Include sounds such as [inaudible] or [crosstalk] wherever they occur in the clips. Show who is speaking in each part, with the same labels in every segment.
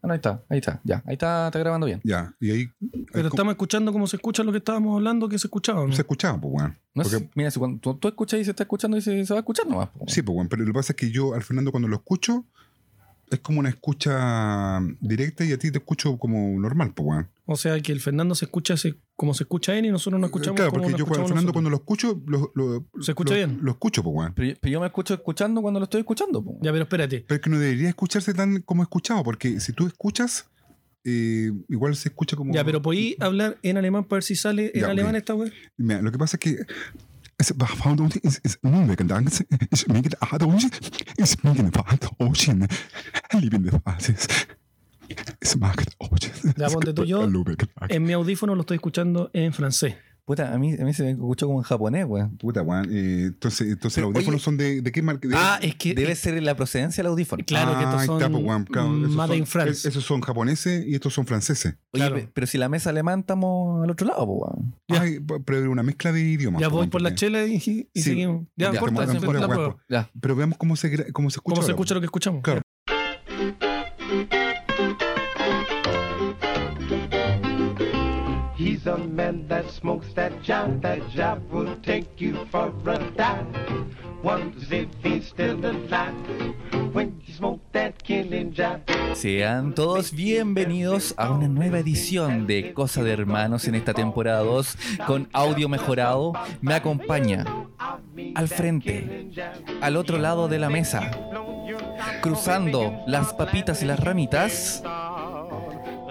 Speaker 1: Bueno, Ah, ahí está, ahí está, ya. Ahí está, está grabando bien.
Speaker 2: Ya, y ahí. ahí
Speaker 3: Pero
Speaker 2: como-
Speaker 3: estamos escuchando como se escucha lo que estábamos hablando, que se escuchaba. ¿no?
Speaker 2: Eh, Se escuchaba, pues, weón.
Speaker 1: No es-
Speaker 2: Porque-
Speaker 1: mira, si cuando tú, tú escuchas y se está escuchando y se, se va a escuchar nomás. po.
Speaker 2: Sí, pues, weón. Pero lo que pasa es que yo al Fernando cuando lo escucho, es como una escucha directa y a ti te escucho como normal, pues, weón.
Speaker 3: O sea, que el Fernando se escucha así como se escucha él y nosotros no escuchamos
Speaker 2: Eh, claro,
Speaker 3: como
Speaker 2: porque
Speaker 3: nos
Speaker 2: yo cuando,
Speaker 3: escuchamos
Speaker 2: Fernando
Speaker 3: nosotros.
Speaker 2: cuando lo escucho, lo, lo-
Speaker 3: ¿Se escucha
Speaker 2: lo-
Speaker 3: bien?
Speaker 2: Lo escucho, pues, weón.
Speaker 1: Pero, yo- pero yo me escucho escuchando cuando lo estoy escuchando. po.
Speaker 3: Ya, pero espérate.
Speaker 2: Pero es que no debería escucharse tan como escuchado, porque si tú escuchas, eh, igual se escucha como.
Speaker 3: Ya, pero podí hablar en alemán para ver si sale en
Speaker 2: Ya, ok.
Speaker 3: alemán esta web.
Speaker 2: Mira, lo que pasa es que. Es- es- es- no me cantas, es mi ah, grado, es mi grado, ocean, liebende fases, es macht, ocean,
Speaker 3: Ya,
Speaker 2: es
Speaker 3: ponte tú, yo- Em,
Speaker 2: Lübeck, Lübeck.
Speaker 3: En mi audífono lo estoy escuchando en francés.
Speaker 1: Puta, a mí, a mí se me escuchó como en japonés, weón.
Speaker 2: Puta, weón. eh, entonces, entonces
Speaker 1: Pero,
Speaker 2: los audífonos
Speaker 1: oye-
Speaker 2: son de, de qué marca. de-
Speaker 3: Ah, es que.
Speaker 1: Debe
Speaker 3: es-
Speaker 1: ser la procedencia del audífono.
Speaker 3: claro que estos
Speaker 2: ahí
Speaker 3: son
Speaker 2: está, pues, weón, claro, esos
Speaker 3: Made
Speaker 2: son-
Speaker 3: in France.
Speaker 2: es- esos son japoneses y estos son franceses.
Speaker 1: Oye,
Speaker 3: claro.
Speaker 1: pe- pero si la mesa alemán estamos al otro lado, po, weón.
Speaker 3: Ya.
Speaker 2: Ay, pero era una mezcla de idiomas.
Speaker 3: ya
Speaker 2: pues,
Speaker 3: voy
Speaker 2: weón,
Speaker 3: por la
Speaker 2: porque-
Speaker 3: chela y, y
Speaker 2: Sí.
Speaker 3: seguimos. Ya,
Speaker 1: Ya,
Speaker 3: corta,
Speaker 1: estamos- estamos-
Speaker 3: hacemos la
Speaker 2: estamos-
Speaker 3: prueba.
Speaker 1: Ya.
Speaker 2: Pero veamos cómo se, gra- cómo se escucha. ahora,
Speaker 3: ¿Cómo se
Speaker 2: pues.
Speaker 3: escucha lo que escuchamos?
Speaker 2: Claro.
Speaker 4: He's a man that smokes that job. That job will take you for a dive. Wonders if he's still alive when you smoke that killing job.
Speaker 1: Sean todos bienvenidos a una nueva edición de Cosa de Hermanos en esta temporada 2 con audio mejorado. Me acompaña al frente, al otro lado de la mesa, cruzando las papitas y las ramitas,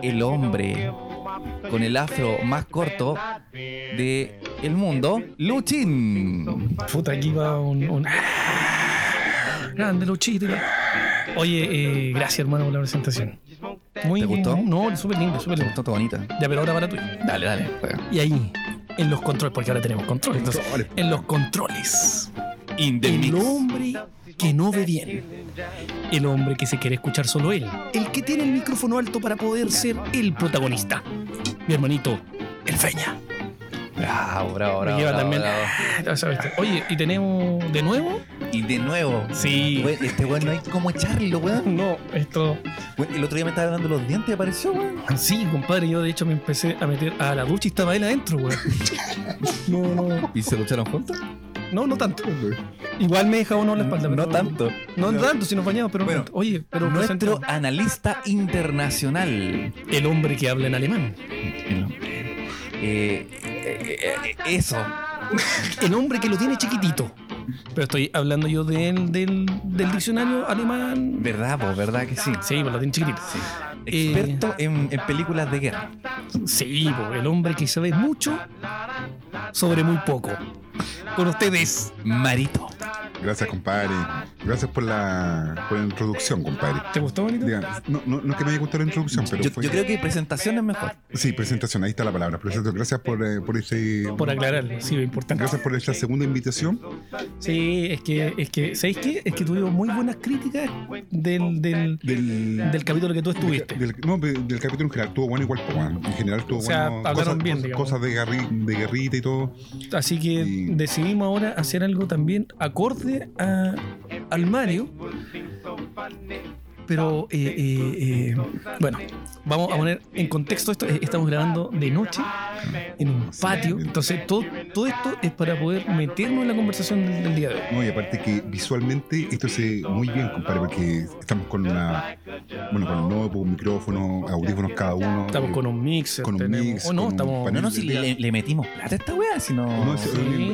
Speaker 1: el hombre con el afro más corto de el mundo, Luchín.
Speaker 3: Puta, aquí va un. un- Grande Luchito. Oye, eh, gracias hermano por la presentación. Muy,
Speaker 1: ¿Te gustó?
Speaker 3: No, súper lindo, súper
Speaker 1: Me
Speaker 3: lindo.
Speaker 1: gustó todo bonita.
Speaker 3: Ya, pero ahora para tú.
Speaker 1: Dale, dale. juega.
Speaker 3: Y ahí, en los controles, porque ahora tenemos controles. Entonces,
Speaker 2: Controles.
Speaker 3: en los controles,
Speaker 1: In the
Speaker 3: el
Speaker 1: mix.
Speaker 3: hombre que no ve bien, el hombre que se quiere escuchar solo él, el que tiene el micrófono alto para poder ser el protagonista. Mi hermanito, el Feña.
Speaker 1: Bravo, bravo,
Speaker 3: Me
Speaker 1: bravo,
Speaker 3: lleva
Speaker 1: bravo,
Speaker 3: también. Ah,
Speaker 1: bravo.
Speaker 3: Ya sabes. Oye, ¿y tenemos de nuevo?
Speaker 1: Y de nuevo,
Speaker 3: Sí.
Speaker 1: Güey, este weón no hay como echarlo, weón.
Speaker 3: No, esto.
Speaker 1: Güey, El otro día me estaba lavando los dientes y apareció, weón.
Speaker 3: Sí, compadre, yo de hecho me empecé a meter a la ducha y estaba él adentro, güey. No, no,
Speaker 1: ¿Y se lucharon juntos?
Speaker 3: no, no tanto. Igual me dejaba uno en la espalda, pero
Speaker 1: No tanto.
Speaker 3: No, tanto, si nos bañamos, pero no
Speaker 1: Bueno,
Speaker 3: tanto. Oye, pero
Speaker 1: Nuestro
Speaker 3: presenta-
Speaker 1: analista internacional.
Speaker 3: el hombre que habla en alemán.
Speaker 1: El hombre. Eh, eh, eh, eso.
Speaker 3: El hombre que lo tiene chiquitito. Pero estoy hablando yo de él, del, del diccionario alemán.
Speaker 1: ¿Verdad, po? ¿Verdad que sí?
Speaker 3: Sí, pues lo tiene chiquitito.
Speaker 1: Sí. Experto en, en películas de guerra.
Speaker 3: Sí, pues, el hombre que sabe mucho sobre muy poco. Con ustedes.
Speaker 1: Marito.
Speaker 2: Gracias, compadre. Gracias por la, por la introducción, compadre.
Speaker 3: ¿Te gustó, bonito?
Speaker 2: Diga, no, no, no es que me haya gustado la introducción, pero
Speaker 1: Yo,
Speaker 2: fue.
Speaker 1: yo creo que presentación es mejor.
Speaker 2: Sí, presentación, ahí está la palabra. Presentación. Gracias por, eh, por este.
Speaker 3: Por aclararlo, sí, lo importante.
Speaker 2: Gracias por esta segunda invitación.
Speaker 3: Sí, es que, es que, ¿sabéis qué? Es que tuvimos muy buenas críticas del, del,
Speaker 2: Del,
Speaker 3: del capítulo que tú estuviste.
Speaker 2: del, no, de- del capítulo en general estuvo bueno igual, pues, bueno. En general estuvo
Speaker 3: O sea,
Speaker 2: bueno.
Speaker 3: hablaron
Speaker 2: cosas,
Speaker 3: bien,
Speaker 2: cosas,
Speaker 3: digamos.
Speaker 2: cosas de, garri- de guerrita y todo.
Speaker 3: Así que
Speaker 2: Y-
Speaker 3: decidimos ahora hacer algo también acorde a, al Mario. Pero, eh, eh, eh, bueno, vamos a poner en contexto esto. Eh, Estamos grabando de noche en un patio. Entonces, todo, todo esto es para poder meternos en la conversación del, del día de hoy.
Speaker 2: No, y aparte que visualmente esto se ve muy bien, compadre, porque estamos con una. Bueno, con un nuevo micrófono, audífonos cada uno.
Speaker 3: Estamos con un mixer.
Speaker 2: Con un
Speaker 3: tenemos-
Speaker 2: mix,
Speaker 3: o no,
Speaker 2: con un
Speaker 3: estamos.
Speaker 1: No, no, si le, le metimos plata a esta weá, si no.
Speaker 2: No, es-
Speaker 3: Sí,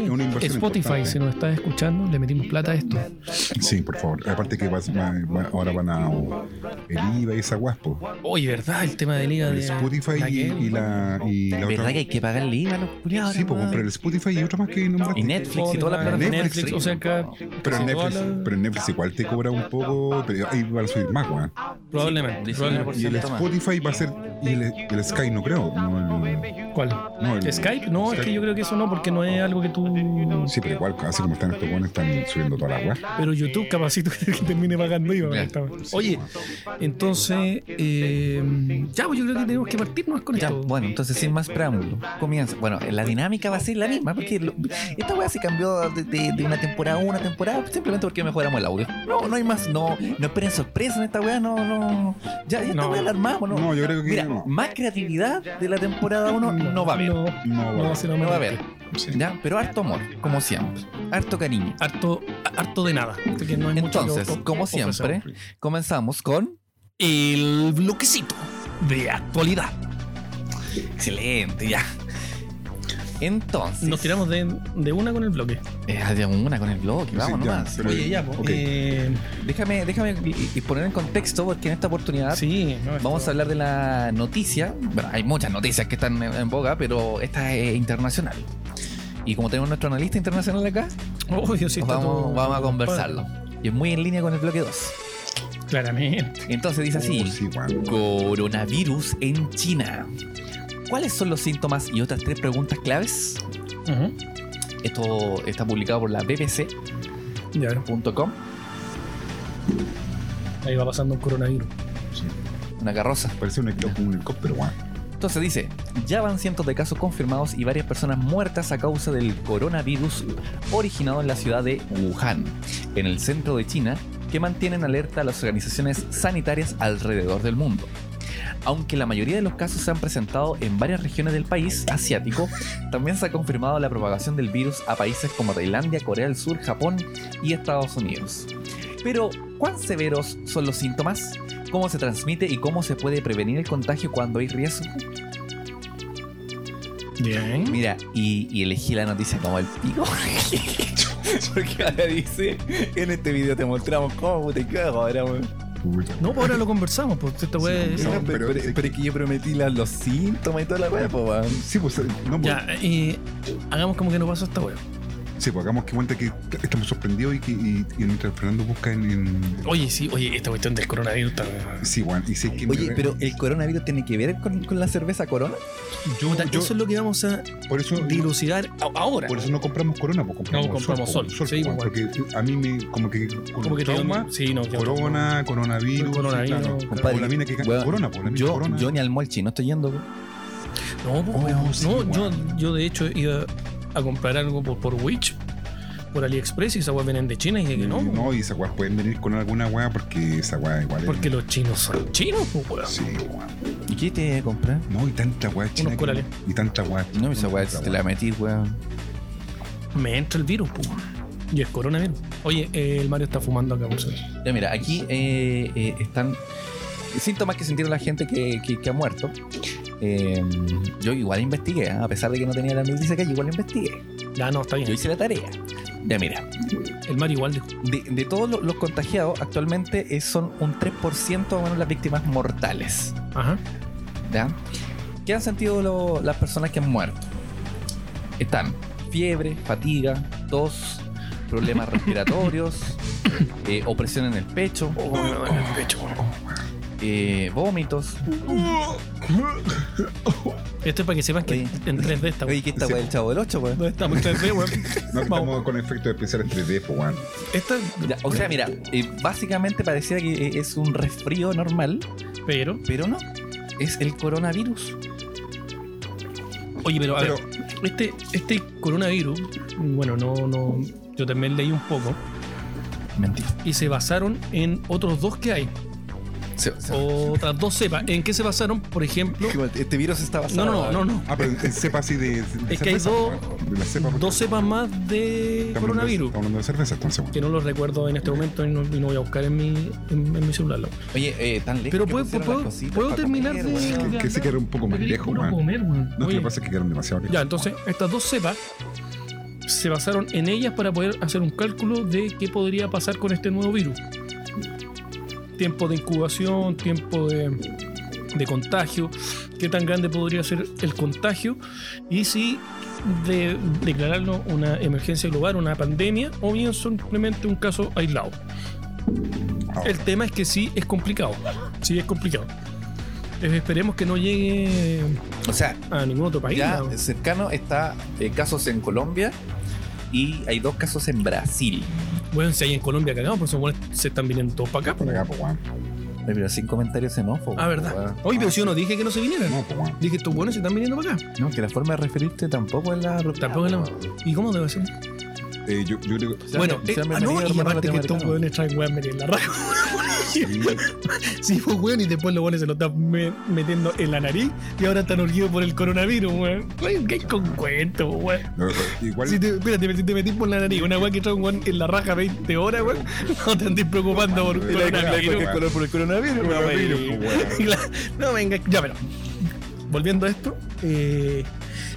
Speaker 2: una inversión
Speaker 3: Spotify,
Speaker 2: importante.
Speaker 3: si nos estás escuchando, le metimos plata a esto.
Speaker 2: Sí, por favor. Aparte que vas- va- va- ahora van a el IVA y esa pues. guaspo.
Speaker 3: Oye, ¿verdad? El tema de liga
Speaker 2: El
Speaker 3: de
Speaker 2: Spotify
Speaker 3: de
Speaker 2: y,
Speaker 3: aquel.
Speaker 2: y la, y la
Speaker 1: ¿Verdad
Speaker 2: otra.
Speaker 1: que hay que pagar el IVA a los culiados?
Speaker 2: Sí, pues compré el Spotify y otro más que nombraste.
Speaker 1: Y Netflix y todas las
Speaker 3: Netflix,
Speaker 1: plataformas.
Speaker 3: o sea, acá
Speaker 2: Pero en
Speaker 3: casi
Speaker 2: Netflix,
Speaker 3: todas las-
Speaker 2: pero en Netflix igual te cobra un poco, pero ahí van a subir más, weón.
Speaker 3: Probablemente.
Speaker 1: Sí,
Speaker 3: probablemente.
Speaker 2: Y el
Speaker 1: 19% más.
Speaker 2: Spotify va a ser Y el, el Sky no creo. No, el-
Speaker 3: ¿Cuál?
Speaker 2: no, el-
Speaker 3: ¿Skype? No, es que yo creo que eso no, porque no es algo que tú.
Speaker 2: Sí, pero igual, así como están estos buenos, están subiendo toda la weá.
Speaker 3: Pero YouTube capacito [laughs] que termine pagando IVA.
Speaker 1: Ya.
Speaker 3: honestamente. Oye, entonces. eh, ya, pues yo creo que tenemos que partirnos con
Speaker 1: Ya,
Speaker 3: esto.
Speaker 1: bueno, entonces
Speaker 3: eh,
Speaker 1: sin más preámbulo, comienza. Bueno, la dinámica va a ser la misma, porque lo- esta weá se cambió de, de- de una temporada a una temporada simplemente porque mejoramos el audio. No, no hay más, no, no esperen sorpresa en esta weá, no, no. Ya, ya esta
Speaker 3: No.
Speaker 1: weá la armamos, no.
Speaker 2: No, yo creo que
Speaker 1: Mira,
Speaker 2: no.
Speaker 1: más creatividad de la temporada 1 no va a haber.
Speaker 3: No,
Speaker 2: No,
Speaker 3: no va a ser
Speaker 1: No va a haber,
Speaker 2: sí.
Speaker 1: ¿ya? Pero harto amor, como siempre. Harto cariño.
Speaker 3: Harto, harto de nada. porque no hay mucho que
Speaker 1: Entonces,
Speaker 3: of-
Speaker 1: como
Speaker 3: ofrecer.
Speaker 1: siempre, comenzamos con...
Speaker 3: el bloquecito de actualidad.
Speaker 1: Excelente, ya. Entonces...
Speaker 3: Nos tiramos de, de una con el bloque.
Speaker 1: Eh, de una con el blog,
Speaker 2: Sí,
Speaker 1: vamos
Speaker 2: ya,
Speaker 1: nomás.
Speaker 2: pero-
Speaker 1: Oye, ya, po.
Speaker 2: Ok.
Speaker 3: Eh,
Speaker 1: Déjame, déjame y- y poner en contexto porque en esta oportunidad
Speaker 3: sí, no, esto-
Speaker 1: vamos a hablar de la noticia. Bueno, hay muchas noticias que están en, en boga, pero esta es internacional. Y como tenemos nuestro analista internacional acá,
Speaker 3: Oh, Dios, sí,
Speaker 1: pues
Speaker 3: está
Speaker 1: vamos,
Speaker 3: todo-
Speaker 1: vamos a conversarlo. Y es muy en línea con el bloque 2.
Speaker 3: Claramente.
Speaker 1: Entonces dice
Speaker 2: Oh,
Speaker 1: así,
Speaker 2: sí, weón.
Speaker 1: coronavirus en China. ¿Cuáles son los síntomas y otras tres preguntas claves?
Speaker 3: Ujú.
Speaker 1: Esto está publicado por la bbc.com.
Speaker 3: Ya, ahí va pasando un coronavirus.
Speaker 2: Sí.
Speaker 1: Una carroza.
Speaker 2: Parece un, helicó- un helicóptero, weón.
Speaker 1: Entonces dice, ya van cientos de casos confirmados y varias personas muertas a causa del coronavirus originado en la ciudad de Wuhan, en el centro de China, que mantienen alerta a las organizaciones sanitarias alrededor del mundo. Aunque la mayoría de los casos se han presentado en varias regiones del país asiático, también se ha confirmado la propagación del virus a países como Tailandia, Corea del Sur, Japón y Estados Unidos. Pero, ¿cuán severos son los síntomas? ¿Cómo se transmite y cómo se puede prevenir el contagio cuando hay riesgo?
Speaker 3: Bien.
Speaker 1: Mira, y, y elegí la noticia como el pico. [laughs] Porque ahora dice, en este video te mostramos cómo te cago ahora, weón.
Speaker 2: Puta,
Speaker 3: No, pues ahora lo conversamos, pues esta wea
Speaker 2: Sí,
Speaker 3: es-
Speaker 2: no,
Speaker 1: pero,
Speaker 2: pero-
Speaker 1: pero- pero es que yo prometí la- los síntomas y toda la weá, po, weón.
Speaker 2: Sí, pues, eh, no, pues,
Speaker 3: Ya, eh, hagamos como que no pasó esta wea.
Speaker 2: sí, pues hagamos que cuenta que t- estamos sorprendidos y que y, y mientras Fernando busca en. en-
Speaker 3: Oye, sí, oye, esta cuestión del coronavirus está.
Speaker 2: Sí, weón. Y sé que
Speaker 1: Oye, pero el coronavirus tiene que ver con, con la cerveza corona.
Speaker 2: yo,
Speaker 3: Puta,
Speaker 2: yo-
Speaker 3: Eso es lo que vamos a
Speaker 2: por eso.
Speaker 3: dilucidar a- ahora.
Speaker 2: Por eso no compramos corona, pues compramos,
Speaker 3: No, compramos
Speaker 2: sol. pues,
Speaker 3: Sol, sí,
Speaker 2: pues, porque a mí me. Como que. Con
Speaker 3: como que te
Speaker 2: trauma,
Speaker 3: Sí, no, quedó-
Speaker 2: corona, coronavirus.
Speaker 3: Coronavirus,
Speaker 2: sí, claro.
Speaker 1: compadre.
Speaker 2: O la mina que canta
Speaker 1: Weón,
Speaker 2: corona, pues la mina
Speaker 1: yo,
Speaker 2: corona.
Speaker 1: yo ni al molchi, no estoy yendo, weón.
Speaker 3: No, pues,
Speaker 2: Oh,
Speaker 3: weón,
Speaker 2: sí,
Speaker 3: no,
Speaker 2: weón.
Speaker 3: yo, yo de hecho iba a comprar algo por, por Witch, por AliExpress, y esa weá vienen de China y dije que
Speaker 2: Y
Speaker 3: Mm, no.
Speaker 2: no, y esas weas pueden venir con alguna wea porque esa wea igual
Speaker 3: Porque
Speaker 2: es.
Speaker 3: los chinos son chinos, pues, weón.
Speaker 2: Sí, weón.
Speaker 1: ¿Y qué te compré?
Speaker 2: No, y tanta wea china. que-
Speaker 3: corales.
Speaker 2: Y tanta wea.
Speaker 1: No, esa weá
Speaker 2: tanta
Speaker 1: te la metí, weón.
Speaker 3: Me entra el virus, pues. Y es coronavirus. Oye, eh, el Mario está fumando acá, por cierto.
Speaker 1: Ya mira, aquí eh, eh, están síntomas que sintieron la gente que, que- que ha muerto. Eh, yo igual investigué, ¿ah? a pesar de que no tenía la noticia acá, yo igual investigué.
Speaker 3: Ya no, está
Speaker 1: Yo
Speaker 3: bien.
Speaker 1: hice la tarea. Ya mira,
Speaker 3: El Mario igual dijo.
Speaker 1: de, de todos los, los contagiados, actualmente eh, son un 3% o menos las víctimas mortales.
Speaker 3: Ajá.
Speaker 1: ¿ya? ¿Qué han sentido lo- las personas que han muerto? Están fiebre, fatiga, tos,
Speaker 3: [laughs]
Speaker 1: problemas respiratorios, eh, opresión en el pecho,
Speaker 3: Oh, me duele el pecho, weón.
Speaker 1: eh, vómitos,
Speaker 3: Esto Este es para que sepas que
Speaker 1: Oye.
Speaker 3: en 3D está,
Speaker 1: Oye,
Speaker 3: weón.
Speaker 1: ¿qué esta weá del chavo del 8, weón?
Speaker 3: No estamos en 3D, weón.
Speaker 2: [laughs] No, que
Speaker 3: Vamos.
Speaker 2: estamos con efectos especiales 3D, pues, weón.
Speaker 3: Esta,
Speaker 1: [laughs] Ya, o sea, mira, eh, básicamente pareciera que eh, es un resfrío normal,
Speaker 3: pero.
Speaker 1: pero no. Es el coronavirus.
Speaker 3: Oye, pero a
Speaker 2: Pero-
Speaker 3: ver, este, este coronavirus, bueno, no, no. Yo también leí un poco.
Speaker 1: Mentira.
Speaker 3: Y se basaron en otros dos que hay.
Speaker 1: Se- se-
Speaker 3: Otras dos cepas. ¿En qué se basaron? Por ejemplo.
Speaker 1: Este virus está
Speaker 3: No,
Speaker 1: basado.
Speaker 3: no, no, no.
Speaker 2: Ah, pero en cepa así de. de
Speaker 3: Es que hay
Speaker 2: cerveza,
Speaker 3: dos-
Speaker 2: weón. De la cepa,
Speaker 3: no.
Speaker 2: porque
Speaker 3: Dos cepas más
Speaker 2: estamos
Speaker 3: de
Speaker 2: hablando de-
Speaker 3: coronavirus.
Speaker 2: Estamos hablando de cerveza, entonces, weón.
Speaker 3: Que no los recuerdo en este momento y no, y no voy a buscar en mi, en, en mi celular. la-
Speaker 1: Oye, eh, tan lejos.
Speaker 3: Pero
Speaker 1: que
Speaker 3: puedo-
Speaker 1: pusieron
Speaker 3: puedo-
Speaker 1: las cositas
Speaker 3: puedo
Speaker 1: para
Speaker 3: terminar
Speaker 1: comer,
Speaker 3: de-
Speaker 1: weón.
Speaker 2: Que, que se quedaron un poco más lejos, weón. No, que lo que pasa es que quedaron demasiado lejos.
Speaker 3: Ya, entonces, estas dos cepas se basaron en ellas para poder hacer un cálculo de qué podría pasar con este nuevo virus. Tiempo de incubación, tiempo de, de contagio, qué tan grande podría ser el contagio y si de declararlo una emergencia global, una pandemia o bien simplemente un caso aislado.
Speaker 2: Ah,
Speaker 3: El tema es que sí es complicado, sí es complicado. Esperemos que no llegue
Speaker 1: O sea,
Speaker 3: a ningún otro país.
Speaker 1: ya
Speaker 3: ¿no?
Speaker 1: cercano está eh, casos en Colombia y hay dos casos en Brasil.
Speaker 3: Bueno, si hay en Colombia cagamos, por eso bueno, se están viniendo todos para acá.
Speaker 2: Por acá, pues, weón.
Speaker 1: Ay, Pero sin comentarios xenófobos.
Speaker 3: Ah, verdad.
Speaker 1: weón.
Speaker 3: Oye, pero si yo no dije que no se vinieran.
Speaker 2: No, pues, weón.
Speaker 3: Dije, estos buenos se están viniendo para acá.
Speaker 1: No, que la forma de referirte tampoco es la
Speaker 3: Tampoco es la-
Speaker 1: pues,
Speaker 3: ¿Y cómo debe ser?
Speaker 2: Eh, yo, yo creo.
Speaker 3: bueno, eh, ah, no, y aparte que estos
Speaker 1: pueden
Speaker 3: hueones traen weas metidas en la raja. [laughs]
Speaker 2: Sí,
Speaker 3: Sí, pues weón, y después los hueones se lo están me- metiendo en la nariz y ahora están urgidos por el coronavirus, weón. Weón, ¿qué hay con cuento, weón?
Speaker 2: no, igual.
Speaker 3: Si te, espérate, si te metís por la nariz una weá que trae un weón en la raja 20 horas, weón, [laughs] no te andes preocupando por
Speaker 2: Y la- la- la-
Speaker 3: coronavirus.
Speaker 2: la-
Speaker 1: color por el coronavirus.
Speaker 3: Pero,
Speaker 2: Coronavirus,
Speaker 3: güey. [laughs]
Speaker 2: pues, güey.
Speaker 3: Claro. No, venga, ya, pero. Volviendo a esto, eh,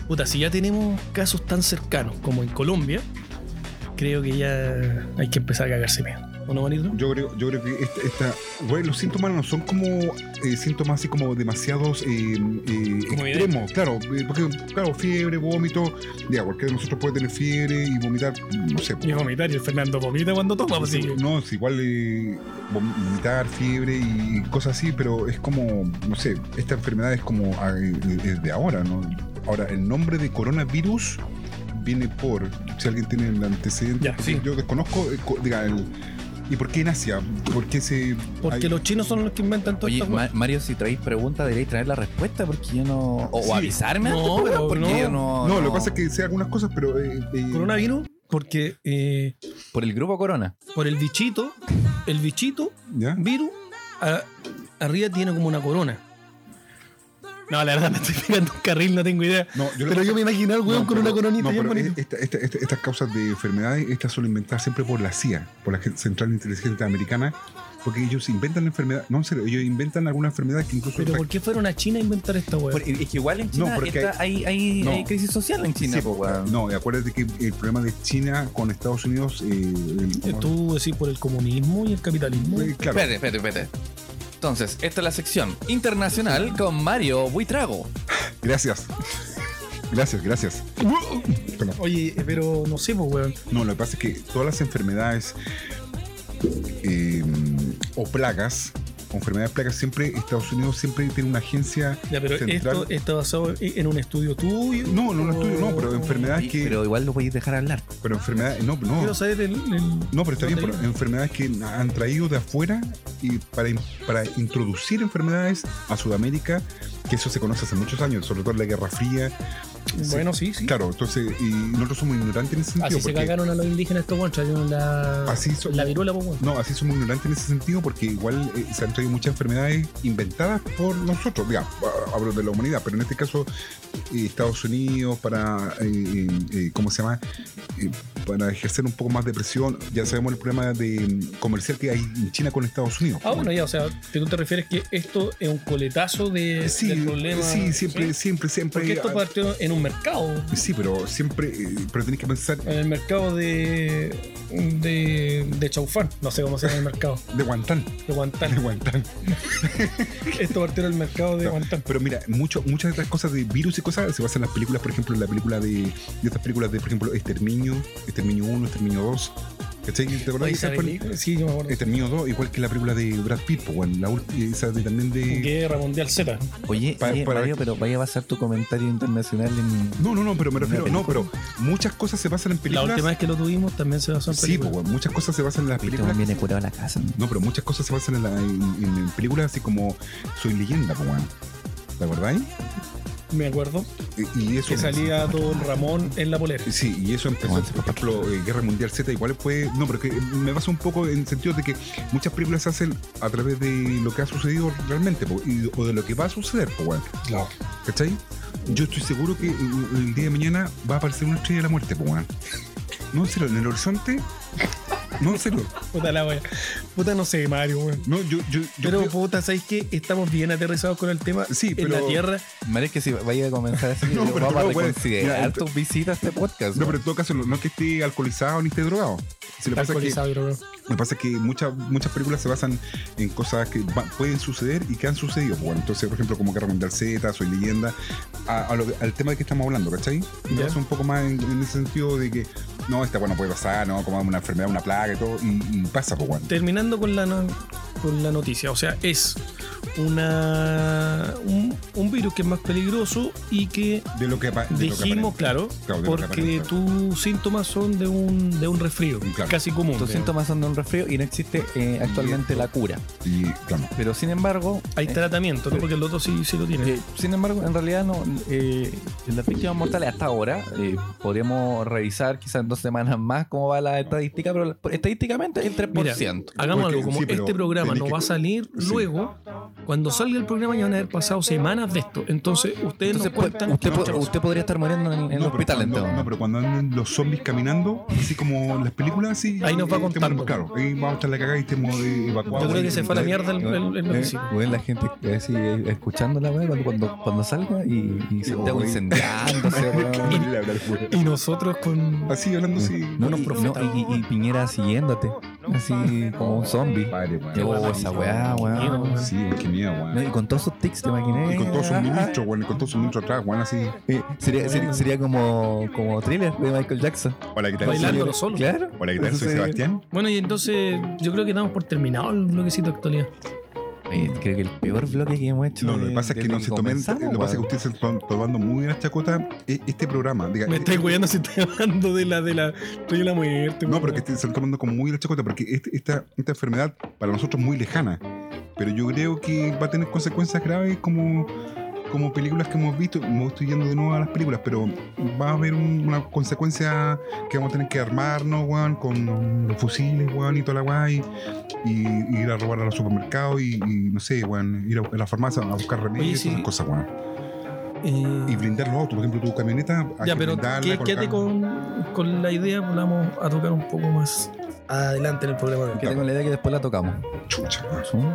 Speaker 3: puta, si ya tenemos casos tan cercanos como en Colombia, creo que ya hay que empezar a cagarse miedo. ¿O no, bonito?
Speaker 2: Yo creo, yo creo que esta, esta- güey, los síntomas no son como eh, síntomas así como demasiados eh, eh, extremos, claro, eh, porque claro, fiebre, vómito, ya cualquiera de nosotros puede tener fiebre y vomitar, no sé. pues,
Speaker 3: Y vomitar, y el Fernando vomita cuando toma, pues, sí.
Speaker 2: No, es igual eh, vomitar, fiebre y cosas así, pero es como, no sé, esta enfermedad es como eh, eh, de ahora, ¿no? Ahora, el nombre de coronavirus viene por, si alguien tiene el antecedente,
Speaker 3: Ya,
Speaker 2: porque
Speaker 3: sí.
Speaker 2: yo desconozco, eh, co- diga, el- ¿y por qué en Asia? ¿Por qué se...
Speaker 3: Porque
Speaker 2: hay-
Speaker 3: los chinos son los que inventan todo
Speaker 1: Oye,
Speaker 3: esto.
Speaker 1: Ma- Mario, si traéis preguntas, deberéis traer la respuesta porque yo no. O
Speaker 2: Sí.
Speaker 1: avisarme.
Speaker 3: No,
Speaker 1: antes, pues,
Speaker 3: pero
Speaker 1: porque
Speaker 3: no.
Speaker 1: yo no,
Speaker 2: No, lo que pasa es que sé algunas cosas, pero... eh, eh,
Speaker 3: Coronavirus, porque eh,
Speaker 1: Por el grupo Corona.
Speaker 3: por el bichito, el bichito
Speaker 2: ¿Ya?
Speaker 3: virus a- arriba tiene como una corona. No, la verdad me estoy pegando un carril, no tengo idea.
Speaker 2: No, yo lo-
Speaker 3: Pero yo me imagino al weón
Speaker 2: No,
Speaker 3: con
Speaker 2: pero-
Speaker 3: una coronita
Speaker 2: no,
Speaker 3: bien
Speaker 2: pero
Speaker 3: bonita.
Speaker 2: es- esta- esta- esta- Estas causas de enfermedades, estas suelen inventar siempre por la CIA, por la Gen- Central Inteligente Americana, porque ellos inventan la enfermedad, no en serio, ellos inventan alguna enfermedad que incluso...
Speaker 3: Pero ¿por qué fueron a China a inventar esta weá?
Speaker 1: Por- es que igual en
Speaker 2: No,
Speaker 1: China
Speaker 2: porque
Speaker 1: está- hay, hay-
Speaker 2: no.
Speaker 1: hay crisis social en China.
Speaker 2: Sí,
Speaker 1: pues, weón.
Speaker 2: no, y acuérdate que el problema de China con Estados Unidos... eh, el-
Speaker 3: Eh, Tú decís por el comunismo y el capitalismo.
Speaker 2: eh, claro,
Speaker 1: Espérate, espérate, espérate. Entonces, esta es la sección internacional con Mario Buitrago.
Speaker 2: gracias. Gracias, gracias. Perdón.
Speaker 3: Oye, eh, pero no sé, pues weón.
Speaker 2: No, lo que pasa es que todas las enfermedades eh, o plagas, o enfermedades plagas, siempre Estados Unidos siempre tiene una agencia
Speaker 3: Ya, pero
Speaker 2: central.
Speaker 3: esto está basado en- en un estudio tuyo. Oh.
Speaker 2: No, no, no estudio, no, pero
Speaker 1: Y-
Speaker 2: enfermedades que.
Speaker 1: Pero igual lo podéis dejar hablar.
Speaker 2: Pero enfermedades. No, no.
Speaker 3: Quiero saber el. el-
Speaker 2: No, pero está bien, pero
Speaker 3: ¿Dónde
Speaker 2: enfermedades que han traído de afuera y para, in- para introducir enfermedades a Sudamérica, que eso se conoce hace muchos años, sobre todo en la Guerra Fría. Sí.
Speaker 3: Bueno, sí, sí.
Speaker 2: Claro, entonces, y nosotros somos ignorantes en ese sentido.
Speaker 3: Así se
Speaker 2: porque-
Speaker 3: cagaron a los indígenas estos weón, trajeron la.
Speaker 2: Así son-
Speaker 3: La viruela, pues weón.
Speaker 2: No, así somos ignorantes en ese sentido porque igual eh, se han traído muchas enfermedades inventadas por nosotros, digamos, ah, hablo de la humanidad, pero en este caso eh, Estados Unidos para, eh, eh, eh, ¿cómo se llama? Eh, para ejercer un poco más de presión, ya sabemos el problema de mm, comercial que hay en China con Estados Unidos.
Speaker 3: Ah, bueno, ya, o sea, que tú te refieres que esto es un coletazo de,
Speaker 2: sí,
Speaker 3: del problema.
Speaker 2: sí, siempre,
Speaker 3: ¿sí?
Speaker 2: siempre, siempre.
Speaker 3: Porque esto
Speaker 2: ah,
Speaker 3: partió en un mercado.
Speaker 2: Sí, pero siempre, eh, pero tenés que pensar
Speaker 3: En el mercado de. de. de Chaufán. No sé cómo se llama el mercado.
Speaker 2: de Guantán,
Speaker 3: De Guantán.
Speaker 2: [laughs] de Guantán.
Speaker 3: Esto partió del mercado de
Speaker 2: No,
Speaker 3: Guantán.
Speaker 2: Pero mira, mucho- muchas de las cosas de virus y cosas se basan en las películas, por ejemplo, en la película de, de estas películas de, por ejemplo, Exterminio, Exterminio 1, Exterminio 2. ¿Cachai? ¿Te acuerdas de esa película? Este
Speaker 3: Sí, yo me acuerdo.
Speaker 2: Exterminio 2, igual que la película de Brad Pitt, pues, bueno, la ulti- esa de, también de.
Speaker 3: Guerra Mundial Z.
Speaker 1: Oye,
Speaker 2: Pa-
Speaker 1: oye,
Speaker 2: para-
Speaker 1: Mario, pero vaya a basar tu comentario internacional en.
Speaker 2: No, no, no, pero me
Speaker 1: ¿Una
Speaker 2: refiero. No, pero
Speaker 1: película?
Speaker 2: muchas cosas se basan en
Speaker 3: La
Speaker 2: películas.
Speaker 3: última vez que lo tuvimos también se basó en
Speaker 2: sí, pues,
Speaker 3: películas.
Speaker 2: bueno, muchas cosas se basan en las
Speaker 1: Viste,
Speaker 2: películas.
Speaker 1: Este viene curado a la casa. ¿no?
Speaker 2: No, pero muchas cosas se basan en, la- en- en- en películas así como Soy leyenda, pues, bueno. ¿Te acordáis?
Speaker 3: me acuerdo
Speaker 2: Y- Y eso
Speaker 3: que salía Don Ramón en la polera.
Speaker 2: pues. Sí, y eso empezó, por ejemplo, eh, Guerra Mundial Z igual fue... No, pero que me baso un poco en el sentido de que muchas películas se hacen a través de lo que ha sucedido realmente po, y- o de lo que va a suceder, po, weón. ¿Cachai? Yo estoy seguro que eh, el día de mañana va a aparecer una estrella de la muerte, po, weón. No, en serio, en el horizonte... No, en serio.
Speaker 3: Puta la wea. Puta no sé, Mario, weón.
Speaker 2: No, yo... yo, yo
Speaker 3: Pero
Speaker 2: creo-
Speaker 3: puta, ¿sabéis qué? Estamos bien aterrizados con el tema.
Speaker 2: Sí,
Speaker 3: en
Speaker 2: pero-
Speaker 3: la tierra.
Speaker 1: Mario, es que si vaya a comenzar [laughs] así,
Speaker 2: No, pero
Speaker 1: vamos
Speaker 2: no,
Speaker 1: a
Speaker 2: güey.
Speaker 1: reconsiderar
Speaker 2: Mira, ent-
Speaker 1: tus visitas a este podcast.
Speaker 2: no,
Speaker 1: güey.
Speaker 2: pero en todo caso, no no es que esté alcoholizado ni esté drogado. Si le
Speaker 3: Está
Speaker 2: pasa es que
Speaker 3: alcoholizado, yo creo.
Speaker 2: Me pasa que muchas muchas películas se basan en cosas que va- pueden suceder y que han sucedido. Bueno, entonces, por ejemplo, como Guerra Mundial Z, Soy Leyenda, a- a lo- al tema de que estamos hablando, ¿cachai? Me
Speaker 3: Ya.
Speaker 2: baso un poco más en, en ese sentido de que, no, esta bueno puede pasar, no, como una enfermedad, una plaga y todo, y, y pasa, pues bueno.
Speaker 3: Terminando con la, no- con la noticia. O sea, es una un, un virus que es más peligroso y que
Speaker 2: De lo que, apa- de lo que
Speaker 3: dijimos,
Speaker 2: aparenta.
Speaker 3: claro,
Speaker 2: Claro, de lo que
Speaker 3: porque
Speaker 2: aparenta.
Speaker 3: tus síntomas son de un, de un resfrío,
Speaker 2: Claro.
Speaker 3: casi común.
Speaker 1: Tus
Speaker 3: digamos.
Speaker 1: síntomas son de un resfrío y no existe eh, actualmente la cura.
Speaker 2: Y claro,
Speaker 1: Pero sin embargo,
Speaker 3: Hay
Speaker 1: eh,
Speaker 3: tratamiento, ¿no? Porque el otro sí, sí lo tiene.
Speaker 1: Eh, sin embargo, en realidad no. eh, las víctimas mortales hasta ahora eh, podríamos revisar quizás en dos semanas más cómo va la estadística, pero la- estadísticamente el 3%.
Speaker 3: Hagamos
Speaker 2: Porque-
Speaker 3: algo, como
Speaker 2: sí, pero
Speaker 3: este programa
Speaker 2: tenés
Speaker 3: no
Speaker 2: que-
Speaker 3: va a salir
Speaker 2: sí.
Speaker 3: luego, cuando salga el programa ya van a haber pasado semanas de esto. Entonces, ustedes
Speaker 1: Entonces,
Speaker 2: pues,
Speaker 3: nos cuentan.
Speaker 1: pu- usted, po-
Speaker 3: Muchas gracias.
Speaker 1: usted podría estar muriendo en, en el
Speaker 2: No, pero
Speaker 1: hospital
Speaker 2: cuando-
Speaker 1: entonces.
Speaker 2: No, pero cuando andan los zombies caminando, así como en las películas, así.
Speaker 3: Ahí nos va
Speaker 2: eh,
Speaker 3: contando.
Speaker 2: estemos- Claro, ahí vamos a estar la cagada y estemos eh, evacuados.
Speaker 3: Yo creo que
Speaker 2: ahí,
Speaker 3: se fue a la
Speaker 2: eh,
Speaker 3: mierda el, el, el
Speaker 1: Eh,
Speaker 3: noticiero.
Speaker 1: güey, la gente así, eh, escuchando la weá cuando, cuando, cuando salga y, y se está [laughs]
Speaker 2: Uy.
Speaker 1: incendiándose. weón.
Speaker 2: [laughs] Dale, hablar, güey.
Speaker 3: Y nosotros con.
Speaker 2: Así hablando así.
Speaker 1: No, no, no, y, y- y Piñera siguiéndote, así como un zombie.
Speaker 2: Padre, güey.
Speaker 1: Oh, esa weá, weón.
Speaker 2: Sí, qué miedo,
Speaker 1: No, y
Speaker 2: weón.
Speaker 1: con todos sus tics Ah, de maquiné.
Speaker 2: Y con todos sus ministros, weón, y con todos sus ministros atrás, weón, así.
Speaker 1: Eh, sería, sería, sería como, como thriller de Michael Jackson.
Speaker 2: Hola, ¿qué tal?
Speaker 3: Bailando.
Speaker 2: Soy-
Speaker 3: Bailándolo solo.
Speaker 1: Claro.
Speaker 2: Hola, ¿qué tal?
Speaker 1: Eso
Speaker 2: Soy
Speaker 1: sería-
Speaker 2: Sebastián.
Speaker 3: Bueno, y entonces yo creo que damos por terminado el bloquecito de actualidad.
Speaker 1: Oye, creo que el peor bloque que hemos hecho.
Speaker 2: No, lo que
Speaker 1: de-
Speaker 2: pasa es que
Speaker 1: desde
Speaker 2: no se tomen.
Speaker 1: comenzamos,
Speaker 2: Lo que pasa es que
Speaker 1: weón.
Speaker 2: ustedes se están tomando muy en la chacota eh, este programa. Diga,
Speaker 3: Me
Speaker 2: eh,
Speaker 3: estáis cuidando si estoy hablando de la de la de la muerte.
Speaker 2: No, pero que te- se están tomando como muy la chacota, porque este- esta, esta enfermedad para nosotros es muy lejana. Pero yo creo que va a tener consecuencias graves como, como películas que hemos visto. Me estoy yendo de nuevo a las películas, pero va a haber un- una consecuencia que vamos a tener que armarnos, weón, con los fusiles, weón, y toda la weá, y, y ir a robar a los supermercados, y, y no sé, weón, ir a, a la farmacia a buscar remedios,
Speaker 3: sí.
Speaker 2: y todas esas cosas, weón.
Speaker 3: Eh,
Speaker 2: Y blindar los autos, por ejemplo, tu camioneta. hay
Speaker 3: ya,
Speaker 2: que
Speaker 3: pero
Speaker 2: blindarla,
Speaker 3: qué- quédate
Speaker 2: colocar-
Speaker 3: con, con la idea, volvamos a tocar un poco más adelante en el programa de hoy.
Speaker 1: Que tengo la idea que después la tocamos.
Speaker 2: Chucha, weón.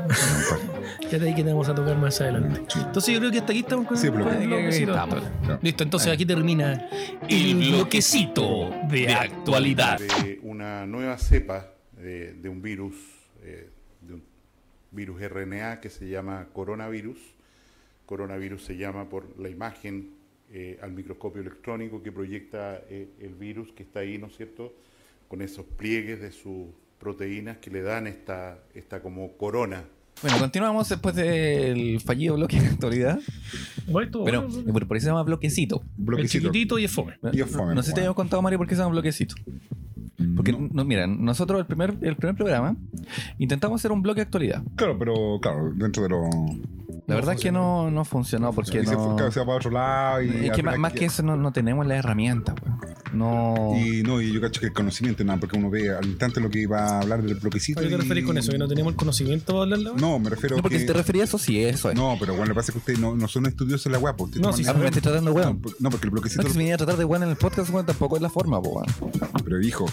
Speaker 3: Quédate ahí que te vamos a tocar más adelante. Entonces yo creo que hasta aquí estamos con
Speaker 2: Sí, pues,
Speaker 3: el
Speaker 2: bloque.
Speaker 3: con el bloquecito.
Speaker 1: Estamos.
Speaker 2: Claro.
Speaker 3: Listo, entonces aquí termina
Speaker 5: El bloquecito de actualidad.
Speaker 6: de una nueva cepa de, de un virus, eh, de un virus RNA que se llama coronavirus. Coronavirus se llama por la imagen eh, al microscopio electrónico que proyecta eh, el virus que está ahí, ¿no es cierto? Con esos pliegues de sus proteínas que le dan esta, esta como corona.
Speaker 1: Bueno, continuamos después del fallido bloque de actualidad.
Speaker 3: Bueno, estuvo
Speaker 1: Bueno,
Speaker 3: bueno,
Speaker 1: por por eso se llama bloquecito.
Speaker 3: el
Speaker 2: Bloquecito.
Speaker 3: chiquitito y es fome.
Speaker 2: Y es fome,
Speaker 1: no sé si te
Speaker 2: weón.
Speaker 1: habíamos contado, Mario, por qué se llama bloquecito. Porque, no. mira, nosotros el primer, el primer programa intentamos hacer un bloque de actualidad.
Speaker 2: Claro, pero claro, dentro de lo.
Speaker 1: La verdad es que no, no funcionó porque
Speaker 2: y se, fue,
Speaker 1: no...
Speaker 2: claro, se va para otro lado. Y
Speaker 1: Es
Speaker 2: al
Speaker 1: que más,
Speaker 2: final
Speaker 1: más que eso no, no tenemos la herramienta, weón. No...
Speaker 2: Y no, y yo cacho que el conocimiento, nada, porque uno ve al instante lo que iba a hablar del bloquecito.
Speaker 3: ¿A qué te
Speaker 2: y-
Speaker 3: referís con eso? ¿Que no tenemos el conocimiento para hablarlo?
Speaker 2: No, me refiero
Speaker 1: No, porque
Speaker 2: que.
Speaker 1: si te refería a eso, sí, eso es.
Speaker 2: No, pero bueno, lo que pasa es que ustedes no, no son estudiosos en la guapa. Ustedes
Speaker 3: No,
Speaker 2: toman
Speaker 3: sí,
Speaker 1: Ah,
Speaker 2: la-
Speaker 1: pero me estoy tratando, de weón.
Speaker 2: no, por- no, porque el
Speaker 1: No
Speaker 2: bloquecito.
Speaker 1: es que si viniera a tratar de weón en el podcast, weón, tampoco es la forma, po, weón.
Speaker 2: Pero dijo,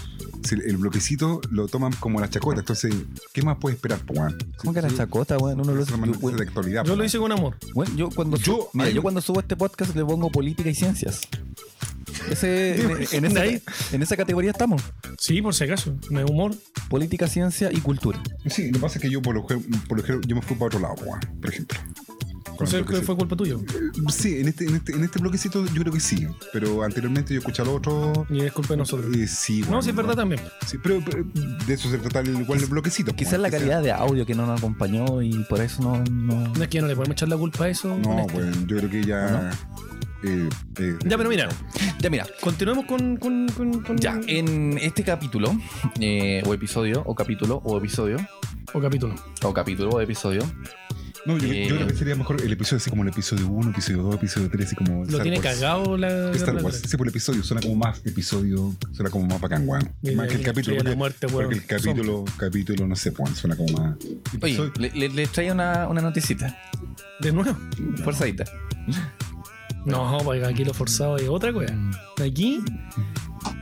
Speaker 2: si el bloquecito lo toman como la chacota. Entonces, ¿qué más puede esperar, po, weón?
Speaker 1: ¿Cómo que la chacota, weón? Uno lo
Speaker 2: Es
Speaker 1: yo,
Speaker 2: una manera de
Speaker 1: weón,
Speaker 2: actualidad. pues,
Speaker 3: Yo
Speaker 2: po,
Speaker 3: lo hice con amor.
Speaker 1: weón, yo cuando
Speaker 2: Yo-
Speaker 1: subo, mira,
Speaker 2: ay,
Speaker 1: yo
Speaker 2: yo-
Speaker 1: cuando subo este podcast le pongo política y ciencias. [laughs] Ese, en, en
Speaker 3: Ahí.
Speaker 1: esa, en esa categoría estamos.
Speaker 3: Sí, por si acaso. No es humor.
Speaker 1: Política, ciencia y cultura.
Speaker 2: Sí, lo que pasa es que yo, por lo, gen- por lo general, yo me fui para otro lado, po, weón, por ejemplo. Con
Speaker 3: No
Speaker 2: el
Speaker 3: sé qué
Speaker 2: bloquecito.
Speaker 3: fue culpa tuya.
Speaker 2: Sí, en este, en, este, en este bloquecito yo creo que sí, pero anteriormente yo escuchaba otro.
Speaker 3: Ni es culpa de nosotros.
Speaker 2: Eh, sí,
Speaker 3: No,
Speaker 2: bueno,
Speaker 3: sí, es verdad también.
Speaker 2: Sí, pero, pero de eso se trata el- igual el bloquecito. pues,
Speaker 1: Quizás la calidad de audio que no nos acompañó y por eso no. no-
Speaker 3: No es que ya no le podemos echar la culpa a eso.
Speaker 2: No,
Speaker 1: este.
Speaker 3: honesto.
Speaker 2: bueno, yo creo que ya. eh, eh,
Speaker 3: Ya, pero mira,
Speaker 1: Ya, mira.
Speaker 3: continuemos con. con, con, con-
Speaker 1: Ya, en este capítulo, eh, o episodio, o capítulo, o episodio,
Speaker 3: O capítulo.
Speaker 1: o capítulo, o episodio,
Speaker 2: No, yo, yo
Speaker 1: Eh.
Speaker 2: creo que sería mejor el episodio así como el episodio 1, episodio 2, episodio 3, así como.
Speaker 3: Lo
Speaker 2: Star
Speaker 3: tiene
Speaker 2: Wars.
Speaker 3: cagado la.
Speaker 2: Star
Speaker 3: la-
Speaker 2: Wars.
Speaker 3: la-
Speaker 2: Sí, por el episodio suena como más episodio, suena como más bacán, weón.
Speaker 3: Mira,
Speaker 2: Más que el
Speaker 3: mira,
Speaker 2: capítulo.
Speaker 3: llega
Speaker 2: Porque,
Speaker 3: la muerte, weón.
Speaker 2: porque el capítulo, capítulo, no sé, weón, suena como más.
Speaker 1: Oye,
Speaker 2: Episodio-
Speaker 1: le, le, les traigo una, una noticita.
Speaker 3: De nuevo.
Speaker 1: Forzadita.
Speaker 3: No, porque aquí lo forzado es otra cosa. Aquí.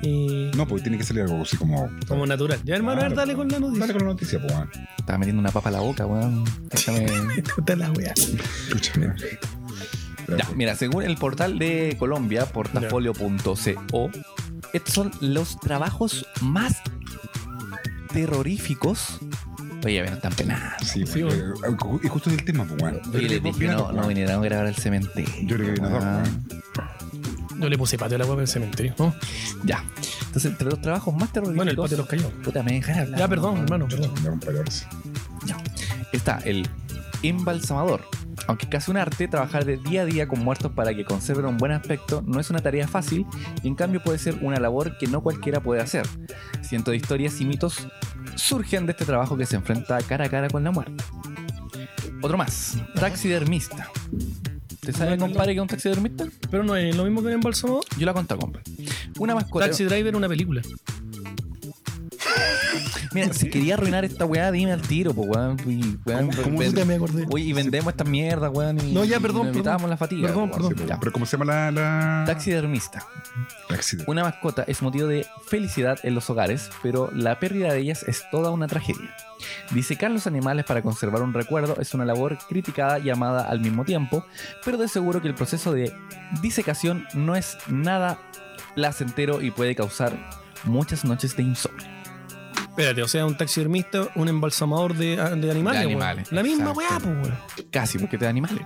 Speaker 3: eh,
Speaker 2: No, porque tiene que salir algo así como.
Speaker 3: Como natural. Ya, hermano, a ver,
Speaker 2: Claro,
Speaker 3: dale con la
Speaker 2: Dale
Speaker 3: noticia.
Speaker 2: con la noticia, po, weón.
Speaker 1: Estaba metiendo una papa a la boca, weón. Déjame-
Speaker 3: Puta la wea.
Speaker 2: Chucha, weón.
Speaker 1: Ya, mira, según el portal de Colombia, portafolio.co, estos son los trabajos más terroríficos. Oye, a ver, no están penando.
Speaker 2: Sí,
Speaker 3: Sí,
Speaker 2: porque- y justo del tema, pues, weón.
Speaker 1: Yo les dije, no, no vinieron a grabar al cementerio.
Speaker 2: Yo creo que viene a
Speaker 1: Ah,
Speaker 2: dar,
Speaker 3: Yo le puse patio a la wea en el cementerio. Oh, ¿no?
Speaker 1: Ya. Entonces, entre los trabajos más terroríficos.
Speaker 3: Bueno, el patio los cayó.
Speaker 1: Puta, me dejan hablar.
Speaker 3: Ya, perdón, hermano. perdón.
Speaker 2: weón.
Speaker 1: Ya. está el embalsamador. Aunque es casi un arte, trabajar de día a día con muertos para que conserven un buen aspecto no es una tarea fácil y en cambio puede ser una labor que no cualquiera puede hacer. Cientos de historias y mitos surgen de este trabajo que se enfrenta cara a cara con la muerte. Otro más, taxidermista. ¿Te sabe, compadre, que es un taxidermista?
Speaker 3: Pero no es lo mismo que un embalsamador.
Speaker 1: Yo la conté, compadre. Una mascota.
Speaker 3: Taxi Driver, una película.
Speaker 1: Mira, si quería arruinar esta weá, dime al tiro, pues weón. Y, weón,
Speaker 7: Como- como
Speaker 1: ven-
Speaker 7: puta, me acordé.
Speaker 1: Oye, y vendemos estas mierdas, weón. Y,
Speaker 7: No, ya, perdón,
Speaker 1: y nos
Speaker 7: perdón.
Speaker 1: evitamos la fatiga.
Speaker 7: Perdón,
Speaker 1: po, weón.
Speaker 7: perdón.
Speaker 1: Ya.
Speaker 2: Pero ¿cómo se llama la...? la...
Speaker 1: Taxidermista.
Speaker 2: Taxi.
Speaker 1: Una mascota es motivo de felicidad en los hogares, pero la pérdida de ellas es toda una tragedia. Disecar los animales para conservar un recuerdo es una labor criticada y amada al mismo tiempo, pero de seguro que el proceso de disecación no es nada placentero y puede causar muchas noches de insomnio.
Speaker 3: Espérate, o sea, un taxidermista, un embalsamador de, de animales.
Speaker 1: De
Speaker 3: weón.
Speaker 1: animales,
Speaker 3: La misma
Speaker 1: exacto.
Speaker 3: weá, pues, weón.
Speaker 1: Casi, porque te da animales.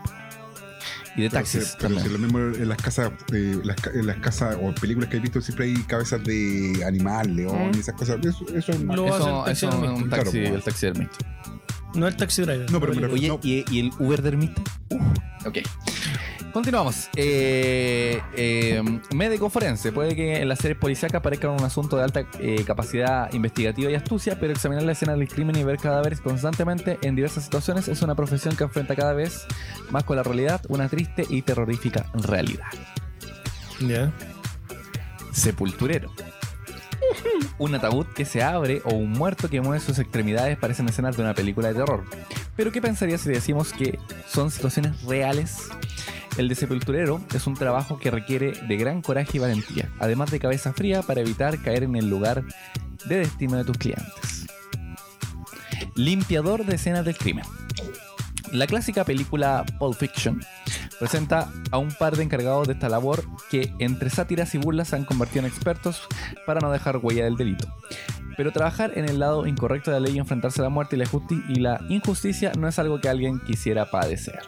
Speaker 1: Y de
Speaker 2: Pero
Speaker 1: taxis
Speaker 2: si- Pero si
Speaker 1: también.
Speaker 2: lo mismo en las casas, eh, las, ca- en las casas o películas que he visto siempre hay cabezas de animal, león y esas cosas. Eso, eso es
Speaker 3: Lo- hace el
Speaker 1: Eso, eso es
Speaker 3: taxidermista.
Speaker 1: un taxi,
Speaker 2: Claro, po.
Speaker 1: el taxidermista.
Speaker 3: No el taxi driver.
Speaker 2: No, pero me
Speaker 3: la
Speaker 2: lo-
Speaker 3: película.
Speaker 1: Oye,
Speaker 2: no.
Speaker 1: ¿y, y el Uber dermita? Ok. Continuamos. Eh, eh, médico forense. Puede que en las series policíacas aparezca un asunto de alta eh, capacidad investigativa y astucia, pero examinar la escena del crimen y ver cadáveres constantemente en diversas situaciones es una profesión que enfrenta cada vez más con la realidad, una triste y terrorífica realidad.
Speaker 3: Ya.
Speaker 1: Sepulturero. Un ataúd que se abre o un muerto que mueve sus extremidades parecen escenas de una película de terror. Pero ¿qué pensaría si decimos que son situaciones reales? El de sepulturero es un trabajo que requiere de gran coraje y valentía, además de cabeza fría para evitar caer en el lugar de destino de tus clientes. Limpiador de escenas del crimen. La clásica película Pulp Fiction presenta a un par de encargados de esta labor que entre sátiras y burlas se han convertido en expertos para no dejar huella del delito. Pero trabajar en el lado incorrecto de la ley y enfrentarse a la muerte y la, justi- y la injusticia no es algo que alguien quisiera padecer.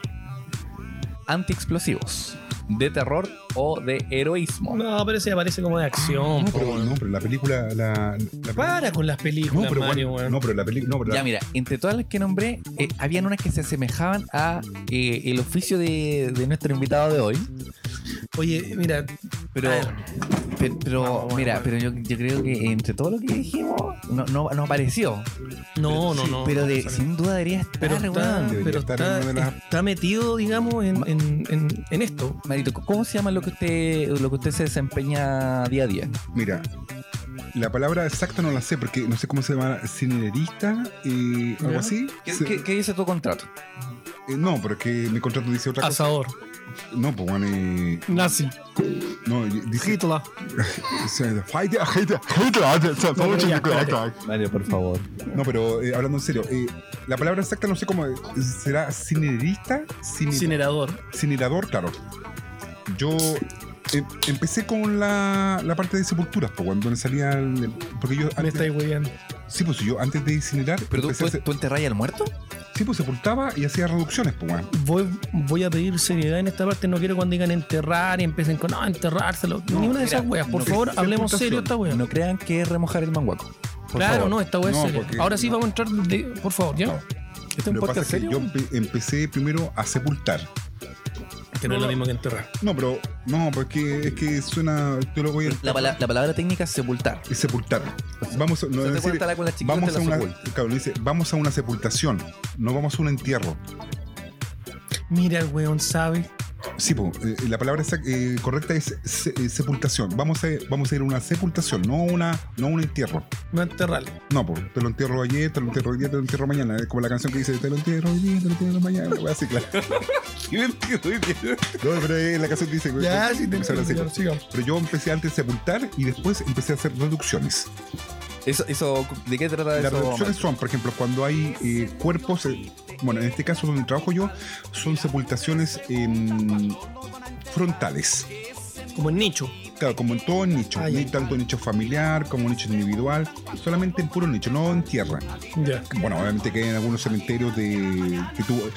Speaker 1: Antiexplosivos, de terror o de heroísmo.
Speaker 3: No, pero ese aparece como de acción.
Speaker 2: No,
Speaker 3: po,
Speaker 2: pero,
Speaker 3: weón.
Speaker 2: no, pero la película... La, la-
Speaker 3: Para con las
Speaker 2: no,
Speaker 3: películas,
Speaker 2: pero,
Speaker 3: Mario,
Speaker 2: bueno,
Speaker 3: weón.
Speaker 2: no, pero la película... No, pero
Speaker 1: Ya
Speaker 2: la,
Speaker 1: mira, entre todas las que nombré, eh, habían unas que se asemejaban a eh, el oficio de, de nuestro invitado de hoy.
Speaker 3: Oye, mira,
Speaker 1: Pero,
Speaker 3: A ver.
Speaker 1: pe-
Speaker 3: Ah,
Speaker 1: pero mira, pero yo, yo creo que entre todo lo que dijimos, no, no, no apareció.
Speaker 3: no, no, no.
Speaker 1: pero de-
Speaker 3: no,
Speaker 1: sin duda debería estar,
Speaker 3: pero está,
Speaker 1: weón.
Speaker 2: Debería
Speaker 3: pero
Speaker 2: estar
Speaker 3: está,
Speaker 2: en una de las-
Speaker 3: está metido, digamos, en, en, en, en esto.
Speaker 1: Marito, ¿cómo se llama lo que usted lo que usted se desempeña día a día?
Speaker 2: mira, la palabra exacta no la sé porque no sé cómo se llama, cinerista, eh, algo
Speaker 3: Ya.
Speaker 2: así.
Speaker 1: ¿Qué,
Speaker 2: Se-
Speaker 1: qué- qué dice tu contrato?
Speaker 2: eh, no, pero es que mi contrato dice otra cosa.
Speaker 3: Asador,
Speaker 2: No, pues bueno, eh,
Speaker 3: nazi,
Speaker 2: no, eh, dice... [laughs]
Speaker 3: Hitler.
Speaker 2: Hitler, Hitler, Hitler, Hitler,
Speaker 3: pero ya, espérate.
Speaker 1: Mario, por favor.
Speaker 2: eh. No, pero eh, hablando en serio, eh, la palabra exacta no sé cómo eh, será cinerista, Cine-
Speaker 3: Incinerador.
Speaker 2: cinerador, claro. Yo eh, empecé con la, la parte de sepulturas, pues, cuando me salía el- porque yo
Speaker 3: Me
Speaker 2: antes,
Speaker 3: estáis weyando.
Speaker 2: sí, pues yo antes de incinerar,
Speaker 1: ¿Pero tú,
Speaker 2: empecé
Speaker 1: tú,
Speaker 2: a hacer-
Speaker 1: tú enterrás al muerto?
Speaker 2: sí, pues sepultaba y hacía reducciones, pues, weón.
Speaker 3: Voy, voy a pedir seriedad en esta parte. No quiero cuando digan enterrar y empiecen con no, enterrárselo. Ni una de esas weas. Por
Speaker 2: no,
Speaker 3: favor,
Speaker 2: es
Speaker 3: hablemos
Speaker 2: sepultación.
Speaker 3: serio esta wea.
Speaker 1: No crean que es remojar el manguaco. Por
Speaker 3: claro,
Speaker 1: favor.
Speaker 3: no, esta wea es
Speaker 2: No,
Speaker 3: seria.
Speaker 2: porque-
Speaker 3: Ahora sí vamos a entrar, de, por favor, ¿ya?
Speaker 2: No.
Speaker 1: ¿Este es un
Speaker 2: Lo que pasa
Speaker 1: podcast
Speaker 2: es que
Speaker 1: serio?
Speaker 2: yo empe- empecé primero a sepultar.
Speaker 3: Que no es lo mismo que enterrar.
Speaker 2: No, pero no, porque es que suena, tú lo voy a
Speaker 1: La, pala- la palabra técnica es sepultar.
Speaker 2: y sepultar. Vamos, a- no,
Speaker 1: Se
Speaker 2: en
Speaker 1: te
Speaker 2: serio,
Speaker 1: corta la cola chiquita,
Speaker 2: vamos
Speaker 1: te
Speaker 2: a
Speaker 1: la
Speaker 2: una,
Speaker 1: sepulta.
Speaker 2: claro, le dice, vamos a una sepultación, no vamos a un entierro.
Speaker 3: Mira, el weón sabe.
Speaker 2: Sí, po, eh, la palabra exac- eh, correcta es se- eh, sepultación. Vamos a, vamos a ir a una sepultación, no una, no un entierro.
Speaker 3: No enterrarlo.
Speaker 2: No, po, te lo entierro ayer, te lo entierro hoy día, te lo entierro mañana. Es como la canción que dice, te lo entierro hoy día, te lo entierro mañana. una wea Así, claro. No, pero eh, la canción dice...
Speaker 3: Ya,
Speaker 2: eh,
Speaker 3: sí, te
Speaker 2: empezar así,
Speaker 3: entiendo,
Speaker 2: po.
Speaker 3: sigamos.
Speaker 2: Pero yo empecé antes a sepultar y después empecé a hacer reducciones.
Speaker 1: Eso, eso, ¿De qué trata
Speaker 2: Las
Speaker 1: eso?
Speaker 2: reducciones son, por ejemplo, cuando hay eh, cuerpos, eh, bueno, en este caso donde trabajo yo, son sepultaciones em, frontales.
Speaker 3: Como el nicho.
Speaker 2: Claro, como en todo nicho,
Speaker 3: Ah, ya.
Speaker 2: ni tanto nicho familiar como nicho individual, solamente en puro nicho, no en tierra.
Speaker 3: Ya.
Speaker 2: Bueno, obviamente que hay en algunos cementerios de que tú-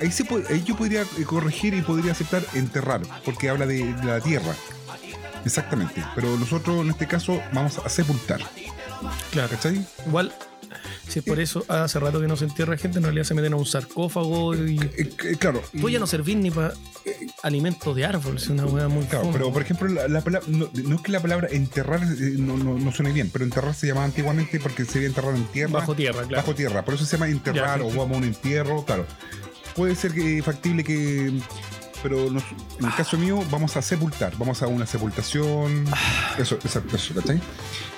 Speaker 2: ahí, se po- ahí yo podría eh, corregir y podría aceptar enterrar, porque habla de, de la tierra. Exactamente, pero nosotros en este caso vamos a sepultar.
Speaker 3: Claro.
Speaker 2: ¿Cachai?
Speaker 3: Igual, si es por eso hace rato que no se entierra gente, en realidad se meten a un sarcófago y.
Speaker 2: Eh, eh, claro. y-
Speaker 3: Tú ya no servís ni para alimentos de árbol, es una weá muy
Speaker 2: Claro,
Speaker 3: fome.
Speaker 2: pero por ejemplo, la, la palabra- no, no es que la palabra enterrar eh, no, no, no suene bien, pero enterrar se llamaba antiguamente porque se había enterrado en tierra.
Speaker 3: Bajo tierra, claro.
Speaker 2: bajo tierra. Por eso se llama enterrar
Speaker 3: Ya,
Speaker 2: o vamos a un entierro, claro. Puede ser que factible que. Pero nos- en el caso mío, vamos a sepultar. Vamos a una sepultación.
Speaker 3: Ah.
Speaker 2: Eso, exacto, eso, ¿cachai?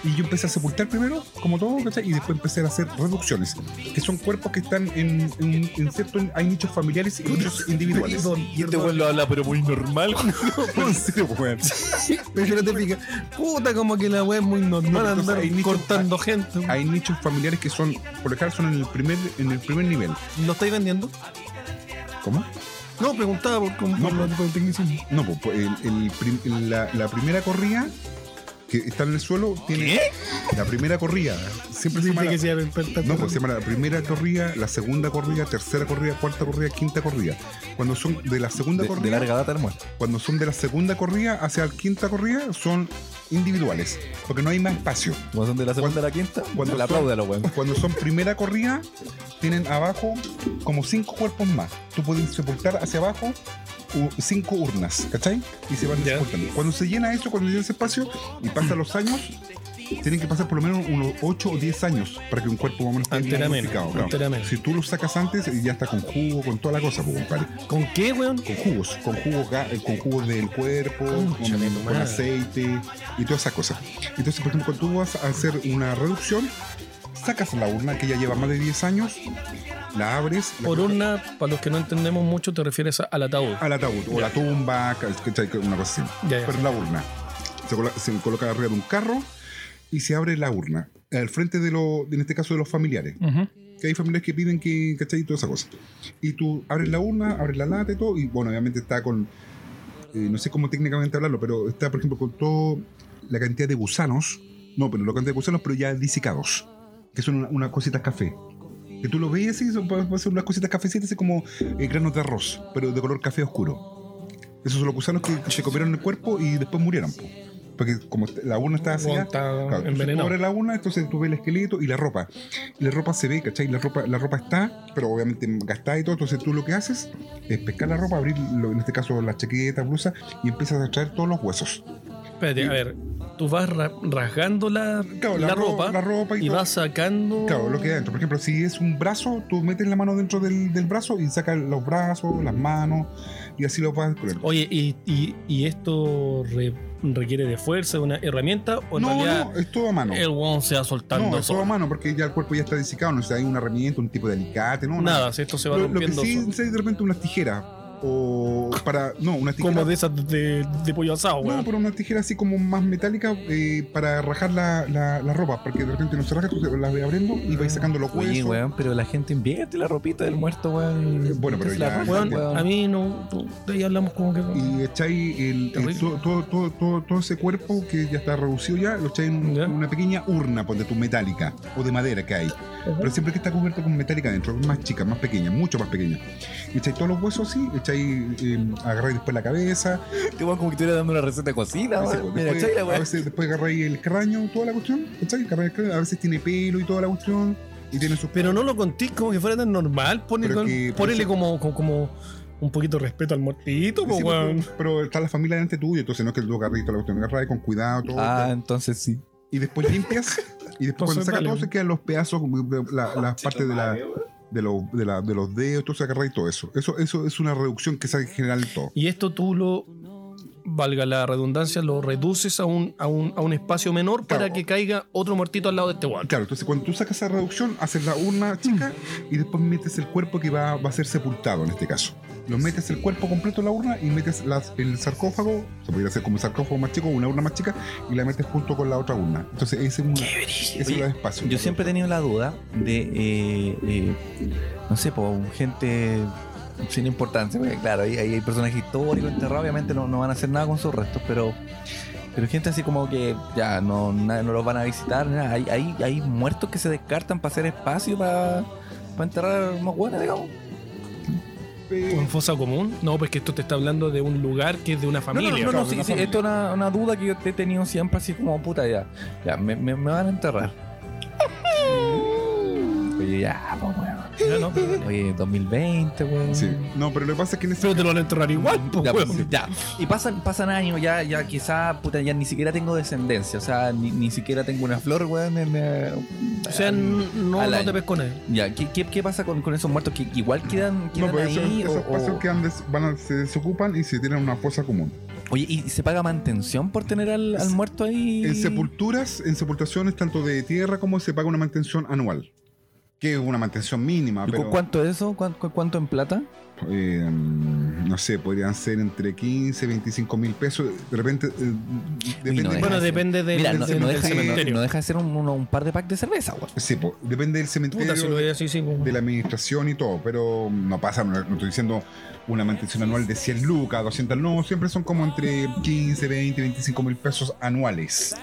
Speaker 2: Y yo empecé a sepultar primero, como todo, ¿cachai? Y después empecé a hacer reducciones, que son cuerpos que están en, en, en cierto. Hay nichos familiares y nichos individuales. [laughs]
Speaker 1: Y este weón lo habla, pero muy normal.
Speaker 2: En serio, weón.
Speaker 3: Pero yo no te pica. Puta, como que la weá es muy normal
Speaker 2: No, entonces
Speaker 3: andar
Speaker 2: hay nichos-
Speaker 3: cortando gente.
Speaker 2: Hay nichos familiares que son, por lo general, son en el primer, en el primer nivel.
Speaker 3: ¿Lo estáis vendiendo?
Speaker 2: ¿Cómo?
Speaker 3: No, preguntaba por cómo.
Speaker 2: No,
Speaker 3: por la-
Speaker 2: pues.
Speaker 3: por el tecnicismo.
Speaker 2: No, po, po, el, el prim- la, la primera corrida que está en el suelo tiene. La primera corrida. Siempre se llama.
Speaker 3: Dijiste
Speaker 2: la-
Speaker 3: que se iba a inventar
Speaker 2: no,
Speaker 3: todo.
Speaker 2: pues se llama la primera corrida, la segunda corrida, tercera corrida, cuarta corrida, quinta corrida. Cuando son de la segunda
Speaker 1: De,
Speaker 2: corrida,
Speaker 1: de larga data, hermano.
Speaker 2: cuando son de la segunda corrida hacia la quinta corrida, son individuales, porque no hay más espacio.
Speaker 1: Como son de la segunda a la quinta,
Speaker 2: cuando
Speaker 1: la
Speaker 2: son-
Speaker 1: aplauda los weón.
Speaker 2: Cuando son primera corrida, tienen abajo como cinco cuerpos más. Tú puedes sepultar hacia abajo u- cinco urnas, ¿cachai? Y se van
Speaker 3: Ya.
Speaker 2: sepultando. Cuando se llena eso, cuando llena ese espacio y pasan los años, tienen que pasar por lo menos unos 8 o 10 años para que un cuerpo más o menos esté
Speaker 3: Enteramente,
Speaker 2: momificado, claro.
Speaker 3: enteramente.
Speaker 2: Si tú lo sacas antes, ya está con jugo, con toda la cosa, pues, compadre.
Speaker 3: ¿Con qué, weón?
Speaker 2: Con jugos, con jugos, ga- eh, con jugos del cuerpo,
Speaker 3: Concha de
Speaker 2: con,
Speaker 3: tu
Speaker 2: con
Speaker 3: madre.
Speaker 2: aceite y todas esas cosas. Entonces, por ejemplo, cuando tú vas a hacer una reducción, sacas la urna que ya lleva más de 10 años, la abres, la
Speaker 3: Por
Speaker 2: colocas
Speaker 3: urna, para los que no entendemos mucho, te refieres a- al ataúd.
Speaker 2: al ataúd o la tumba, ca- ¿cachai? Que una cosa así.
Speaker 3: Ya, ya.
Speaker 2: Pero la urna se, colo- se coloca arriba de un carro y se abre la urna al frente de los, en este caso, de los familiares.
Speaker 3: Ujú.
Speaker 2: Que hay familiares que piden que, ¿cachai? Y toda esa cosa. Y tú abres la urna, abres la lata y todo, y bueno, obviamente está con, eh, no sé cómo técnicamente hablarlo, pero está, por ejemplo, con toda la cantidad de gusanos, no, pero la cantidad de gusanos, pero ya disicados, que son una- unas cositas café. Que tú lo ves así, son, pa- pa- son unas cositas cafecitas, así como eh, granos de arroz, pero de color café oscuro. Esos son los gusanos que se comieron el cuerpo y después murieron. po. Porque como la urna está así,
Speaker 3: Bueno, está
Speaker 2: entonces
Speaker 3: envenenado.
Speaker 2: tú abres la urna, entonces tú ves el esqueleto y la ropa. Y la ropa se ve, ¿cachai? La ropa, la ropa está, pero obviamente gastada y todo. Entonces tú lo que haces es pescar la ropa, abrir, lo- en este caso, la chaqueta, blusa, y empiezas a extraer todos los huesos.
Speaker 3: Espérate, a ver. Tú vas ra- rasgando la,
Speaker 2: Claro,
Speaker 3: la
Speaker 2: la ro-
Speaker 3: ropa,
Speaker 2: la ropa y
Speaker 3: y
Speaker 2: todo.
Speaker 3: vas sacando.
Speaker 2: Claro, lo que hay adentro. Por ejemplo, si es un brazo, tú metes la mano dentro del, del brazo y sacas los brazos, las manos, y así lo vas descubriendo.
Speaker 3: Oye, ¿y, y, y esto re- requiere de fuerza, una herramienta? ¿O en
Speaker 2: No,
Speaker 3: realidad
Speaker 2: no, es todo a mano.
Speaker 3: el weón se va soltando
Speaker 2: No, es todo
Speaker 3: solo?
Speaker 2: a mano, porque ya el cuerpo ya está disecado, no sé, hay una herramienta, un tipo de alicate, no,
Speaker 3: Nada, si esto se va
Speaker 2: Lo, lo que
Speaker 3: rompiendo
Speaker 2: sí,
Speaker 3: solo.
Speaker 2: sí, de repente unas tijeras. O para. No, unas tijeras.
Speaker 3: Como de esas de, de pollo asado,
Speaker 2: No,
Speaker 3: weón.
Speaker 2: pero unas tijeras así como más metálicas eh, para rajar la, la, la ropa, porque de repente no se raja, tú te- las vas abriendo y vais sacando los huesos.
Speaker 1: Oye, weón, pero la gente invierte la ropita del muerto, weón.
Speaker 2: Eh, Bueno, pero
Speaker 1: Se
Speaker 2: ya-
Speaker 1: la
Speaker 3: Weón,
Speaker 1: roban, weón.
Speaker 3: a mí no. De ahí hablamos como que.
Speaker 2: Y echáis el, el-
Speaker 3: Terrible.
Speaker 2: todo, todo, todo, todo, todo ese cuerpo que ya está reducido ya, lo echáis en un-
Speaker 3: Ya.
Speaker 2: una pequeña urna, ponte tu metálica o de madera que hay. Pero siempre que está cubierto con metálica dentro, más chica, más pequeña, mucho más pequeña. Y echáis todos los huesos así, echáis, eh, agarráis después la cabeza,
Speaker 1: Este weón como que estuviera dando una receta de cocina,
Speaker 2: Ese,
Speaker 1: weón.
Speaker 2: pues,
Speaker 1: Mira,
Speaker 2: después,
Speaker 1: chay la
Speaker 2: a
Speaker 1: weón.
Speaker 2: veces después agarráis el cráneo, toda la cuestión, ¿cachai? Agarráis el cráneo, a veces tiene pelo y toda la cuestión, y tiene sus
Speaker 3: Pero no lo contís como que fuera tan normal. Ponele,
Speaker 2: Pero que-
Speaker 3: con- ponele como, como, como un poquito de respeto al muertito, po,
Speaker 2: Sí, pues,
Speaker 3: weón.
Speaker 2: pero, pero está la familia delante tuyo, entonces no es que tú agarres toda la cuestión, agarráis con cuidado todo.
Speaker 1: Ah, entonces sí.
Speaker 2: y después limpias y después cuando
Speaker 3: Entonces,
Speaker 2: sacas
Speaker 3: dale.
Speaker 2: todo se quedan los pedazos la-
Speaker 1: Ah,
Speaker 2: las partes de la de los de, la- de los dedos todo se agarra y todo eso eso eso es una reducción que sale en general todo
Speaker 3: Y esto tú lo, valga la redundancia, lo reduces a un, a un, a un espacio menor para
Speaker 2: Claro.
Speaker 3: que caiga otro muertito al lado de este weón.
Speaker 2: claro entonces cuando tú sacas esa reducción haces la urna chica y después metes el cuerpo que va, va a ser sepultado en este caso lo metes el cuerpo completo en la urna y metes las, el sarcófago se podría hacer como un sarcófago más chico o una urna más chica y la metes junto con la otra urna entonces ese es un ese es
Speaker 1: Oye,
Speaker 2: el espacio
Speaker 1: Yo siempre he tenido la duda de, eh, eh, no sé, po, gente sin importancia, porque claro, ahí, ahí hay personajes históricos enterrados, obviamente no, no van a hacer nada con sus restos, pero pero gente así como que ya no, na- no los van a visitar, nada. Hay, hay, hay muertos que se descartan para hacer espacio para, para enterrar más buenas, digamos.
Speaker 2: Eh,
Speaker 3: ¿Un fosa común? No, pues que esto te está hablando de un lugar que es de una
Speaker 1: No, no,
Speaker 3: familia.
Speaker 1: no, no,
Speaker 2: claro,
Speaker 1: sí,
Speaker 2: una
Speaker 1: sí,
Speaker 2: familia. [laughs]
Speaker 1: esto es una, una duda que yo he tenido siempre así como puta ya, ya me, me- me van a enterrar. Ya, po, weón.
Speaker 3: Ya, no, pero dale.
Speaker 1: Oye, 2020, weón.
Speaker 2: Sí. No, pero lo que pasa es que en ese
Speaker 3: Pero te lo van a enterrar igual, po,
Speaker 1: Ya, pues,
Speaker 3: weón.
Speaker 1: ya. Y pasan, pasan años, ya, ya quizá, puta, ya ni siquiera tengo descendencia. O sea, ni, ni siquiera tengo una flor, weón. en, eh,
Speaker 3: O sea, n- no,
Speaker 1: al
Speaker 3: no
Speaker 1: año.
Speaker 3: te ves con él.
Speaker 1: Ya, ¿qué, qué, qué pasa con, con esos muertos? ¿Que igual quedan, quedan
Speaker 2: No, pero
Speaker 1: ahí?
Speaker 2: esos, esos
Speaker 1: o- o-
Speaker 2: pasos quedan des- van a- se desocupan y se tiran a una fosa común.
Speaker 1: Oye, ¿y se paga mantención por tener al, al
Speaker 2: Es-
Speaker 1: muerto ahí?
Speaker 2: En sepulturas, en sepultaciones tanto de tierra como se paga una mantención anual. Que es una mantención
Speaker 3: Ah,
Speaker 2: mínima,
Speaker 1: ¿Y cu-
Speaker 2: pero
Speaker 1: ¿Cuánto es eso? ¿Cuán- cu- ¿Cuánto en plata?
Speaker 2: eh, no sé, podrían ser entre 15 y 25 mil pesos. De repente, eh, depende,
Speaker 1: no,
Speaker 3: Bueno,
Speaker 1: de ser.
Speaker 3: depende del,
Speaker 1: Mira, no,
Speaker 3: del-
Speaker 1: no
Speaker 3: del
Speaker 1: deja, no-
Speaker 3: cementerio.
Speaker 1: no deja de ser un, uno- un par de packs de cerveza, weón.
Speaker 2: Sí, po, depende del cementerio,
Speaker 3: Puta, si lo veía así, sí, po.
Speaker 2: de la administración y todo, pero no pasa, no, no estoy diciendo una mantención anual de 100 lucas, 200, no, siempre son como entre 15, 20, 25 mil pesos anuales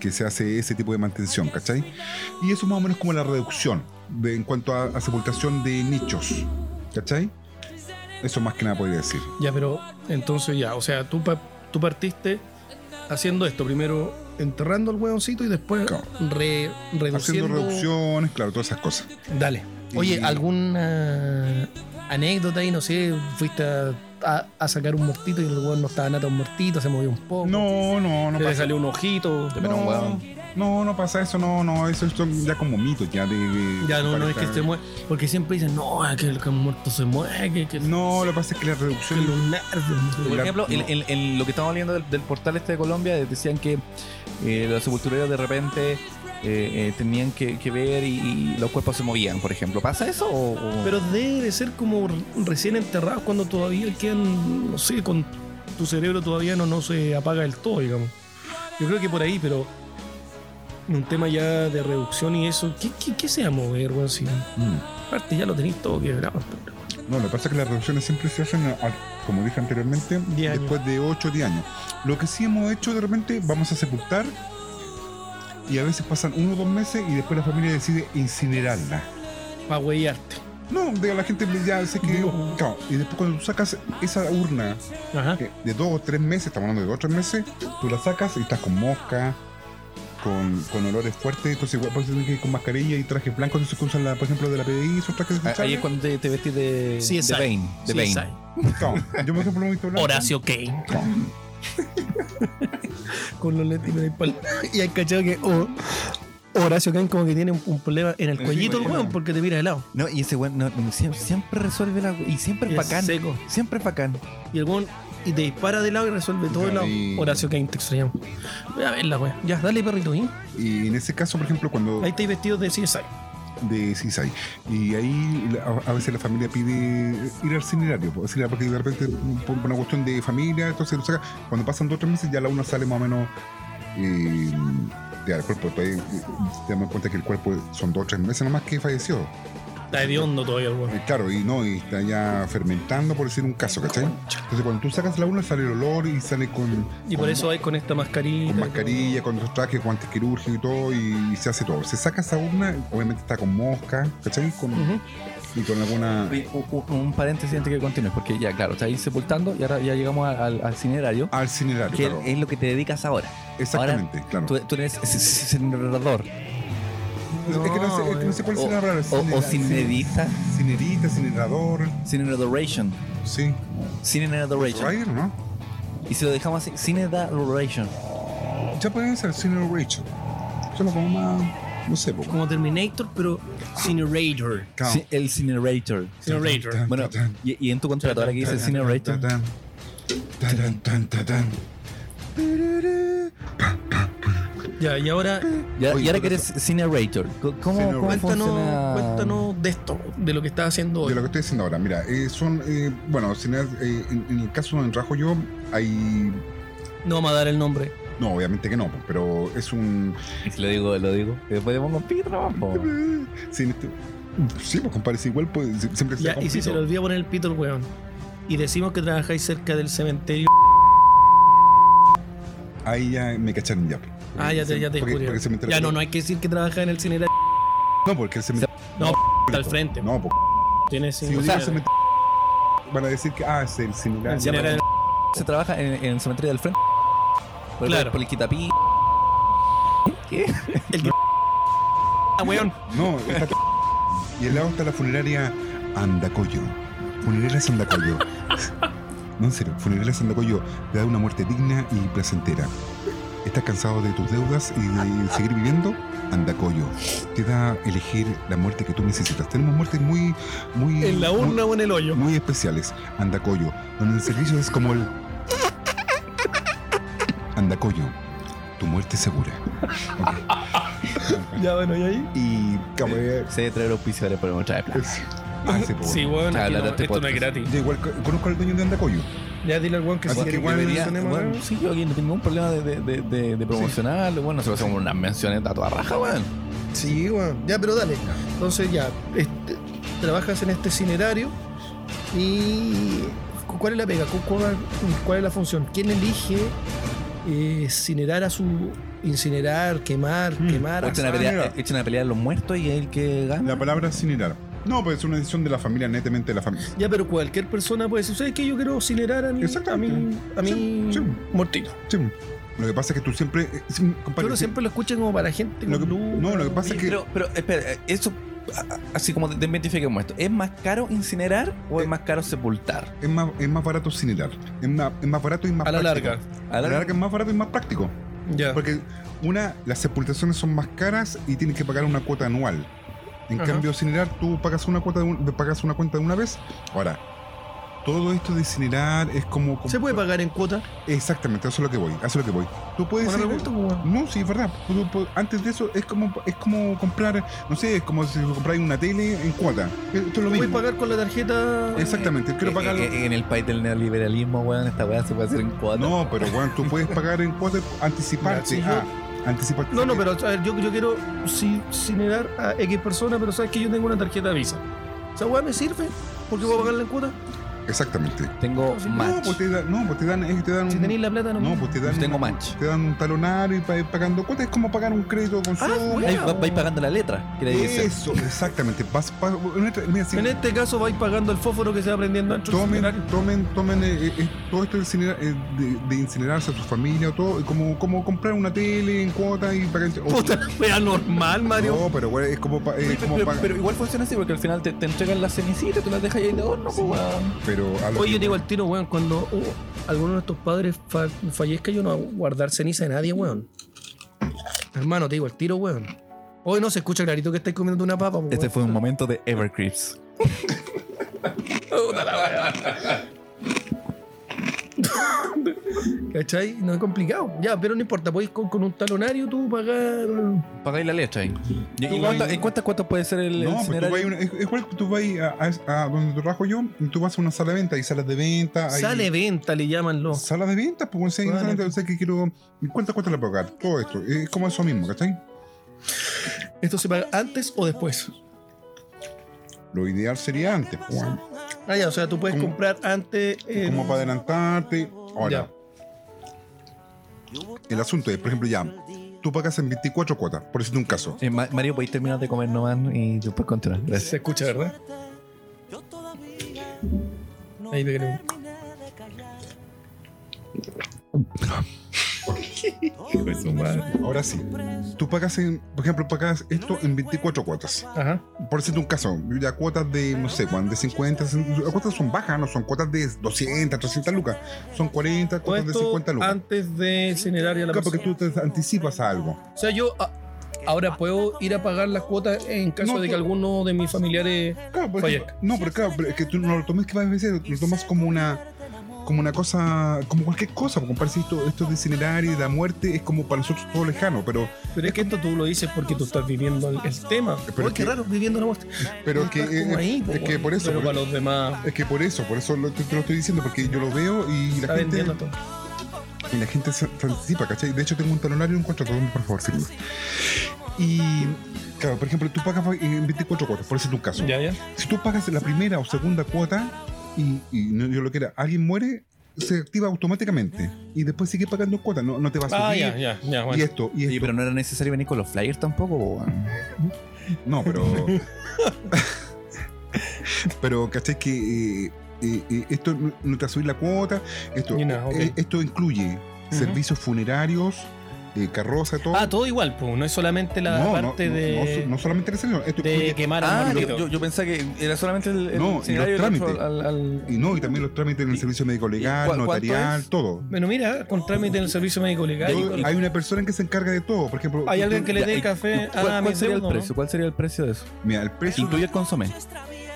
Speaker 2: que se hace ese tipo de mantención, ¿cachai? Y eso más o menos como la reducción de, en cuanto a, a sepultación de nichos, ¿cachai? Eso más que nada podría decir.
Speaker 3: Ya, pero entonces ya, o sea, tú, pa- tú partiste haciendo esto, primero enterrando al huevoncito y después
Speaker 2: Claro.
Speaker 3: re- reduciendo.
Speaker 2: Haciendo reducciones, claro, todas esas cosas.
Speaker 3: Dale. Oye,
Speaker 2: Y-
Speaker 3: ¿alguna anécdota ahí? No sé, fuiste a, a- a sacar un mortito y el huevón no estaba nada un mortito, se movió un poco.
Speaker 2: No, no, no
Speaker 3: le
Speaker 2: pasa.
Speaker 3: salió un ojito.
Speaker 1: Pero un hueón.
Speaker 2: no, no pasa eso, no, no, eso es ya como mito, ya de... de-
Speaker 3: Ya no, no es que
Speaker 2: pareja.
Speaker 3: se mueve. Porque siempre dicen, no, es que el que muerto se mueve, que, que
Speaker 2: No, lo que pasa es que la
Speaker 3: que
Speaker 2: reducción...
Speaker 3: los nervios.
Speaker 1: Por
Speaker 2: La-
Speaker 1: ejemplo, en,
Speaker 2: no.
Speaker 1: en- en lo que estamos viendo del, del portal este de Colombia, eh, decían que eh, los sepultureros de repente eh, eh, tenían que, que ver y, y los cuerpos se movían, por ejemplo. ¿Pasa eso? O, o-
Speaker 3: Pero debe ser como recién enterrados cuando todavía quedan, no sé, con tu cerebro todavía no, no se apaga del todo, digamos. Yo creo que por ahí, pero un tema ya de reducción y eso, ¿qué, qué, qué se va a mover, weón? Si
Speaker 2: Mm.
Speaker 3: aparte ya lo tenéis todo quebrado. pero-
Speaker 2: No, lo que pasa es que las reducciones siempre se hacen, a- a- como dije anteriormente,
Speaker 3: Diez años.
Speaker 2: después de 8 o 10 años. Lo que sí hemos hecho de repente, vamos a sepultar y a veces pasan uno o dos meses y después la familia decide incinerarla.
Speaker 3: Pa' huevearte.
Speaker 2: No, digo, la gente ya sé que...
Speaker 3: No.
Speaker 2: Claro, y después cuando tú sacas esa urna
Speaker 3: Ajá.
Speaker 2: que de dos o tres meses, estamos hablando de dos o tres meses, tú la sacas y estás con mosca, con, con olores fuertes, entonces igual puedes tener que ir con mascarilla y trajes blancos, eso que usan, la, por ejemplo, de la PDI, esos trajes
Speaker 1: A- Ah, ahí es
Speaker 2: desechables.
Speaker 1: cuando te, te vestís de,
Speaker 3: Sí,
Speaker 1: de
Speaker 3: exacto.
Speaker 1: Bane. De
Speaker 3: Sí,
Speaker 1: Bane.
Speaker 3: sabe.
Speaker 2: Claro, Yo, por ejemplo, lo he visto blanco.
Speaker 5: Horacio Kane.
Speaker 3: [laughs] Con los lentes mira, ahí pa'l- Y hay cachado que oh, Horacio Kane como que tiene un, un problema en el
Speaker 2: Sí,
Speaker 3: cuellito el
Speaker 2: bueno.
Speaker 3: weón porque te mira de lado.
Speaker 1: No, y ese weón no, no, sie- siempre resuelve la. Y siempre es
Speaker 3: Es
Speaker 1: bacán.
Speaker 3: seco.
Speaker 1: Siempre es bacán.
Speaker 3: Y el weón y te dispara de lado y resuelve todo de lado.
Speaker 2: Ahí.
Speaker 3: Horacio Kane, te extrañamos. Voy a verla, weón. Ya, dale, perrito. ¿eh?
Speaker 2: Y en ese caso, por ejemplo, cuando
Speaker 3: Ahí estáis vestido de CSI.
Speaker 2: de CISAI. Y ahí la- a- a veces la familia pide ir al cinerario, por decirlo, porque de repente por una cuestión de familia, entonces lo saca. Cuando pasan dos o tres meses ya la una sale más o menos eh, ya el cuerpo, todavía, eh, te damos cuenta que el cuerpo son dos o tres meses nomás que falleció.
Speaker 3: Está hediondo todavía el weón.
Speaker 2: Eh, Claro, y no, y está ya fermentando, por decir un caso, ¿cachai? Entonces cuando tú sacas la una sale el olor y sale con,
Speaker 3: Y por eso vais con esta mascarilla.
Speaker 2: con mascarilla, con los trajes, guantes quirúrgicos y todo, y, se hace todo. Se saca esa urna, obviamente está con mosca, ¿cachai? Con,
Speaker 3: Ujú.
Speaker 2: Y con alguna...
Speaker 1: Oye, u- u- Un paréntesis antes que continúes, porque ya, claro, está ahí sepultando y ahora ya llegamos al, al, al cinerario,
Speaker 2: Al cinerario,
Speaker 1: Ah, que
Speaker 2: claro.
Speaker 1: es lo que te dedicas ahora.
Speaker 2: Exactamente, claro.
Speaker 1: Tú, tú eres c- c- cinerador
Speaker 2: es que no sé, es que no sé cuál
Speaker 1: o,
Speaker 2: es la palabra.
Speaker 1: o, o cinerista,
Speaker 2: Cinerita, cinerador,
Speaker 1: cineradoration,
Speaker 2: sí.
Speaker 1: cineradoration.
Speaker 2: Ryder, ¿no?
Speaker 1: Y si lo dejamos así, cineradoration.
Speaker 2: Ya puede ser cineration. Yo lo como más... No sé, poco.
Speaker 3: Como Terminator, pero Cinerator.
Speaker 1: Sí, el cinerator.
Speaker 3: Cinerator.
Speaker 1: Bueno, y, y en tu contrato ahora que dice cinerator,
Speaker 3: Ya, y ahora
Speaker 1: y ahora-
Speaker 2: Oye,
Speaker 1: y ahora
Speaker 2: pero
Speaker 1: que eres cinerator, ¿cómo, cómo
Speaker 2: Cinerator.
Speaker 3: cuéntanos,
Speaker 1: funciona?
Speaker 3: cuéntanos de esto, de lo que estás haciendo hoy.
Speaker 2: De lo que estoy diciendo ahora, mira, eh, son, eh, bueno, cine- eh, en, en el caso donde trabajo yo, hay,
Speaker 3: No vamos a dar el nombre.
Speaker 2: no, obviamente que no, pero es un,
Speaker 1: Y si lo digo, lo digo. Y después le pongo pi, trabajo.
Speaker 2: Sí, en este- sí, pues compadre, si igual pues, si- siempre se
Speaker 3: Ya, y si se le olvida poner el pito al weón. Y decimos que trabajáis cerca del cementerio.
Speaker 2: Ahí ya me cacharon ya. pues.
Speaker 3: Ah, ya te, ya te
Speaker 2: Porque- porque
Speaker 3: descubrieron.
Speaker 2: se me
Speaker 3: Ya no, no hay que decir que trabajas en el cinerario.
Speaker 2: No, porque el cementerio.
Speaker 3: No, está al frente.
Speaker 2: No, porque
Speaker 3: Tienes
Speaker 2: si yo digo cementerio, van a decir que, ah, es el similar.
Speaker 3: Ya, pero-
Speaker 1: Se trabaja en, en el cementerio del frente. Por,
Speaker 3: Claro.
Speaker 1: Por el quitapi. ¿Qué?
Speaker 3: El
Speaker 8: [laughs] weón.
Speaker 2: No, [laughs] está Y al lado está la funeraria Andacoyo. Funeraria Andacoyo. No, en serio, Funeraria Andacoyo te da una muerte digna y placentera. ¿Estás cansado de tus deudas y de seguir viviendo? Andacoyo. Te da a elegir la muerte que tú necesitas. Tenemos muertes muy, muy.
Speaker 8: En la
Speaker 2: muy-
Speaker 8: urna o en el hoyo.
Speaker 2: muy especiales. Andacoyo, donde el servicio es como el. Andacoyo, tu muerte segura. Ok.
Speaker 8: Ya, bueno, ¿y ahí?
Speaker 2: Y cabrón. eh,
Speaker 1: Se debe traer auspiciadores para mostrar de plata.
Speaker 2: Ah, sí, po,
Speaker 8: Sí,
Speaker 2: bueno.
Speaker 8: weón,
Speaker 1: Ya,
Speaker 8: aquí no,
Speaker 1: habla de este
Speaker 8: esto no es
Speaker 1: podcast.
Speaker 8: gratis.
Speaker 2: Yo igual co- conozco al dueño de Andacoyo.
Speaker 8: Ya dile al weón que
Speaker 2: Así
Speaker 8: si
Speaker 2: que
Speaker 8: quiere
Speaker 2: igual
Speaker 8: que
Speaker 1: Debería-
Speaker 8: mencionemos
Speaker 1: bueno,
Speaker 8: acá.
Speaker 1: sí, yo aquí no tengo ningún problema de, de, de, de, de promocionarlo. Bueno, nosotros hacemos unas menciones a toda raja, weón.
Speaker 3: Sí, bueno, ya, pero dale. Entonces ya, este, trabajas en este cinerario y ¿cu- ¿cuál es la pega? ¿Cu- ¿Cuál, cuál es la función? ¿Quién elige eh, cinerar a su... incinerar, quemar,
Speaker 2: Hmm,
Speaker 3: quemar?
Speaker 1: Echan a,
Speaker 2: Arrasada,
Speaker 1: pelear,
Speaker 2: Ah, mira.
Speaker 1: echan a pelear a los muertos y el que gana.
Speaker 2: La palabra es cinerar. No, pues es una decisión de la familia, netamente de la familia.
Speaker 3: Ya, pero cualquier persona puede decir, ¿sabes qué? Yo quiero cinerar a mi, a
Speaker 2: Exactamente.
Speaker 3: mi, a mi
Speaker 2: Sí, sí.
Speaker 3: muertito.
Speaker 2: Sí. Lo que pasa es que tú siempre. eh, sí, compadre,
Speaker 3: Yo lo
Speaker 2: sí.
Speaker 3: siempre lo escucho como para gente
Speaker 2: Lo que-
Speaker 3: con luz.
Speaker 2: no, lo que pasa
Speaker 1: Oye,
Speaker 2: es que.
Speaker 1: Pero, pero, espera, eh, eso, a- a- así como desmentifiquemos esto, ¿es más caro incinerar o es
Speaker 2: Eh,
Speaker 1: más caro sepultar?
Speaker 2: Es más, es más barato cinerar. Es más, es más barato y más
Speaker 8: A la
Speaker 2: práctico.
Speaker 8: larga.
Speaker 1: A
Speaker 2: A la larga
Speaker 1: la-
Speaker 2: es más barato y más práctico.
Speaker 8: Ya.
Speaker 2: Porque una, las sepultaciones son más caras y tienes que pagar una cuota anual. En
Speaker 8: Ajá.
Speaker 2: cambio, cinerar, tú pagas una cuota de un- pagas una cuenta de una vez. Ahora, todo esto de cinerar es como.
Speaker 3: ¿Se puede pagar en cuota?
Speaker 2: Exactamente, eso es lo que voy. Eso es lo que voy. Tú puedes.
Speaker 3: Ahora
Speaker 2: ir-
Speaker 3: pregunto, pues, weón.
Speaker 2: no, sí, es verdad. Tú- tú- Antes de eso es como es como comprar, no sé, es como si compráis una tele en cuota. Esto es lo
Speaker 3: ¿Puedes
Speaker 2: mismo.
Speaker 3: pagar con la tarjeta?
Speaker 2: Exactamente, quiero
Speaker 1: Eh,
Speaker 2: pagar.
Speaker 1: eh, eh, en el país del neoliberalismo, weón, esta weá se puede hacer en cuatro.
Speaker 2: No, pero bueno, tú puedes pagar en cuota anticiparte.
Speaker 3: Ya, sí, yo-
Speaker 2: ah, anticiparte.
Speaker 8: No, no, pero
Speaker 3: Pero, a ver, yo, yo quiero ci- cinerar a X persona, pero sabes que yo tengo una tarjeta Visa. ¿Esa weá me sirve? Porque voy a pagarla en cuota.
Speaker 2: Exactamente.
Speaker 1: Tengo
Speaker 2: No,
Speaker 1: match.
Speaker 2: pues te, da- no, pues te dan, eh, te dan
Speaker 3: Si
Speaker 2: un-
Speaker 3: tenéis la plata, no.
Speaker 2: No, pues te dan,
Speaker 1: Tengo match.
Speaker 2: te dan un talonario y para ir pagando cuotas. Es como pagar un crédito con
Speaker 3: Ah,
Speaker 2: consumo.
Speaker 3: bueno.
Speaker 1: Ahí va- vais pagando la letra, quiere decir.
Speaker 2: Eso, exactamente. Vas, vas- una- mira, sí.
Speaker 3: En este caso vais pagando el fósforo que se va prendiendo dentro del [laughs] funerario.
Speaker 2: Tomen, tomen, tomen eh, eh, todo esto de, incinerar- eh, de- de incinerarse a su familia, o todo, eh, como, como comprar una tele en cuotas y pagar. o-
Speaker 3: Puta, wea normal, Mario.
Speaker 2: no, pero güey, es como, pa- eh,
Speaker 1: Pero,
Speaker 2: como
Speaker 1: pero-
Speaker 2: pagar-
Speaker 1: pero igual funciona así porque al final te, te entregan las cenicitas, tú las dejas ahí en el horno, pues, weón.
Speaker 2: pero a lo
Speaker 3: Oye,
Speaker 2: que-
Speaker 3: yo te digo al tiro, weón, cuando oh, alguno de nuestros padres fa- fallezca, yo no voy a guardar ceniza de nadie, weón. Hermano, te digo al tiro, weón. Hoy no se escucha clarito que estáis comiendo una papa, pues, weón.
Speaker 1: Este fue un momento de Evercreeps.
Speaker 3: ¿Cachai? No es complicado. Ya, pero no importa, podéis con, con un talonario tú pagar.
Speaker 1: Pagáis la letra ahí. ¿Y,
Speaker 2: Tú
Speaker 1: y cuánto-
Speaker 2: vas-
Speaker 1: ¿En cuántas cuotas puede ser el,
Speaker 2: No, pues tú vas, a
Speaker 1: incinerar?
Speaker 2: una- es, es igual que tú vas a, a- a donde trabajo yo, y tú vas a una sala de venta, hay salas de venta. hay-
Speaker 3: Sale venta, le llaman los.
Speaker 2: Salas de ventas, pues, si hay una
Speaker 3: Vale.
Speaker 2: sala de ventas, que quiero. ¿Cuántas cuesta la pagar? Todo esto. Es como eso mismo, ¿cachai?
Speaker 3: ¿Esto se paga antes o después?
Speaker 2: Lo ideal sería antes, pues, bueno.
Speaker 3: Ah, ya, o sea, tú puedes
Speaker 2: Como-
Speaker 3: comprar antes. eh,
Speaker 2: como para adelantarte. Ahora,
Speaker 3: Ya.
Speaker 2: el asunto es, por ejemplo, ya, tú pagas en 24 cuotas, por decirte un caso.
Speaker 1: Eh, Ma- Mario, podéis terminar de comer nomás y después continuar. Gracias.
Speaker 8: Se escucha, ¿verdad?
Speaker 3: Ahí te creo.
Speaker 2: Ahora sí, tú pagas en, por ejemplo, pagas esto en 24 cuotas.
Speaker 8: Ajá.
Speaker 2: Por decirte un caso, ya cuotas de, no sé, cuán, de 50, las cuotas son bajas, no son cuotas de 200, 300 lucas, son 40,
Speaker 8: Todo
Speaker 2: cuotas de
Speaker 8: esto
Speaker 2: 50 lucas.
Speaker 8: antes de incinerar y a la
Speaker 2: Claro, porque
Speaker 8: persona.
Speaker 2: tú te anticipas a algo.
Speaker 3: O sea, yo ah, ahora puedo ir a pagar las cuotas en caso
Speaker 2: No,
Speaker 3: de
Speaker 2: tú-
Speaker 3: que alguno de mis familiares.
Speaker 2: Claro, pero es que-
Speaker 8: Fallezca.
Speaker 2: no, pero claro, pero es que tú no lo tomes que vas a decir, lo tomas como una como una cosa, como cualquier cosa, porque parece esto, esto de incinerar y de la muerte es como para nosotros todo lejano, pero
Speaker 8: Pero es que esto tú lo dices porque tú estás viviendo el, el tema.
Speaker 2: pero
Speaker 3: Pero
Speaker 2: es
Speaker 3: qué
Speaker 2: que,
Speaker 3: raro viviendo una muestra.
Speaker 2: pero que
Speaker 3: estás como
Speaker 2: es,
Speaker 3: ahí, po,
Speaker 2: es que por eso,
Speaker 8: Pero
Speaker 2: por-
Speaker 8: para los demás
Speaker 2: es que por eso, por eso lo, te, te lo estoy diciendo porque yo lo veo y
Speaker 3: Está
Speaker 2: la gente
Speaker 3: vendiendo todo.
Speaker 2: y la gente se, se anticipa, ¿cachai? De hecho tengo un talonario en contrato, por favor, firma. Y claro, por ejemplo, tú pagas en 24 cuotas, por decirte un caso.
Speaker 8: Ya, ya.
Speaker 2: Si tú pagas la primera o segunda cuota y, y no, yo lo que era, alguien muere, se activa automáticamente y después sigue pagando cuota, no, no te va a subir.
Speaker 8: Ah, ya, ya, ya.
Speaker 2: Y
Speaker 8: Bueno.
Speaker 2: esto, y
Speaker 1: Oye,
Speaker 2: esto.
Speaker 1: pero no era necesario venir con los flyers tampoco, po, weón.
Speaker 2: No, pero.
Speaker 8: [laughs]
Speaker 2: pero, ¿cachai? Que eh, eh, eh, esto no- no te va a subir la cuota, esto,
Speaker 8: Ni nada, ok.
Speaker 2: eh, esto incluye servicios funerarios, eh, carroza, todo.
Speaker 9: Ah, todo igual, pues. No es solamente la
Speaker 2: no,
Speaker 9: parte
Speaker 2: no, no,
Speaker 9: de,
Speaker 2: so- no solamente el escenario, esto
Speaker 9: de
Speaker 2: incluye-
Speaker 9: quemar a
Speaker 1: Ah,
Speaker 9: Marquito.
Speaker 1: yo, yo- yo pensaba que era solamente el, el
Speaker 2: No, y los
Speaker 1: escenario del otro
Speaker 2: trámites.
Speaker 1: al- al-
Speaker 2: y no, y también los trámites en el servicio médico
Speaker 1: ¿Y
Speaker 2: legal,
Speaker 1: cua- cuánto
Speaker 2: notarial,
Speaker 1: es?
Speaker 2: todo.
Speaker 9: Bueno, mira,
Speaker 3: Con trámite en el servicio médico legal.
Speaker 2: Todo- hay una persona que se encarga de todo, por ejemplo.
Speaker 9: hay
Speaker 2: tú-
Speaker 9: alguien que le
Speaker 1: Ya,
Speaker 9: dé
Speaker 1: y-
Speaker 2: ah,
Speaker 9: café
Speaker 1: ¿Cuál,
Speaker 9: a
Speaker 1: cuál
Speaker 9: mi
Speaker 1: sería el
Speaker 9: deudo, ¿no?
Speaker 1: precio? ¿Cuál sería el precio de eso?
Speaker 2: Mira, el precio,
Speaker 1: Incluye el consomé.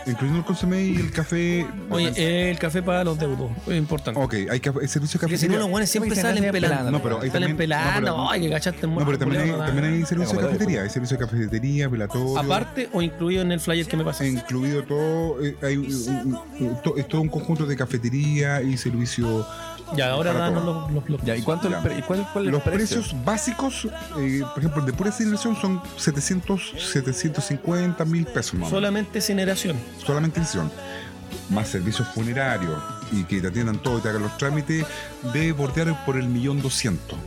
Speaker 2: incluyendo el consomé y el café.
Speaker 3: Oye, eh, el café para los deudos. Es importante.
Speaker 2: ok, hay que, el servicio de
Speaker 9: Porque
Speaker 2: café.
Speaker 9: si no, los buenos siempre
Speaker 1: Siempre
Speaker 9: salen
Speaker 1: salen
Speaker 9: pelando.
Speaker 1: pelando.
Speaker 2: No, pero ahí
Speaker 9: salen
Speaker 2: también-
Speaker 9: pelando.
Speaker 2: no, pero-
Speaker 9: Ay, que gachaste
Speaker 2: No, pero también hay,
Speaker 9: culiao,
Speaker 2: también hay servicio de
Speaker 1: Ah, bueno.
Speaker 2: cafetería. Hay servicio de cafetería, velatorio.
Speaker 3: Aparte o incluido en el flyer que me
Speaker 2: ha
Speaker 3: pasé.
Speaker 2: incluido todo. eh, hay, un- un- un- to- es todo un conjunto de cafetería y servicio.
Speaker 3: Ya, ahora
Speaker 2: Para
Speaker 3: danos
Speaker 2: todo.
Speaker 3: los, los, los-
Speaker 1: Ya, ¿y cuánto el
Speaker 2: Ya.
Speaker 1: pre- y cuál, cuál es el
Speaker 2: Los
Speaker 1: precio?
Speaker 2: precios básicos, eh, por ejemplo, de pura celebración son 700, 750 mil pesos más o menos.
Speaker 3: Solamente generación.
Speaker 2: solamente sesión, más servicios funerarios y que te atiendan todo y te hagan los trámites, debe bordear por el millón doscientos.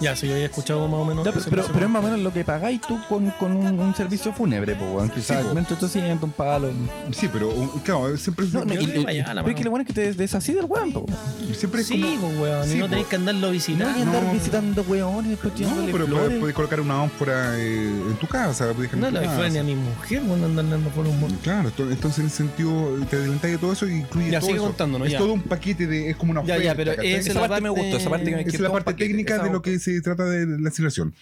Speaker 3: Ya, si yo había escuchado más o menos.
Speaker 1: Ya, pero,
Speaker 3: ese
Speaker 1: pero-
Speaker 3: precio.
Speaker 1: pero es más o menos lo que pagáis tú con, con un, un servicio fúnebre, pues, weón. Quizás
Speaker 2: po.
Speaker 1: 1800, un palo.
Speaker 2: Sí, pero um, claro, siempre,
Speaker 1: No, no, y,
Speaker 3: Yo le
Speaker 1: y-
Speaker 3: vaya a
Speaker 1: pero
Speaker 3: la
Speaker 1: es
Speaker 3: mano.
Speaker 1: que lo bueno es que te des- desasí del weón, po.
Speaker 2: siempre es
Speaker 9: Sí,
Speaker 2: como...
Speaker 9: pues, weón.
Speaker 2: Sí,
Speaker 9: no tenés
Speaker 2: pues.
Speaker 9: que andarlo
Speaker 1: No,
Speaker 9: visitando.
Speaker 1: y andar
Speaker 2: no.
Speaker 1: visitando weones, después
Speaker 2: No,
Speaker 1: tirándole
Speaker 2: pero
Speaker 1: flores.
Speaker 2: puedes, puedes colocar una ánfora eh, en tu casa. puedes
Speaker 9: No,
Speaker 2: dejar en
Speaker 9: la
Speaker 2: tu
Speaker 9: dejó
Speaker 2: casa.
Speaker 9: ni a mi mujer, weón, andar andando por un monte.
Speaker 2: Claro, esto- entonces en ese sentido te adelantas de todo eso y incluye
Speaker 9: Ya,
Speaker 2: todo
Speaker 9: sigue
Speaker 2: eso.
Speaker 9: contándonos,
Speaker 2: es
Speaker 9: ya.
Speaker 2: todo un paquete de, es como una
Speaker 9: Ya,
Speaker 2: oferta.
Speaker 9: ya, pero
Speaker 2: ¿cachai?
Speaker 9: esa
Speaker 1: Esa
Speaker 9: es la
Speaker 1: parte me gusta, esa parte que me-
Speaker 2: Esa es la parte técnica de lo que se trata de la celebración.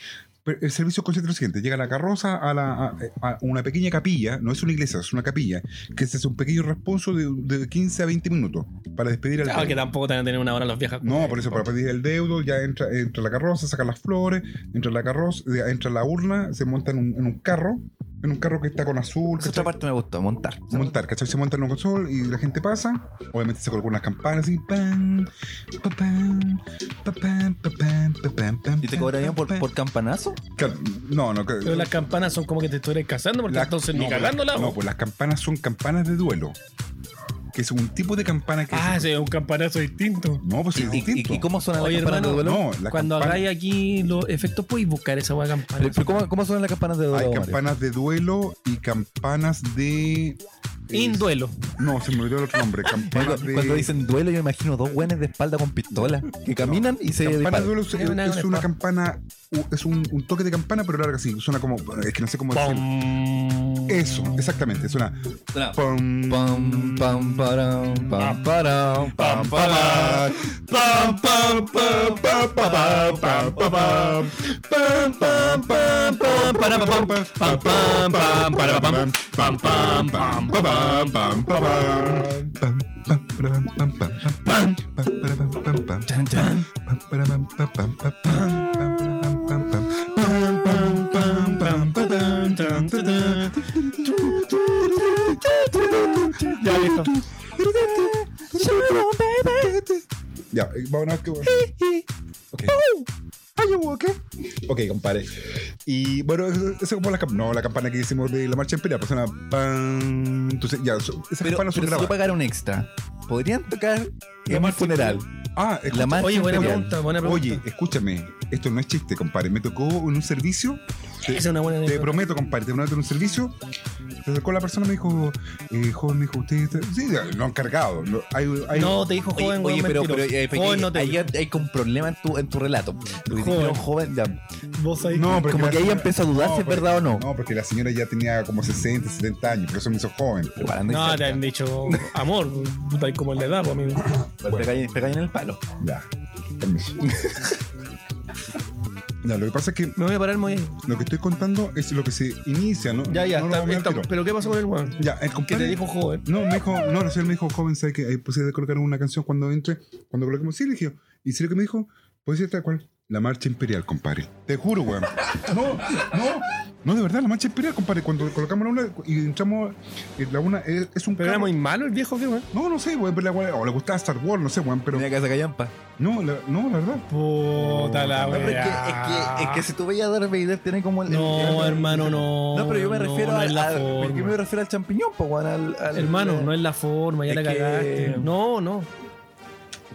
Speaker 2: Pero el servicio consiste en lo siguiente: llega la carroza a, la, a- a una pequeña capilla, no es una iglesia, es una capilla, que se hace un pequeño responso de, de 15 a 20 minutos para despedir al
Speaker 3: Ah, que
Speaker 2: deudo.
Speaker 3: tampoco te van a tener una hora los viajes.
Speaker 2: No, por eso, para pedir el deudo, ya entra, entra la carroza, saca las flores, entra la carroza, eh, entra la urna, se monta en un, en un carro, en un carro que está con azul.
Speaker 1: Esa
Speaker 2: ¿cachai?
Speaker 1: otra parte me gusta, montar.
Speaker 2: montar, ¿cachai? Se monta en un console y la gente pasa. Obviamente se colocan unas campanas y pam, pa, pam, pa, pam, pa, pam, pa, pam, pam,
Speaker 1: ¿Y te cobran bien por,
Speaker 2: pam,
Speaker 1: por campanazo?
Speaker 2: Ca- No, no. ca-
Speaker 3: Pero las campanas son como que te estuvieras casando porque
Speaker 2: la-
Speaker 3: entonces
Speaker 2: no,
Speaker 3: ni
Speaker 2: pues,
Speaker 3: cagándola.
Speaker 2: No,
Speaker 3: weón.
Speaker 2: pues las campanas son campanas de duelo. Que es un tipo de campana que.
Speaker 3: ah, ese es un campanazo distinto.
Speaker 2: No, pues
Speaker 1: ¿Y,
Speaker 2: es
Speaker 1: y-
Speaker 2: distinto.
Speaker 1: y cómo suena la
Speaker 3: Oye,
Speaker 1: campana
Speaker 3: hermano,
Speaker 1: de duelo?
Speaker 2: No, la
Speaker 3: Cuando
Speaker 2: campana-
Speaker 3: hagáis aquí los efectos, podéis buscar esa hueá campana.
Speaker 1: Pero- pero ¿cómo, ¿Cómo suenan las campanas de duelo?
Speaker 2: Hay
Speaker 1: Mario?
Speaker 2: campanas de duelo y campanas de. eh,
Speaker 3: In duelo.
Speaker 2: No, se me olvidó el otro nombre.
Speaker 1: Cuando,
Speaker 2: Campanas de.
Speaker 1: cuando dicen duelo, yo me imagino dos güenes de espalda con pistola que caminan y se
Speaker 2: Campana de
Speaker 1: disparan.
Speaker 2: duelo es,
Speaker 3: Es una-
Speaker 2: es
Speaker 3: una
Speaker 2: una
Speaker 3: espada.
Speaker 2: campana, es un, un toque de campana, pero larga así. Suena como. Es que no sé cómo decirlo. Eso, exactamente, suena.
Speaker 1: Suena.
Speaker 2: Pam,
Speaker 1: Pam, pam, param,
Speaker 2: Ah.
Speaker 1: pam, param, pam, param.
Speaker 2: pam, pam, pam, pam, pam, pam, pam, pam, pam, pam, pam, pam, para, pam, pam, pam, pam, pam, para, pam, pam, pam, pam, pam, pam, pam, pam, pam, pam, para, pam, pam, pam, pam, pam, para, pam, pam, pam,
Speaker 1: Chan, chan.
Speaker 2: pam, para, pam, pam, pam, pam, pam, pam, para, pam, pam, pam, pam, pam, pam, pam, pam, tan, tan, tan, tan.
Speaker 3: Ya, listo.
Speaker 2: Ya, eh, vamos a ver qué bueno. Ok. Are you okay? Ok, compadre. Y bueno, eso eso es como la campana. No, la campana que hicimos de la marcha imperial, pues suena pan. Entonces, ya, eso-
Speaker 1: Pero,
Speaker 2: esas
Speaker 1: pero
Speaker 2: campanas son
Speaker 1: si yo
Speaker 2: grabadas.
Speaker 1: pagara un extra, podrían tocar en el funeral.
Speaker 2: Ah, escucha-
Speaker 1: La marcha
Speaker 3: Oye, buena
Speaker 1: imperial.
Speaker 3: pregunta, buena pregunta.
Speaker 2: Oye, escúchame, esto no es chiste, compadre. Me tocó en un servicio.
Speaker 3: Esa es una buena
Speaker 2: Te
Speaker 3: anécdota.
Speaker 2: prometo, compadre, te prometo en un servicio. Se acercó la persona y me dijo, eh, joven, me dijo, usted está... Sí, lo han cargado. No, hay, hay-
Speaker 3: No, te dijo
Speaker 1: Oye,
Speaker 3: joven,
Speaker 1: oye,
Speaker 3: weón,
Speaker 1: pero, pero
Speaker 3: mentiroso.
Speaker 1: eh, pero
Speaker 3: Joven no te
Speaker 1: ahí
Speaker 3: dijo.
Speaker 1: hay como un problema en tu, en tu relato. Porque
Speaker 3: Joven.
Speaker 1: dijeron joven, ya.
Speaker 3: Vos ahí.
Speaker 2: No,
Speaker 1: Como
Speaker 2: la
Speaker 1: que ahí
Speaker 2: señora-
Speaker 1: empezó a dudar si es
Speaker 2: porque-
Speaker 1: verdad o no.
Speaker 2: No, porque la señora ya tenía como 60, 70 años, por eso me hizo joven.
Speaker 1: Pero para andar
Speaker 3: No, te
Speaker 1: cerca.
Speaker 3: han dicho amor, puta, y como en la edad, pues, amigo.
Speaker 1: Pues te caí- te caí en el palo.
Speaker 2: Ya, permiso. [laughs] Ya, lo que pasa es que
Speaker 3: Me voy a parar muy bien.
Speaker 2: lo que estoy contando es lo que se inicia, ¿no?
Speaker 3: Ya, ya,
Speaker 2: No lo
Speaker 3: está,
Speaker 2: vamos a
Speaker 3: está-
Speaker 2: ver al tiro.
Speaker 3: pero ¿qué pasó con el weón?
Speaker 2: Ya, el
Speaker 3: Que te
Speaker 2: compadre...
Speaker 3: dijo joven.
Speaker 2: No, me dijo, no, la señora me dijo, joven, ¿sabes que hay posibilidad pues, de colocar una canción cuando entre? Cuando coloquemos, sí, le dije, y sí, lo que me dijo, puede ser tal cual, la marcha imperial, compadre. Te juro, weón. [laughs] No, no, no, de verdad, la marcha imperial, compadre. Cuando colocamos la una y entramos, eh, la una eh, es un
Speaker 3: Pero era
Speaker 2: carro.
Speaker 3: muy malo el viejo, ¿qué weón?
Speaker 2: No, no sé, weón, pero la weá- o le gustaba Star Wars, no sé, weón, pero.
Speaker 1: Tenía casa callampa.
Speaker 2: No, la, no, la verdad.
Speaker 3: Puta la
Speaker 1: No, pero es, que, es, que, es que si tú veías a Darth Vader, tiene como el. el-
Speaker 3: No,
Speaker 1: el-
Speaker 3: hermano, no.
Speaker 1: No, pero yo me refiero
Speaker 3: no
Speaker 1: a,
Speaker 3: es la
Speaker 1: a-
Speaker 3: forma.
Speaker 1: yo me refiero al champiñón, po, weón, al, al-
Speaker 3: Hermano, no es la forma, ya
Speaker 1: Es
Speaker 3: la
Speaker 1: que-
Speaker 3: cagaste. No, no,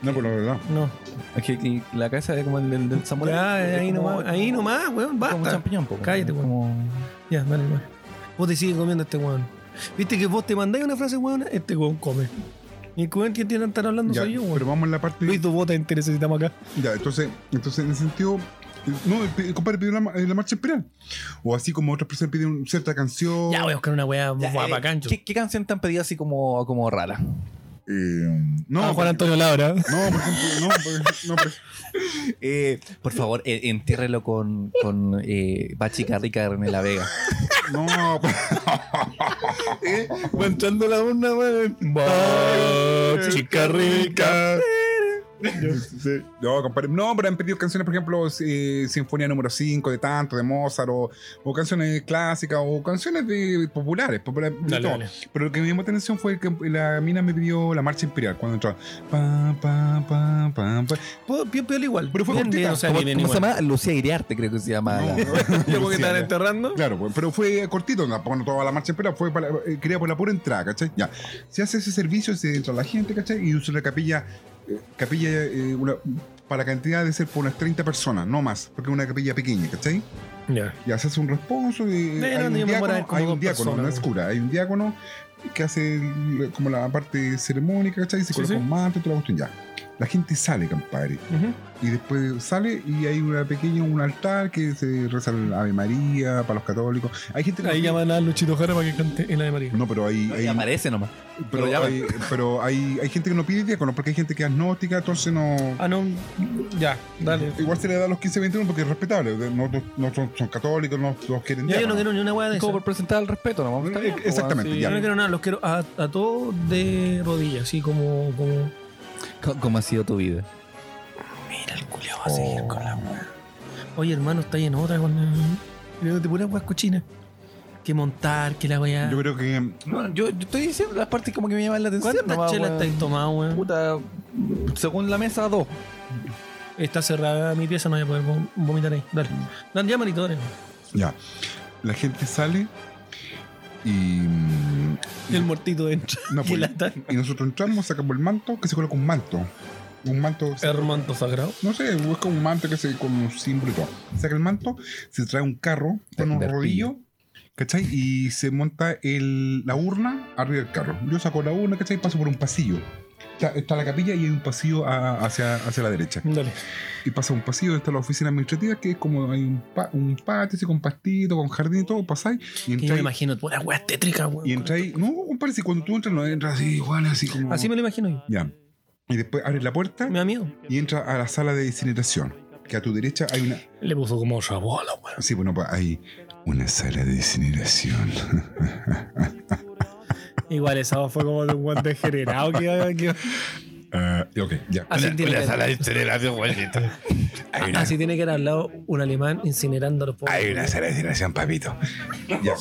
Speaker 2: No, pero la verdad.
Speaker 3: no.
Speaker 1: Es que la casa es como el del, del Samuel.
Speaker 3: Ya, ahí
Speaker 1: es como-
Speaker 3: nomás, ahí nomás, weón,
Speaker 1: Como un
Speaker 3: basta.
Speaker 1: champiñón, po, weón.
Speaker 3: Cállate, weón.
Speaker 1: Como-
Speaker 3: Ya, dale, weón. Vos te sigues comiendo a este weón. Viste que vos te mandáis una frase, weón, este weón come. Y el weón que tiene estar hablando
Speaker 2: Ya,
Speaker 3: soy yo,
Speaker 2: pero
Speaker 3: weón.
Speaker 2: vamos en la parte.
Speaker 3: Luis, tu bota te necesitamos acá.
Speaker 2: Ya, entonces, entonces en ese sentido, No, el, pi- el compadre pidió la, ma- eh, la marcha imperial. O así como otras personas piden una cierta canción.
Speaker 3: Ya voy a buscar una weá
Speaker 1: Ya,
Speaker 3: guapa,
Speaker 1: eh,
Speaker 3: cancho.
Speaker 1: ¿qué, qué canción te han pedido así como, como rara?
Speaker 2: Eh, no,
Speaker 3: Ah,
Speaker 2: por-
Speaker 3: Juan Antonio Laura.
Speaker 2: no, por ejemplo, no, por, no, pues, por-
Speaker 1: Eh, por favor, eh, entiérrelo con, con eh, Bachi Carrica de René La
Speaker 3: [laughs]
Speaker 1: Vega.
Speaker 2: no, pues.
Speaker 5: [laughs]
Speaker 2: por-
Speaker 5: Va entrando ¿Eh? la urna, weón. chica rica.
Speaker 2: Sí. No, compadre. No, pero han pedido canciones, por ejemplo, eh, Sinfonía número 5 de tanto, de Mozart, o, o canciones clásicas, o canciones de, populares. popula- de
Speaker 3: Dale,
Speaker 2: todo.
Speaker 3: dale.
Speaker 2: Pero lo que me llamó atención fue que la mina me pidió la marcha imperial cuando entró. Pa, pa, pa, pa, pa.
Speaker 7: Puedo- Bien, piola igual.
Speaker 2: Pero fue
Speaker 3: Bien,
Speaker 2: cortita.
Speaker 3: bien, o sea,
Speaker 1: ¿Cómo,
Speaker 3: bien,
Speaker 1: cómo se
Speaker 3: igual.
Speaker 1: llama? Lucía Iriarte, creo que se
Speaker 3: Ah,
Speaker 1: llama.
Speaker 3: [laughs]
Speaker 2: No,
Speaker 1: la-
Speaker 2: no,
Speaker 9: ¿Cómo que están
Speaker 2: Luciana.
Speaker 9: enterrando?
Speaker 2: Claro, pues, pero fue cortito, tampoco no toda la marcha espera, fue para, eh, quería por la pura entrada, ¿cachai? Ya. Se hace ese servicio, se entra la gente, ¿cachai? Y usa una capilla, eh, capilla eh, una- para cantidad de ser por unas 30 personas, no más, porque es una capilla pequeña, ¿cachai?
Speaker 3: Ya.
Speaker 2: Ya se hace un responso y eh,
Speaker 3: Bueno,
Speaker 2: hay un
Speaker 3: yo me muero
Speaker 2: diácono,
Speaker 3: como
Speaker 2: hay un
Speaker 3: dos
Speaker 2: diácono,
Speaker 3: personas,
Speaker 2: no es
Speaker 3: ¿no?
Speaker 2: cura, hay un diácono que hace el- como la parte ceremónica, ¿cachai? Se
Speaker 3: Sí,
Speaker 2: coloca
Speaker 3: sí.
Speaker 2: un manto, toda la cuestión, ya. La gente sale, compadre
Speaker 3: Ujú.
Speaker 2: y después sale y hay una pequeña un altar que se reza el Ave María para los católicos hay gente que
Speaker 3: Ahí llaman a Luchito Jara para que cante en la de María.
Speaker 2: no pero hay, hay-
Speaker 1: Y aparece nomás.
Speaker 2: pero,
Speaker 1: lo llaman.
Speaker 2: hay, pero hay, hay gente que no pide diácono porque hay gente que es agnóstica entonces no
Speaker 3: Ah, no. Ya, dale.
Speaker 2: igual se le da a los 15 21 porque es respetable de- no, no- no son, son católicos no los quieren
Speaker 7: Ya, yo no
Speaker 2: diácono.
Speaker 7: quiero ni una weá de
Speaker 1: Como
Speaker 7: esa.
Speaker 1: por presentar el respeto nomás. Está bien,
Speaker 2: Eh,
Speaker 1: pues,
Speaker 2: exactamente
Speaker 3: sí,
Speaker 2: ya.
Speaker 3: yo
Speaker 7: Yo no quiero nada, los quiero a, a todos de rodillas, así como, como.
Speaker 1: weón. ¿Cómo- ¿Cómo ha sido tu vida?
Speaker 7: Mira, el culeo va a seguir con la weá. Oh. Oye, hermano, está ahí en otra con. Yo te pura weá cochina. Que montar, que la weá.
Speaker 2: yo creo que mm,
Speaker 1: Bueno, yo, yo estoy diciendo las partes como que me llaman la atención.
Speaker 7: ¿Cuántas
Speaker 1: nomás,
Speaker 7: chelas
Speaker 1: weón.
Speaker 7: estáis tomando, weón?
Speaker 1: Puta, según la mesa, dos.
Speaker 7: Está cerrada mi pieza, no voy a poder vom- vomitar ahí. Dale. Dan ya monitores.
Speaker 2: ya la gente sale y mm,
Speaker 7: Y el muertito dentro.
Speaker 2: no,
Speaker 7: [laughs] y el
Speaker 2: pues,
Speaker 7: altar.
Speaker 2: y nosotros entramos sacamos el manto que se coloca un manto un manto
Speaker 3: Ah, Hermanto sagrado.
Speaker 2: No sé, busca un manto que se con un símbolo y todo. Saca el manto, se trae un carro con un
Speaker 1: Verpillo.
Speaker 2: rodillo, ¿cachai? Y se monta el, la urna arriba del carro. Yo saco la urna, ¿cachai? Paso por un pasillo. Está, está la capilla y hay un pasillo a- hacia, hacia la derecha.
Speaker 3: Dale.
Speaker 2: Y pasa un pasillo, está la oficina administrativa, que es como hay un, pa- un patio así con pastito, con jardín y todo, pasáis y
Speaker 7: Que yo me
Speaker 2: entráis.
Speaker 7: imagino, pura weá tétrica, weón.
Speaker 2: Y entráis. No, compadre, si cuando tú entras, no entras así, igual, así como.
Speaker 7: Así me lo imagino yo.
Speaker 2: Ya. Y después abres la puerta
Speaker 7: Me da miedo.
Speaker 2: y entras a la sala de incineración. Que a tu derecha hay una,
Speaker 3: Le puso como sabor a la weá.
Speaker 2: Sí, bueno, pues hay una sala de incineración.
Speaker 3: Igual esa voz fue como de un guante generado que iba que iba-
Speaker 2: [laughs] Ah, ok, ya.
Speaker 7: Así tiene que-
Speaker 5: sala de incineración, weón.
Speaker 2: Hay una,
Speaker 7: Así tiene que ir al lado un alemán incinerando a los pobres.
Speaker 2: hay una sala de incineración, papito. [laughs] Ya.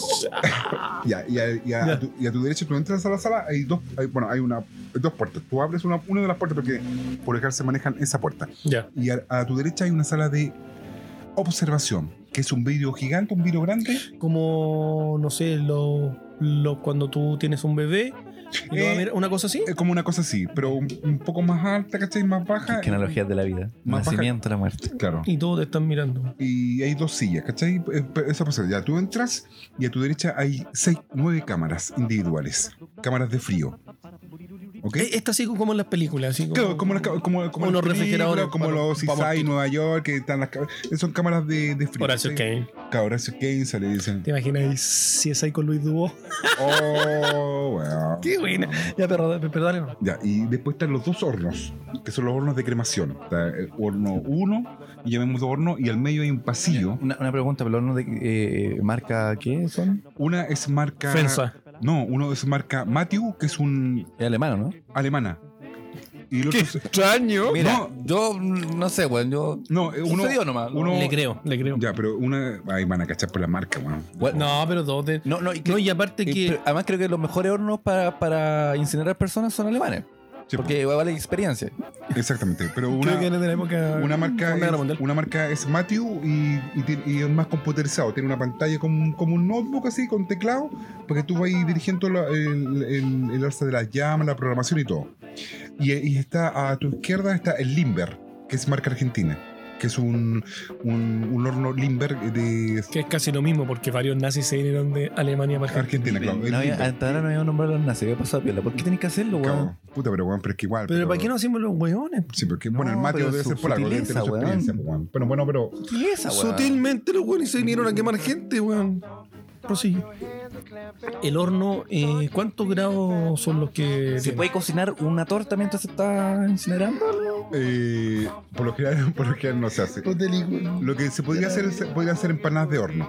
Speaker 2: Ya, y a, y a- a tu, y a tu derecha, tú entras a la sala, hay dos, hay- bueno, hay una, dos puertas. Tú abres una, una de las puertas porque por dejar se manejan esa puerta.
Speaker 3: Ya.
Speaker 2: Y a, a tu derecha hay una sala de observación, que es un vidrio gigante, un vidrio grande.
Speaker 3: Como, no sé, lo, lo- cuando tú tienes un bebé. y lo
Speaker 2: Eh,
Speaker 3: va a mirar- una cosa así.
Speaker 2: Es como una cosa así, pero un, un poco más alta, ¿cachai? Más baja.
Speaker 1: Qué analogías de la vida.
Speaker 2: Más baja-
Speaker 1: Nacimiento, la muerte.
Speaker 2: Claro.
Speaker 3: Y todos te están mirando.
Speaker 2: y hay dos sillas, ¿cachai? Eh, pe- Esa posibilidad. Ya tú entras y a tu derecha hay seis, nueve cámaras individuales. Cámaras de frío. ¿Ok?
Speaker 3: Eh, Esta sí como en las películas. Así como,
Speaker 2: Claro, como, las ca- como, como
Speaker 3: Unos
Speaker 2: las películas,
Speaker 3: refrigeradores
Speaker 2: como
Speaker 3: para-
Speaker 2: los
Speaker 3: para
Speaker 2: CSI
Speaker 3: morir.
Speaker 2: Nueva York, que están las ca- Son cámaras de, de frío.
Speaker 3: Horacio
Speaker 2: ¿cachai?
Speaker 3: Kane.
Speaker 2: Claro, Horacio Kane se le dicen.
Speaker 3: ¿Te imaginas si es ahí con Luis Dubó? [laughs]
Speaker 2: Oh, bueno.
Speaker 3: Qué buena. Ya, pero, pero dale, no.
Speaker 2: Ya, y después están los dos hornos, que son los hornos de cremación. Está el horno 1, y llamemos horno, y al medio hay un pasillo.
Speaker 1: Una, una pregunta, pero no de eh, marca qué son?
Speaker 2: Una es marca.
Speaker 3: Fensa.
Speaker 2: No, uno es marca Matthew, que es un
Speaker 1: Es alemano, ¿no?
Speaker 2: alemana. Y el otro es-
Speaker 3: extraño!
Speaker 1: Mira, yo mm, no sé, weón. Yo.
Speaker 2: No, eh, uno.
Speaker 1: Sucedió nomás.
Speaker 2: uno-
Speaker 3: Le creo, le creo.
Speaker 2: Ya, pero una. Ahí van a cachar por la marca, weón.
Speaker 1: Weón,
Speaker 3: No, pero todos te-
Speaker 1: No, no, y, que-
Speaker 3: No, y aparte
Speaker 2: Eh,
Speaker 1: y
Speaker 3: que.
Speaker 1: pre- además creo que los mejores hornos para, para incinerar personas son alemanes.
Speaker 2: Sí,
Speaker 1: Porque vale experiencia.
Speaker 2: Exactamente. Pero
Speaker 3: creo
Speaker 2: una.
Speaker 3: que era de la época.
Speaker 2: Una marca,
Speaker 3: Segunda Guerra
Speaker 2: es,
Speaker 3: Mundial.
Speaker 2: una marca es Matthew y, y tiene- y es más computerizado. Tiene una pantalla como, un- como un notebook así, con teclado, porque tú vas ahí dirigiendo la- el, el, el alza de las llamas, la programación y todo. Y, y está a tu izquierda está el Limber, que es marca argentina. que es un, un, un horno Lindbergh de
Speaker 3: Que es casi lo mismo porque varios nazis se vinieron de Alemania para Argentina.
Speaker 2: Argentina, claro. es
Speaker 1: No había-
Speaker 2: Lindbergh,
Speaker 1: hasta ahora no había nombrado a los nazis, había pasado a piola. ¿Por qué tenés que hacerlo, weón?
Speaker 2: cabrón. Puta, pero weón, pero es que igual.
Speaker 7: Pero ¿para qué no hacemos los hueones?
Speaker 2: Sí, porque bueno, el
Speaker 1: No,
Speaker 2: Mateo
Speaker 1: pero
Speaker 2: debe
Speaker 1: su
Speaker 2: ser polaco, debe tener
Speaker 1: sutileza,
Speaker 2: su
Speaker 1: weón.
Speaker 2: experiencia, pues, weón. Pero bueno, pero
Speaker 1: ¿Qué es esa, weón?
Speaker 7: Sutilmente los hueones se vinieron a quemar gente, weón. Prosigue.
Speaker 3: El horno, eh, ¿cuántos grados son los que
Speaker 1: ¿Se
Speaker 3: tiene?
Speaker 1: puede cocinar una torta mientras se está incinerando?
Speaker 2: eh, por, lo general, [laughs] por lo general no se hace. Lo que se podría hacer es, podrían ser empanadas de horno.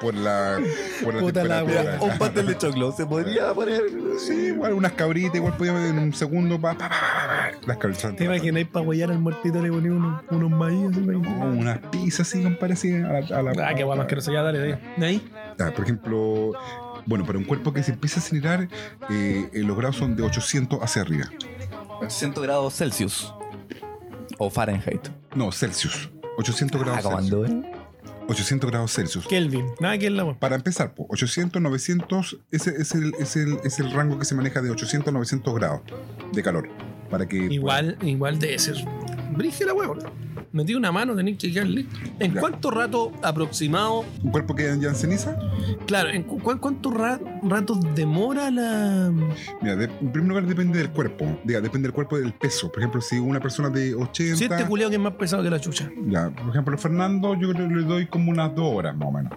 Speaker 2: Por la, por la
Speaker 7: Puta la
Speaker 2: temperatura.
Speaker 1: O [laughs] un pastel de choclo, se podría poner.
Speaker 2: Sí, igual unas cabritas, igual podíamos en un segundo. Pa, pa, pa, pa, pa, las cabritas.
Speaker 7: ¿Te imagináis para huellar al muertito le ponía unos, unos maíz? así, para que-
Speaker 2: No, Oh, unas pizzas así, compadre, así, a la. a la-
Speaker 3: Ah, qué guamas que no se ya, dale, dale. ¿De ahí?
Speaker 2: Ah, por ejemplo, bueno, para un cuerpo que se empieza a acelerar, eh, eh, los grados son de 800 hacia arriba.
Speaker 1: 100 grados Celsius. O Fahrenheit.
Speaker 2: No, Celsius. 800
Speaker 1: Ah,
Speaker 2: grados
Speaker 1: como
Speaker 2: Celsius.
Speaker 1: ando, eh.
Speaker 2: 800 grados Celsius.
Speaker 3: Kelvin. Nada que es la
Speaker 2: Para empezar, po, 800, 900, ese es el, es, el, es el rango que se maneja de 800 a 900 grados de calor. Para que
Speaker 3: Igual, igual de ese. Brige la huevona. Metí una mano, tenés que quedar listo. ¿En
Speaker 2: Ya.
Speaker 3: cuánto rato aproximado?
Speaker 2: un cuerpo quede ya en ceniza.
Speaker 3: Claro, ¿en cu- cuán- cuánto ra- rato demora la.
Speaker 2: Mira, de- en primer lugar depende del cuerpo. Diga, depende del cuerpo y del peso. Por ejemplo, si una persona de 80.
Speaker 3: Si este culiao que es más pesado que la chucha.
Speaker 2: ya, por ejemplo, Fernando, yo creo que le doy como unas dos horas más o menos.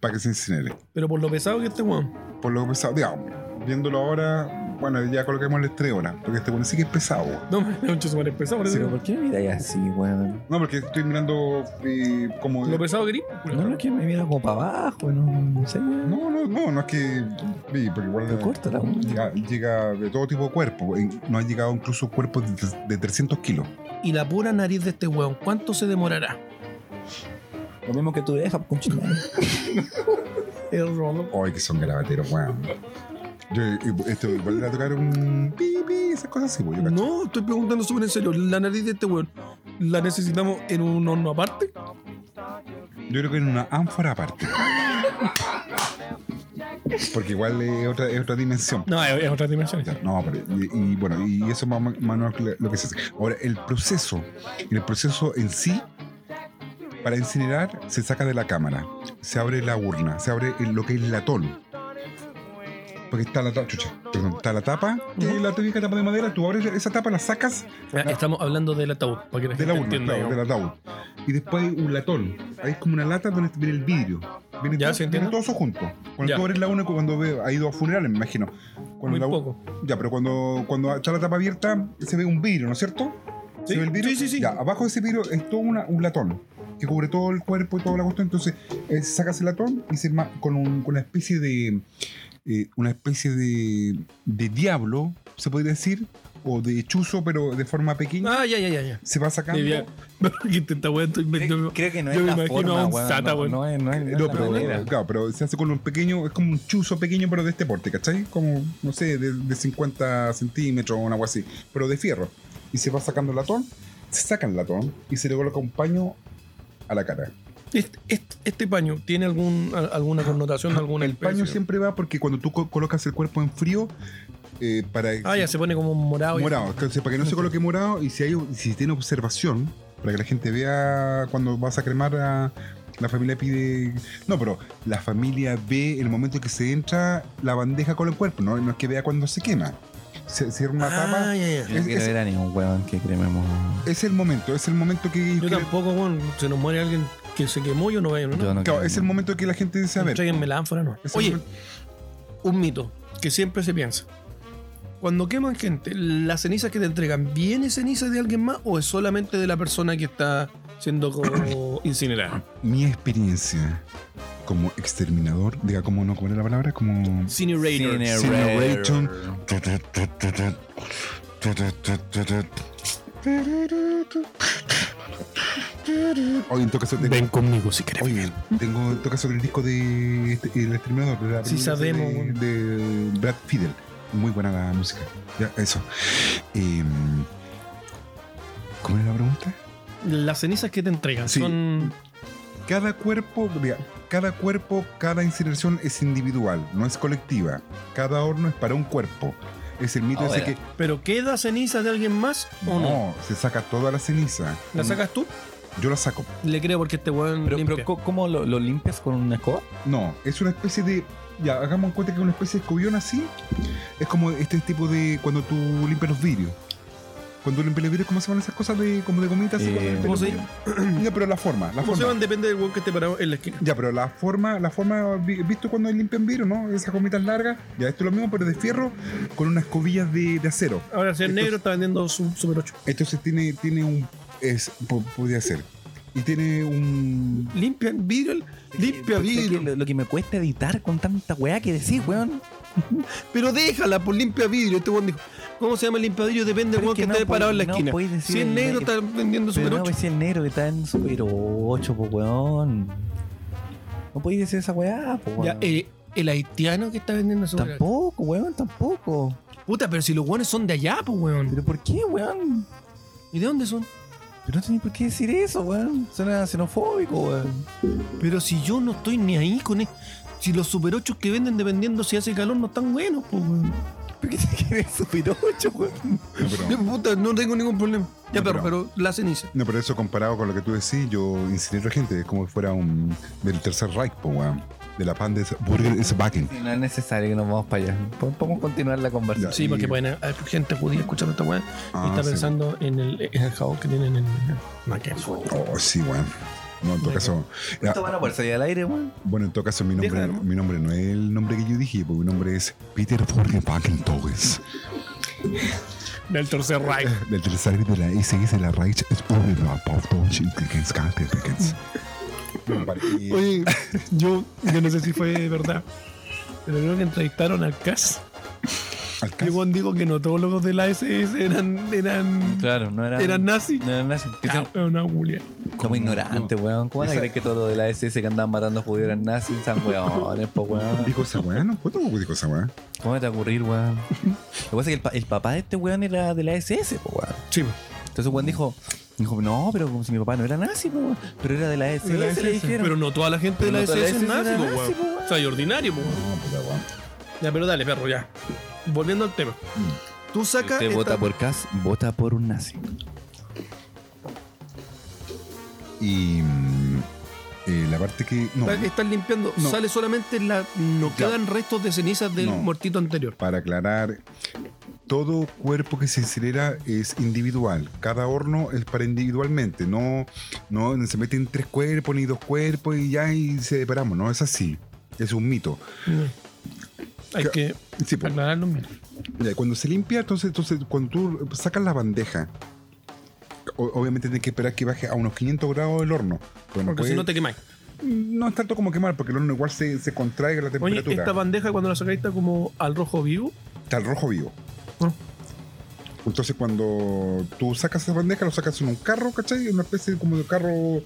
Speaker 2: Para que se incinere.
Speaker 3: Pero por lo pesado que este weón.
Speaker 2: Por lo pesado, digamos, viéndolo ahora, bueno, ya coloquémosle tres horas. Porque este bueno sí que es pesado. weón.
Speaker 3: No, [laughs] me da un chuzo mal pesado, por eso.
Speaker 1: Pero ¿por qué me miráis así, weón?
Speaker 2: No, porque estoy mirando eh, como.
Speaker 3: Lo pesado que eres,
Speaker 1: No, no es que me mira como para abajo, no, no sé.
Speaker 2: No, no, no, no es que. sí, porque igual.
Speaker 1: Pero córtala, weón.
Speaker 2: Llega, llega de todo tipo de cuerpo. En- No ha llegado incluso cuerpos de, de 300 kilos.
Speaker 3: Y la pura nariz de este weón, ¿cuánto se demorará?
Speaker 1: Lo mismo que tu oreja, conchetumare.
Speaker 7: El rolo.
Speaker 2: Ay, que son garabateros, weón. Yo, y- esto, igual a tocar un. Pi, pi, esas cosas así, weón. yo cacho.
Speaker 3: No, estoy preguntando súper en serio. La nariz de este weón, ¿la necesitamos en un horno aparte?
Speaker 2: Yo creo que en una ánfora aparte. Porque igual es otra, es otra dimensión.
Speaker 3: No, es, es otra dimensión.
Speaker 2: Ya, No, pero, y, y bueno, y eso más o menos lo que se hace. Ahora, el proceso, el proceso en sí, para incinerar, se saca de la cámara, se abre la urna, se abre el- lo que es el latón. Porque está la tapa, chucha, perdón, está la tapa, que es la típica tapa de madera, tú abres esa tapa, la sacas
Speaker 3: Ah, Estamos hablando del ataúd, para que la
Speaker 2: de
Speaker 3: gente
Speaker 2: la urna,
Speaker 3: entienda.
Speaker 2: claro,
Speaker 3: digamos.
Speaker 2: del ataúd. Y después hay un latón. Ahí es como una lata donde viene el vidrio. Viene,
Speaker 3: Ya,
Speaker 2: todo, viene
Speaker 3: ¿se entiende?
Speaker 2: todo eso junto. Cuando
Speaker 3: Ya.
Speaker 2: tú abres la urna, cuando ve- ha ido a funerales, me imagino. Cuando
Speaker 3: Muy
Speaker 2: la-
Speaker 3: poco.
Speaker 2: Ya, pero cuando, cuando está la tapa abierta, se ve un vidrio, ¿no es cierto?
Speaker 3: Sí,
Speaker 2: se ve el vidrio.
Speaker 3: sí, sí, sí.
Speaker 2: Ya, abajo de ese vidrio es todo una- un latón que cubre todo el cuerpo y toda la cuestión. Entonces, eh, sacas el latón y se ma- con, un- con una especie de. eh, una especie de. de diablo, se podría decir, o de hechuzo, pero de forma pequeña.
Speaker 3: Ah, ya, ya, ya. ya.
Speaker 2: Se va sacando.
Speaker 3: Debía- [laughs] Que intenta, weón, estoy- me-
Speaker 1: Creo, creo que no es
Speaker 3: yo me
Speaker 1: la
Speaker 3: imagino
Speaker 1: forma,
Speaker 3: a un
Speaker 1: weón,
Speaker 3: sata,
Speaker 1: no,
Speaker 3: weón.
Speaker 1: no es, no es, no es
Speaker 2: No,
Speaker 1: la
Speaker 2: pero,
Speaker 1: manera.
Speaker 2: claro, pero se hace con un pequeño, es como un chuzo pequeño, pero de este porte, ¿cachai? Como, no sé, de, de 50 centímetros o algo así, pero de fierro. Y se va sacando el latón, se saca el latón y se le coloca un paño a la cara.
Speaker 3: Este, este- este paño tiene algún, a- alguna connotación, alguna
Speaker 2: el paño
Speaker 3: especie?
Speaker 2: siempre va porque cuando tú co- colocas el cuerpo en frío, eh, para
Speaker 3: Ah, ya se pone como morado. y-
Speaker 2: morado, entonces para que no se coloque morado y si, hay, si tiene observación, para que la gente vea cuando vas a cremar a... La familia pide. No, pero la familia ve el momento en que se entra la bandeja con el cuerpo, no, no es que vea cuando se quema. Se cierra una
Speaker 3: Ah,
Speaker 2: tapa.
Speaker 3: ya, ya.
Speaker 1: Yo no
Speaker 2: Es-
Speaker 1: quiero
Speaker 2: es-
Speaker 1: ver a ningún weón que crememos.
Speaker 2: Es el momento, es el momento que.
Speaker 3: Yo
Speaker 2: que-
Speaker 3: tampoco, weón, se nos muere alguien que se quemó, yo no veo, ¿no?
Speaker 1: Yo no
Speaker 2: claro,
Speaker 1: quiero-
Speaker 2: es el momento que la gente dice a ver.
Speaker 3: Tráiganme la ánfora, no.
Speaker 2: es el
Speaker 3: Oye,
Speaker 2: momento-
Speaker 3: un mito que siempre se piensa. Cuando queman gente, ¿las cenizas que te entregan, ¿viene ceniza de alguien más o es solamente de la persona que está siendo
Speaker 2: [coughs]
Speaker 3: como incinerada?
Speaker 2: mi experiencia como exterminador, diga como no, ¿cuál es la palabra? Como.
Speaker 3: Incinerator.
Speaker 1: Incinerator.
Speaker 2: Generation. Oye, en todo caso, tengo,
Speaker 3: conmigo si querés.
Speaker 2: oye, bien, tengo en todo caso el disco de este- El Exterminador. de la
Speaker 3: Sí,
Speaker 2: película
Speaker 3: sabemos,
Speaker 2: De,
Speaker 3: bueno.
Speaker 2: de Brad Fidel. Muy buena la música. Ya, eso. Em, ¿Cómo era la pregunta?
Speaker 3: Las cenizas que te entregan
Speaker 2: Sí.
Speaker 3: son.
Speaker 2: Cada cuerpo, mira, cada cuerpo, cada incineración es individual, no es colectiva. Cada horno es para un cuerpo. Es el
Speaker 3: Oh,
Speaker 2: mito ese
Speaker 1: Ahora.
Speaker 2: que
Speaker 3: ¿Pero queda ceniza de alguien más o no?
Speaker 2: se saca toda la ceniza.
Speaker 7: Mm.
Speaker 3: ¿La sacas tú?
Speaker 2: Yo la saco.
Speaker 3: Le creo porque este weón
Speaker 1: Pero,
Speaker 3: limpia.
Speaker 1: pero ¿cómo- ¿cómo lo, lo limpias con una escoba?
Speaker 2: No, es una especie de. Ya, hagamos en cuenta que es una especie de escobión así. Es como este tipo de. Cuando tú limpias los vidrios. Cuando limpias los vidrios, ¿cómo se llaman esas cosas de, como de gomitas? así
Speaker 1: Eh,
Speaker 2: cuando limpias
Speaker 1: ¿cómo
Speaker 2: los
Speaker 1: se
Speaker 2: vidrios? Ya, pero la forma. La
Speaker 7: ¿Cómo se
Speaker 2: forma.
Speaker 7: llaman? Depende del weón que esté parado en la esquina.
Speaker 2: Ya, pero la forma, la forma, vi- visto cuando limpian vidrio, ¿no? Esas gomitas largas. Ya, esto es lo mismo, pero de fierro con unas escobillas de, de acero.
Speaker 7: Ahora, si el negro está vendiendo su Super 8.
Speaker 2: Entonces tiene, tiene un. Es, po- podría ser. Y tiene un.
Speaker 7: Limpia vidrio, limpia
Speaker 1: Porque es que
Speaker 7: vidrio.
Speaker 1: lo, lo que me cuesta editar con tanta weá que decís, weón.
Speaker 7: Pero déjala, pues limpia vidrio. Este weón dijo, ¿cómo se llama el limpia vidrio? Depende del
Speaker 1: Pero es
Speaker 7: weón que,
Speaker 1: que
Speaker 7: esté
Speaker 1: no
Speaker 7: parado en la
Speaker 1: podéis- no
Speaker 7: esquina.
Speaker 1: podéis decir
Speaker 7: si el
Speaker 1: el-
Speaker 7: negro está vendiendo
Speaker 1: Pero
Speaker 7: Super
Speaker 1: no,
Speaker 7: 8.
Speaker 1: es el negro que está en Super 8, po, weón. No podéis decir esa weá, po, weón.
Speaker 3: Ya, eh, el haitiano que está vendiendo su
Speaker 1: Tampoco, weón, tampoco.
Speaker 3: Puta, pero si los weones son de allá, pues weón.
Speaker 1: ¿Pero por qué, weón?
Speaker 3: ¿Y de dónde son?
Speaker 1: Pero no tenéis por qué decir eso, weón. Suena xenofóbico, weón.
Speaker 3: Pero si yo no estoy ni ahí con él. Si los super 8 que venden dependiendo si hace calor no están buenos, pues weón.
Speaker 1: ¿Por qué te quieres Super 8, weón?
Speaker 2: No, pero-
Speaker 3: Yo, puta, no tengo ningún problema. Ya,
Speaker 2: No,
Speaker 3: pero,
Speaker 2: pero-
Speaker 3: pero la ceniza.
Speaker 2: No, pero eso comparado con lo que tú decís, yo incinero gente, es como si fuera un del tercer Reich, po, weón. De la pan de Burger is Backen.
Speaker 1: No es necesario que nos vamos para allá. Po- Podemos continuar la conversación.
Speaker 3: Sí,
Speaker 2: y-
Speaker 3: porque pueden haber gente judía escuchando esta weón. y
Speaker 2: Ah,
Speaker 3: está
Speaker 2: sí.
Speaker 3: pensando en, el, en el jabón que tienen en el. No, que-
Speaker 2: Oh, sí, weón. No, en todo caso. ya,
Speaker 1: Esto van a poder salir al aire, weón.
Speaker 2: bueno, en todo caso, mi nombre,
Speaker 3: Déjalo.
Speaker 2: mi nombre no es el nombre que yo dije, porque mi nombre es Peter Burger Backen Togues.
Speaker 3: Del tercer [laughs] Reich.
Speaker 2: Del tercer Reich de la SS de la Reich es Burger Backen
Speaker 3: Oye, yo, yo no sé si fue verdad. Pero creo que entrevistaron al CAS. Y el weón dijo que no todos los de la SS eran. eran. [laughs]
Speaker 1: Claro, no era.
Speaker 3: eran nazis.
Speaker 1: No eran nazis. Que son-
Speaker 3: Ah, una bulia.
Speaker 1: Como ignorante, weón. ¿Cómo van a creer que todo lo de la SS que andaban matando judíos eran nazis? San weones, po, weón.
Speaker 2: Dijo esa weá, no puedo dijo esa weá.
Speaker 1: ¿Cómo te va a ocurrir, weón? Lo que pasa es que el, pa- el papá de este weón era de la SS, po, weón.
Speaker 3: Sí, pues. po.
Speaker 1: Entonces, weón dijo, dijo, no, pero como si mi papá no era nazi, po, weón. Pero era de la SS,
Speaker 3: De la
Speaker 1: le
Speaker 3: SS.
Speaker 1: dijeron.
Speaker 3: Pero no toda la gente de
Speaker 1: Pero no
Speaker 3: la
Speaker 1: toda
Speaker 3: SS,
Speaker 1: la
Speaker 3: es
Speaker 1: SS
Speaker 3: nazi,
Speaker 1: era
Speaker 3: po,
Speaker 1: nazi,
Speaker 3: weón.
Speaker 1: po, weón.
Speaker 3: O sea, y ordinario, po. Ya, pero dale, perro, ya. Volviendo al tema.
Speaker 7: Tú sacas.
Speaker 1: Usted vota por Cas, vota por un nazi.
Speaker 2: Y mm, eh, la parte que. No,
Speaker 7: Están, limpiando.
Speaker 2: No.
Speaker 7: Sale solamente la. No
Speaker 2: Ya.
Speaker 7: quedan restos de cenizas del
Speaker 2: No.
Speaker 7: muertito anterior.
Speaker 2: para aclarar, todo cuerpo que se incinera es individual. Cada horno es para individualmente. No, no se meten tres cuerpos ni dos cuerpos y ya y se separamos. No es así. Es un mito.
Speaker 3: Hay
Speaker 2: Ca-
Speaker 3: que
Speaker 2: Sí, po.
Speaker 3: aclararlo. mira.
Speaker 2: Ya, Cuando se limpia, entonces, entonces cuando tú sacas la bandeja, o- obviamente tienes que esperar que baje a unos 500 grados el horno. Pero no
Speaker 3: Porque si
Speaker 2: puede-
Speaker 3: no te quemáis.
Speaker 2: no es tanto como quemar, porque el horno igual se, se contrae con la
Speaker 3: Oye,
Speaker 2: temperatura.
Speaker 3: esta bandeja cuando la sacáis está como al rojo vivo.
Speaker 2: está el rojo vivo.
Speaker 3: Ah.
Speaker 2: Entonces cuando tú sacas esa bandeja, lo sacas en un carro, ¿cachai? En una especie como de carro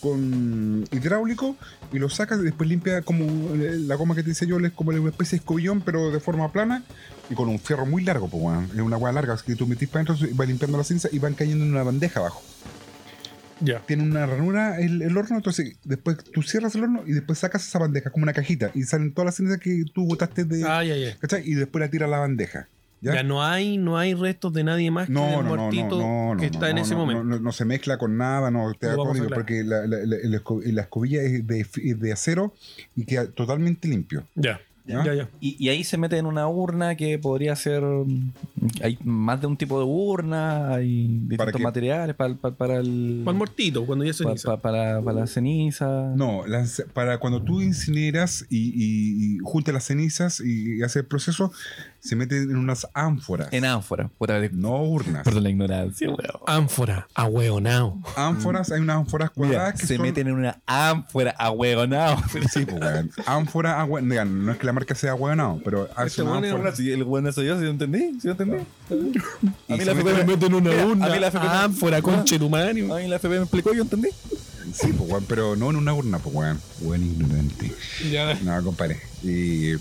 Speaker 2: con hidráulico y lo sacas y después limpia como eh, la goma que te hice yo, es como una especie de escobillón pero de forma plana y con un fierro muy largo, pues weón. es una agua larga, así que tú metís para adentro y va limpiando la cinza y van cayendo en una bandeja abajo.
Speaker 3: Ya.
Speaker 2: Tiene una ranura el, el horno, entonces después tú cierras el horno y después sacas esa bandeja como una cajita y salen todas las cenizas que tú botaste de...
Speaker 3: Ay, ay, ay.
Speaker 2: ¿Cachai? Y después la tiras a la bandeja. ¿ya?
Speaker 3: Ah. Ya no hay, no hay restos de nadie más Ah, que
Speaker 2: No,
Speaker 3: del
Speaker 2: no, no,
Speaker 3: muertito
Speaker 2: no, no,
Speaker 3: que
Speaker 2: no,
Speaker 3: está en
Speaker 2: no,
Speaker 3: ese
Speaker 2: no,
Speaker 3: momento.
Speaker 2: No, no, no se mezcla con nada, no te
Speaker 3: Lo
Speaker 2: da
Speaker 3: vamos a
Speaker 2: código,
Speaker 3: aclarar.
Speaker 2: porque la, la- la- el esco- la escobilla es de, es de acero y queda totalmente limpio.
Speaker 3: Ya.
Speaker 2: ¿Ya?
Speaker 3: Ya, ya.
Speaker 1: Y, y ahí se mete en una urna que podría ser. mm, Hay más de un tipo de urna, hay distintos
Speaker 2: qué?
Speaker 1: materiales para, para, para el.
Speaker 3: Para el muertito, cuando ya se
Speaker 1: pa-
Speaker 3: dice.
Speaker 1: pa- para, para la ceniza.
Speaker 2: No, las- para cuando tú incineras y, y- y juntas las cenizas y, haces el proceso, se mete en unas ánforas.
Speaker 1: En ánfora. Por haber-
Speaker 2: no urnas.
Speaker 1: Perdón la ignorancia, weón.
Speaker 3: Ánfora, ahueonao.
Speaker 2: Ánforas, hay unas ánforas
Speaker 1: Mira,
Speaker 2: cuadradas que
Speaker 1: se
Speaker 2: son-
Speaker 1: meten en una ánfora a huevonao.
Speaker 2: Sí, pues, weón. Ánfora, agua- mira, no es que la marca sea agua, no, pero
Speaker 3: Este
Speaker 2: es una ánfora.
Speaker 1: el bueno soy yo, si no entendí, si no entendí.
Speaker 2: y
Speaker 1: a mí
Speaker 2: se
Speaker 1: la
Speaker 2: mete-
Speaker 1: FP me
Speaker 3: meten una
Speaker 1: Mira, a
Speaker 3: urna.
Speaker 1: mí la fe-
Speaker 3: Ánfora, conche tu madre.
Speaker 1: A mí la FP me explicó, yo entendí.
Speaker 2: Sí, pues, weón, pero no en una urna, pues, weón. Buen ignorante.
Speaker 3: Ya.
Speaker 2: No, compadre. Y,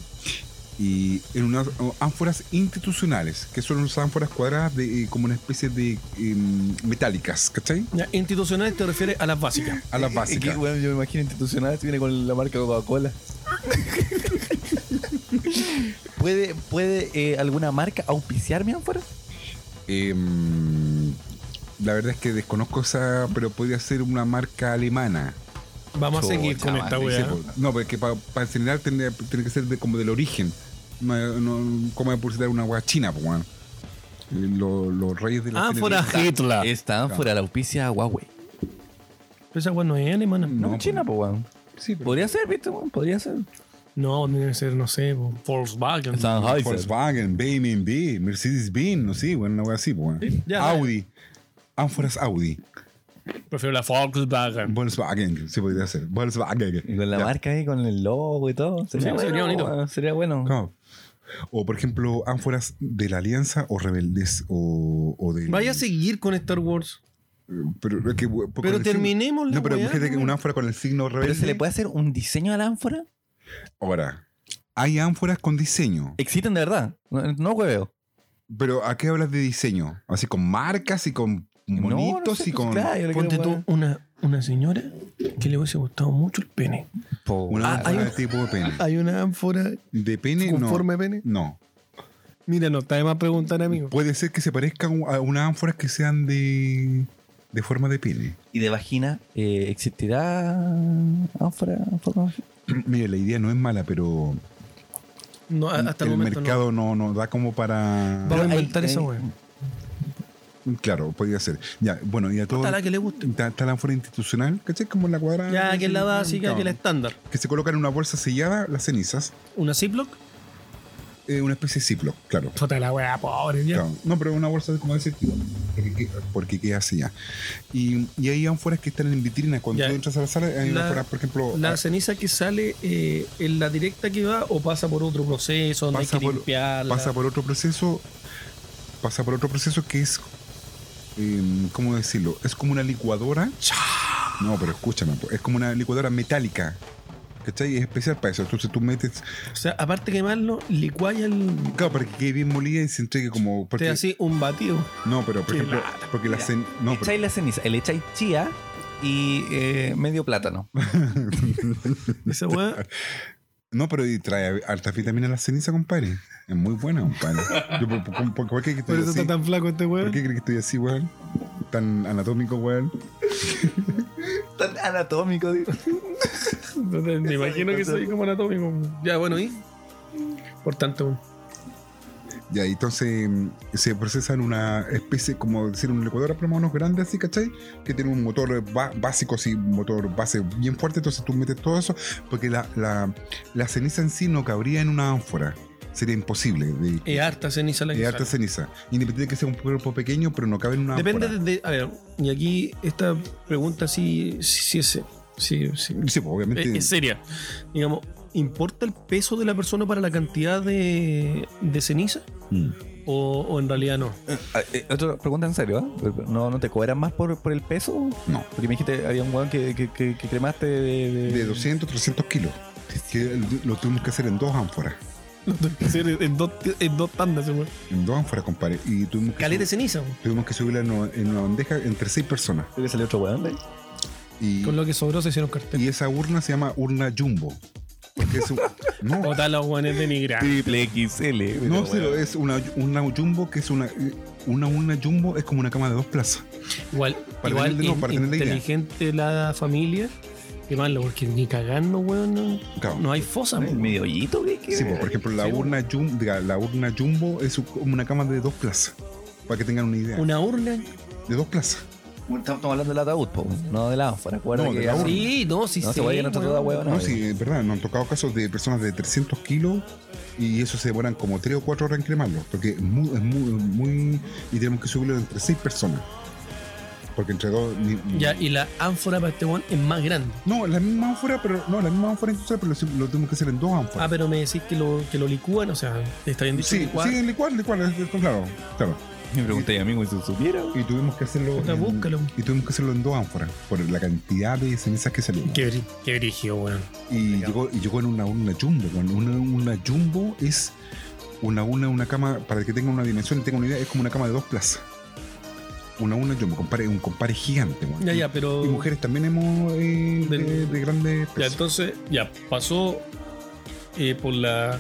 Speaker 2: y en unas ánforas institucionales, que son unas ánforas cuadradas de, eh, como una especie de em, metálicas, ¿cachai?
Speaker 3: Ya, Institucionales te refieres a las básicas.
Speaker 2: A las
Speaker 1: Es que,
Speaker 2: básicas.
Speaker 1: Eh, bueno, yo me imagino institucional, si viene con la marca Coca-Cola. [laughs] ¿Puede, puede eh, alguna marca auspiciarme afuera?
Speaker 2: Em, la verdad es que desconozco esa, pero podría ser una marca alemana.
Speaker 3: Vamos a
Speaker 1: Chuta,
Speaker 3: seguir con esta
Speaker 1: man,
Speaker 3: weá.
Speaker 1: dice,
Speaker 2: No, porque para pa señalar tendría- tiene que ser de- como del origen. No, no, ¿Cómo es publicitar una weá china, pues, weón? Eh, lo- Los reyes de la
Speaker 5: Ánfora
Speaker 2: cine-
Speaker 5: Hitler.
Speaker 1: Están fuera la auspicia Huawei.
Speaker 3: Esa weá no es alemana.
Speaker 2: No,
Speaker 1: No,
Speaker 2: pues.
Speaker 1: China, pues, weón.
Speaker 2: Sí, pero-
Speaker 1: Podría ser, ¿viste? weón? Podría ser.
Speaker 3: No, debe ser, no sé, po, Volkswagen.
Speaker 1: Sennheiser.
Speaker 2: Volkswagen, BMW, Mercedes-Benz, no sé, bueno, una wea así, pues,
Speaker 3: Sí,
Speaker 2: weón.
Speaker 3: ya,
Speaker 2: Audi. Ánforas Audi.
Speaker 3: Prefiero la Volkswagen.
Speaker 2: Volkswagen, sí podría ser. Volkswagen.
Speaker 1: Y con la
Speaker 2: Ya.
Speaker 1: marca ahí, con el logo y todo. Sería,
Speaker 3: Sí,
Speaker 1: bueno,
Speaker 3: sería bonito.
Speaker 1: weón, Sería bueno.
Speaker 2: Claro. O, por ejemplo, ánforas de la Alianza o Rebeldes o, o de.
Speaker 9: Vaya a seguir con Star Wars.
Speaker 2: Pero, es que, we- por-
Speaker 9: Pero
Speaker 2: con el signo-
Speaker 9: terminemos la
Speaker 2: No, pero
Speaker 9: weá,
Speaker 2: fíjate que
Speaker 9: weón.
Speaker 2: una ánfora con el signo
Speaker 1: Pero
Speaker 2: rebelde.
Speaker 1: se le puede hacer un diseño a la ánfora.
Speaker 2: Ahora, hay ánforas con diseño.
Speaker 1: Existen de verdad. No, no hueveo.
Speaker 2: Pero ¿a qué hablas de diseño? Así con marcas y con
Speaker 1: No, no
Speaker 2: monitos
Speaker 1: sé,
Speaker 2: y
Speaker 1: pues,
Speaker 2: con.
Speaker 1: claro, yo le
Speaker 3: Ponte
Speaker 1: quiero
Speaker 3: tú una, una señora que le hubiese gustado mucho el pene.
Speaker 1: poner- po-
Speaker 2: Una
Speaker 1: Ah,
Speaker 2: ánfora de tipo de pene.
Speaker 9: Hay una ánfora
Speaker 2: De pene, no.
Speaker 9: conforme pene.
Speaker 2: No.
Speaker 9: Mira, no está de más preguntar, amigo.
Speaker 2: Puede ser que se parezcan a unas ánforas que sean de. de forma de pene.
Speaker 1: y de vagina, eh, ¿existirá ánfora? ánfora?
Speaker 2: [clears throat] Mira, la idea no es mala, pero.
Speaker 3: No, a- Ah, hasta el,
Speaker 2: el
Speaker 3: momento
Speaker 2: mercado no. no da como para.
Speaker 3: no. Vamos a
Speaker 1: Pero
Speaker 3: inventar
Speaker 1: hay-
Speaker 3: esa
Speaker 1: hay-
Speaker 3: weá.
Speaker 2: Claro, podría ser. Ya, bueno, y a todo.
Speaker 3: Hasta la que le guste.
Speaker 2: Está, está la ánfora institucional, ¿cachai? Como la cuadra.
Speaker 9: Ya, que es la básica,
Speaker 2: Claro.
Speaker 9: que es la estándar.
Speaker 2: Que se coloca en una bolsa sellada las cenizas.
Speaker 3: ¿Una Ziploc?
Speaker 2: eh, una especie de ciclo, claro.
Speaker 3: Puta la weá, pobre, ya.
Speaker 2: Claro. No, pero una bolsa como de ese tipo. Porque, que- porque queda así ya. Y, y hay ánforas que están en vitrina. Cuando
Speaker 3: Ya.
Speaker 2: tú entras a la sala, hay
Speaker 3: La-
Speaker 2: ánforas, por ejemplo,
Speaker 3: La
Speaker 2: ah,
Speaker 3: ceniza que sale eh, en la directa que va o pasa por otro proceso donde
Speaker 2: Pasa
Speaker 3: hay que
Speaker 2: por-
Speaker 3: limpiarla.
Speaker 2: pasa por otro proceso. Pasa por otro proceso que es. em, ¿Cómo decirlo? Es como una licuadora. No, pero escúchame, pues, es como una licuadora metálica. ¿Cachai? Es especial para eso. Entonces tú metes.
Speaker 3: O sea, aparte de quemarlo, licuaya el.
Speaker 2: Claro, para que quede bien molida y se entregue como.
Speaker 3: Te
Speaker 2: Porque,
Speaker 3: así un batido.
Speaker 2: No, pero por
Speaker 3: Qué
Speaker 2: ejemplo.
Speaker 3: lata,
Speaker 2: Porque la
Speaker 3: ya.
Speaker 2: cen- No, pero-
Speaker 1: Echáis la ceniza, le echáis chía y eh, medio plátano. [laughs]
Speaker 2: [laughs]
Speaker 3: Esa weá.
Speaker 2: No, pero y trae hartas vitaminas la ceniza, compadre. Es muy buena, compadre. Yo, por, por- por- por qué que estoy
Speaker 9: Por eso
Speaker 2: así?
Speaker 9: está tan flaco este
Speaker 2: ¿Por
Speaker 9: weón.
Speaker 2: qué crees que estoy así, weón? Tan anatómico, weón.
Speaker 1: Tan anatómico, digo.
Speaker 3: Me imagino que soy como anatómico. Ya, bueno, y. Por tanto,
Speaker 2: Ya, y entonces mm, se procesa en una especie, como decir, un licuadora, pero más o menos grande, así, ¿cachai? Que tiene un motor ba- básico, así, un motor base bien fuerte. Entonces tú metes todo eso, porque la, la, la ceniza en sí no cabría en una ánfora. Sería imposible. De,
Speaker 3: es harta ceniza la que
Speaker 2: de harta
Speaker 3: sale.
Speaker 2: ceniza. Independiente de que sea un cuerpo pequeño, pero no cabe en una
Speaker 3: Depende
Speaker 2: ánfora.
Speaker 3: de. A ver, y aquí esta pregunta sí, sí, sí es. Sí, Eh,
Speaker 2: Sí,
Speaker 3: sí.
Speaker 2: pues,
Speaker 3: Es,
Speaker 2: obviamente.
Speaker 3: es seria. Digamos, ¿importa el peso de la persona para la cantidad de, de ceniza?
Speaker 2: Mm.
Speaker 3: O, o en realidad no?
Speaker 1: Ah, eh, otra pregunta en serio, ¿eh? ¿No, ¿No te cobran más por, por el peso?
Speaker 2: No.
Speaker 1: Porque me dijiste, había un weón que, que, que- que cremaste de... de-
Speaker 2: de 200, 300 kilos. Que lo tuvimos que hacer en dos ánforas.
Speaker 3: [laughs] en, dos, en dos tandas, weón.
Speaker 2: En dos ánforas, compadre. Y tuvimos que,
Speaker 3: Caleta de
Speaker 2: sub-
Speaker 3: ceniza, weón.
Speaker 2: tuvimos que subirla en una, en una bandeja entre seis personas.
Speaker 1: Creo que salió otro weón, ¿eh?
Speaker 2: Y,
Speaker 3: Con lo que sobró se hicieron cartel.
Speaker 2: y esa urna se llama urna jumbo. Porque
Speaker 3: [laughs]
Speaker 2: es un- no,
Speaker 3: O tal los guanes de Nigra.
Speaker 1: Triple XL. pero
Speaker 2: no
Speaker 1: weón.
Speaker 2: pero es una urna jumbo que es una... Una urna jumbo es como una cama de dos plazas.
Speaker 3: Igual,
Speaker 2: Para
Speaker 3: igual
Speaker 2: tener- no,
Speaker 3: in-
Speaker 2: para tener la idea.
Speaker 3: inteligente la familia. Qué malo, porque ni cagando, weón. No,
Speaker 2: Claro.
Speaker 3: no hay fosa,
Speaker 1: ¿El
Speaker 3: weón.
Speaker 1: Ah, medio hoyito, güey? ¿Qué?
Speaker 2: Sí, pues, por ejemplo, la
Speaker 1: Sí,
Speaker 2: urna, jum- diga, la urna jumbo es como una cama de dos plazas. Para que tengan una idea.
Speaker 3: Una urna.
Speaker 2: De dos plazas.
Speaker 1: Bueno, Estamos hablando del ataúd, po, no de la ánfora. Acuérdate
Speaker 2: No, de
Speaker 1: que
Speaker 2: la
Speaker 1: así-
Speaker 2: urna.
Speaker 3: Sí, no, sí,
Speaker 1: No
Speaker 3: sí.
Speaker 1: se vaya a
Speaker 3: weón.
Speaker 1: toda huevona.
Speaker 2: No, sí, es verdad, nos han tocado casos de personas de 300 kilos y eso se demoran como 3 o 4 horas en cremarlo, porque es muy, es muy, muy- y tenemos que subirlo entre 6 personas. Porque entre dos... ni-
Speaker 3: Ya, y la ánfora para este weón es más grande.
Speaker 2: No, la misma ánfora, pero no, la misma ánfora industrial, pero lo, lo tenemos que hacer en dos
Speaker 3: Ah,
Speaker 2: ánforas.
Speaker 3: pero me decís que lo, que lo licúan, o sea, está bien dicho.
Speaker 2: sí,
Speaker 3: licuar.
Speaker 2: sí, licuar, licuar, es- es- claro, claro.
Speaker 1: Me pregunté a mí güey, si supiera. güey.
Speaker 2: Y tuvimos que hacerlo...
Speaker 3: Puta,
Speaker 2: en-
Speaker 3: búscalo.
Speaker 2: Y tuvimos que hacerlo en dos ánforas, por la cantidad de cenizas que salieron.
Speaker 3: Qué, bri- qué brígido, weón.
Speaker 2: Y llegó, y llegó en una urna jumbo. con Una, una jumbo es una una una cama, para que tenga una dimensión y tenga una idea, es como una cama de dos plazas. Una una jumbo, compare, un compare gigante, weón.
Speaker 3: Ya, ya, pero.
Speaker 2: Y mujeres también hemos eh, de,
Speaker 3: Del-
Speaker 2: de grandes
Speaker 3: Ya,
Speaker 2: pesos.
Speaker 3: entonces, ya, pasó eh, por la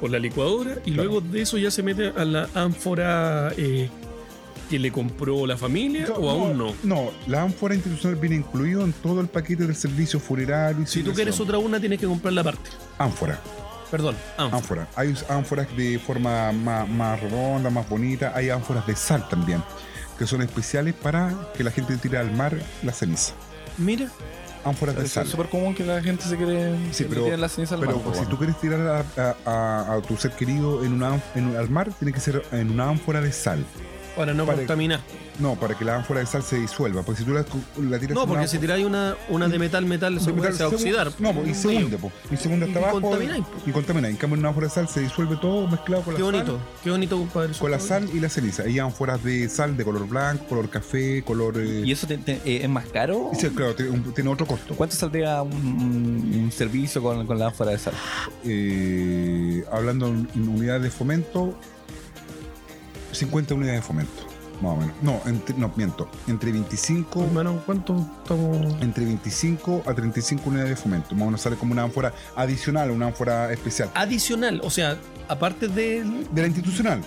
Speaker 3: por la licuadora y
Speaker 2: Claro.
Speaker 3: luego de eso ya se mete a la ánfora eh, que le compró la familia o aún no?
Speaker 2: No, la ánfora institucional viene incluido en todo el paquete del servicio funerario. y
Speaker 3: Si tú quieres
Speaker 2: celebración.
Speaker 3: otra urna, tienes que comprarla aparte.
Speaker 2: Ánfora,
Speaker 3: Perdón, ah,
Speaker 2: ánfora. Hay ánforas de forma más, más redonda, más bonita. Hay ánforas de sal también, que son especiales para que la gente tire al mar la ceniza.
Speaker 3: mira.
Speaker 2: Ánforas de
Speaker 5: Es
Speaker 2: sal.
Speaker 5: súper común que la gente se cree
Speaker 2: Sí,
Speaker 5: que le
Speaker 2: pero,
Speaker 5: tiren la ceniza al
Speaker 2: pero pues,
Speaker 5: mar, po,
Speaker 2: si
Speaker 5: weón.
Speaker 2: tú quieres tirar a, a- a- a tu ser querido en una, ánf- en un- al mar, tiene que ser en una ánfora de sal.
Speaker 3: Para no
Speaker 2: Para-
Speaker 3: contaminar.
Speaker 2: No, para que la ánfora de sal se disuelva. Porque si tú la, la tiras
Speaker 3: No,
Speaker 2: en una
Speaker 3: porque si tiráis una, una de metal, metal, se,
Speaker 2: de metal
Speaker 3: puede- se va a
Speaker 2: se-
Speaker 3: oxidar.
Speaker 2: No, po, y se
Speaker 3: Mío.
Speaker 2: hunde, po. Y se hunde
Speaker 3: Y
Speaker 2: hasta abajo.
Speaker 3: contamináis, po.
Speaker 2: Y contamina. En cambio, en una ánfora de sal se disuelve todo mezclado con la
Speaker 3: Qué bonito,
Speaker 2: sal.
Speaker 3: qué bonito, compadre.
Speaker 2: Con la sal y la ceniza. Hay ánforas de sal de color blanco, color café, color. eh,
Speaker 1: ¿Y eso te- te- eh, es más caro?
Speaker 2: sí, claro, tiene, un- tiene otro costo.
Speaker 1: ¿Cuánto saldría un, un- un servicio con, con la ánfora de sal?
Speaker 2: Eh, hablando en en unidades de fomento, 50 unidades de fomento, más o menos. No, entre- no miento. Entre 25,
Speaker 9: Hermano, ¿cuánto estamos?
Speaker 2: entre 25 a 35 unidades de fomento. Más o menos sale como una ánfora adicional, una ánfora especial.
Speaker 3: Adicional, o sea, aparte del.
Speaker 2: De la institucional.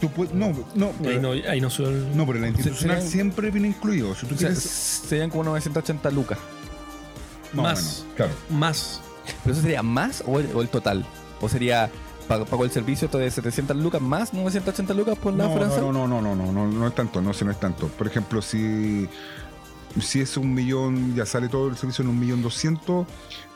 Speaker 2: Tú puedes, no, no,
Speaker 3: Ahí no, ahí no suelo-
Speaker 2: no, pero la institucional
Speaker 1: serán-
Speaker 2: siempre viene incluido. Si tú
Speaker 1: O sea,
Speaker 2: quieres,
Speaker 1: serían como 980 lucas.
Speaker 2: más o
Speaker 3: más.
Speaker 2: menos, claro.
Speaker 3: Más.
Speaker 1: ¿Pero eso sería más o el, o el total? ¿O sería pago, pago el servicio esto de 700 lucas más 980 lucas por la
Speaker 2: No,
Speaker 1: ánfora de sal?
Speaker 2: no, no, no, no, no, no, no es tanto, no, si no es tanto. Por ejemplo, si, si es un millón, ya sale todo el servicio en un millón doscientos,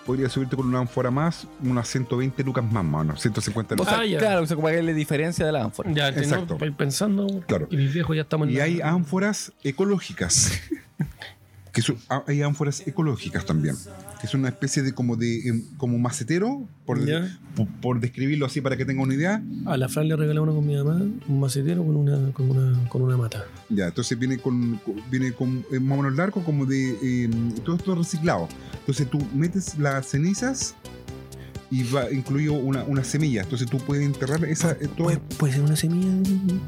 Speaker 2: podría subirte con una ánfora más, unas 120 lucas más, mano, 150
Speaker 1: O
Speaker 2: lucas.
Speaker 1: sea,
Speaker 3: Ah, ya.
Speaker 1: claro, o sea, como que la diferencia de la ánfora.
Speaker 3: Ya,
Speaker 2: Exacto.
Speaker 3: Exacto. pensando.
Speaker 2: Claro.
Speaker 3: Y mis viejos ya estamos en
Speaker 2: y ah.
Speaker 3: la-
Speaker 2: hay ánforas ecológicas. que son- a- hay ánforas ecológicas también. Que es una especie de como de em, como macetero, por,
Speaker 3: Ya.
Speaker 2: por, por describirlo así para que tenga una idea.
Speaker 3: A la Fran le regalé uno con mi mamá, un macetero con una, con una, con una mata.
Speaker 2: Ya, entonces viene con, con- viene con eh, más o menos largo como de eh, todo esto reciclado. Entonces tú metes las cenizas y va incluido una, una semilla. Entonces tú puedes enterrar esa eh, todo-
Speaker 3: ¿Puede, puede ser una semilla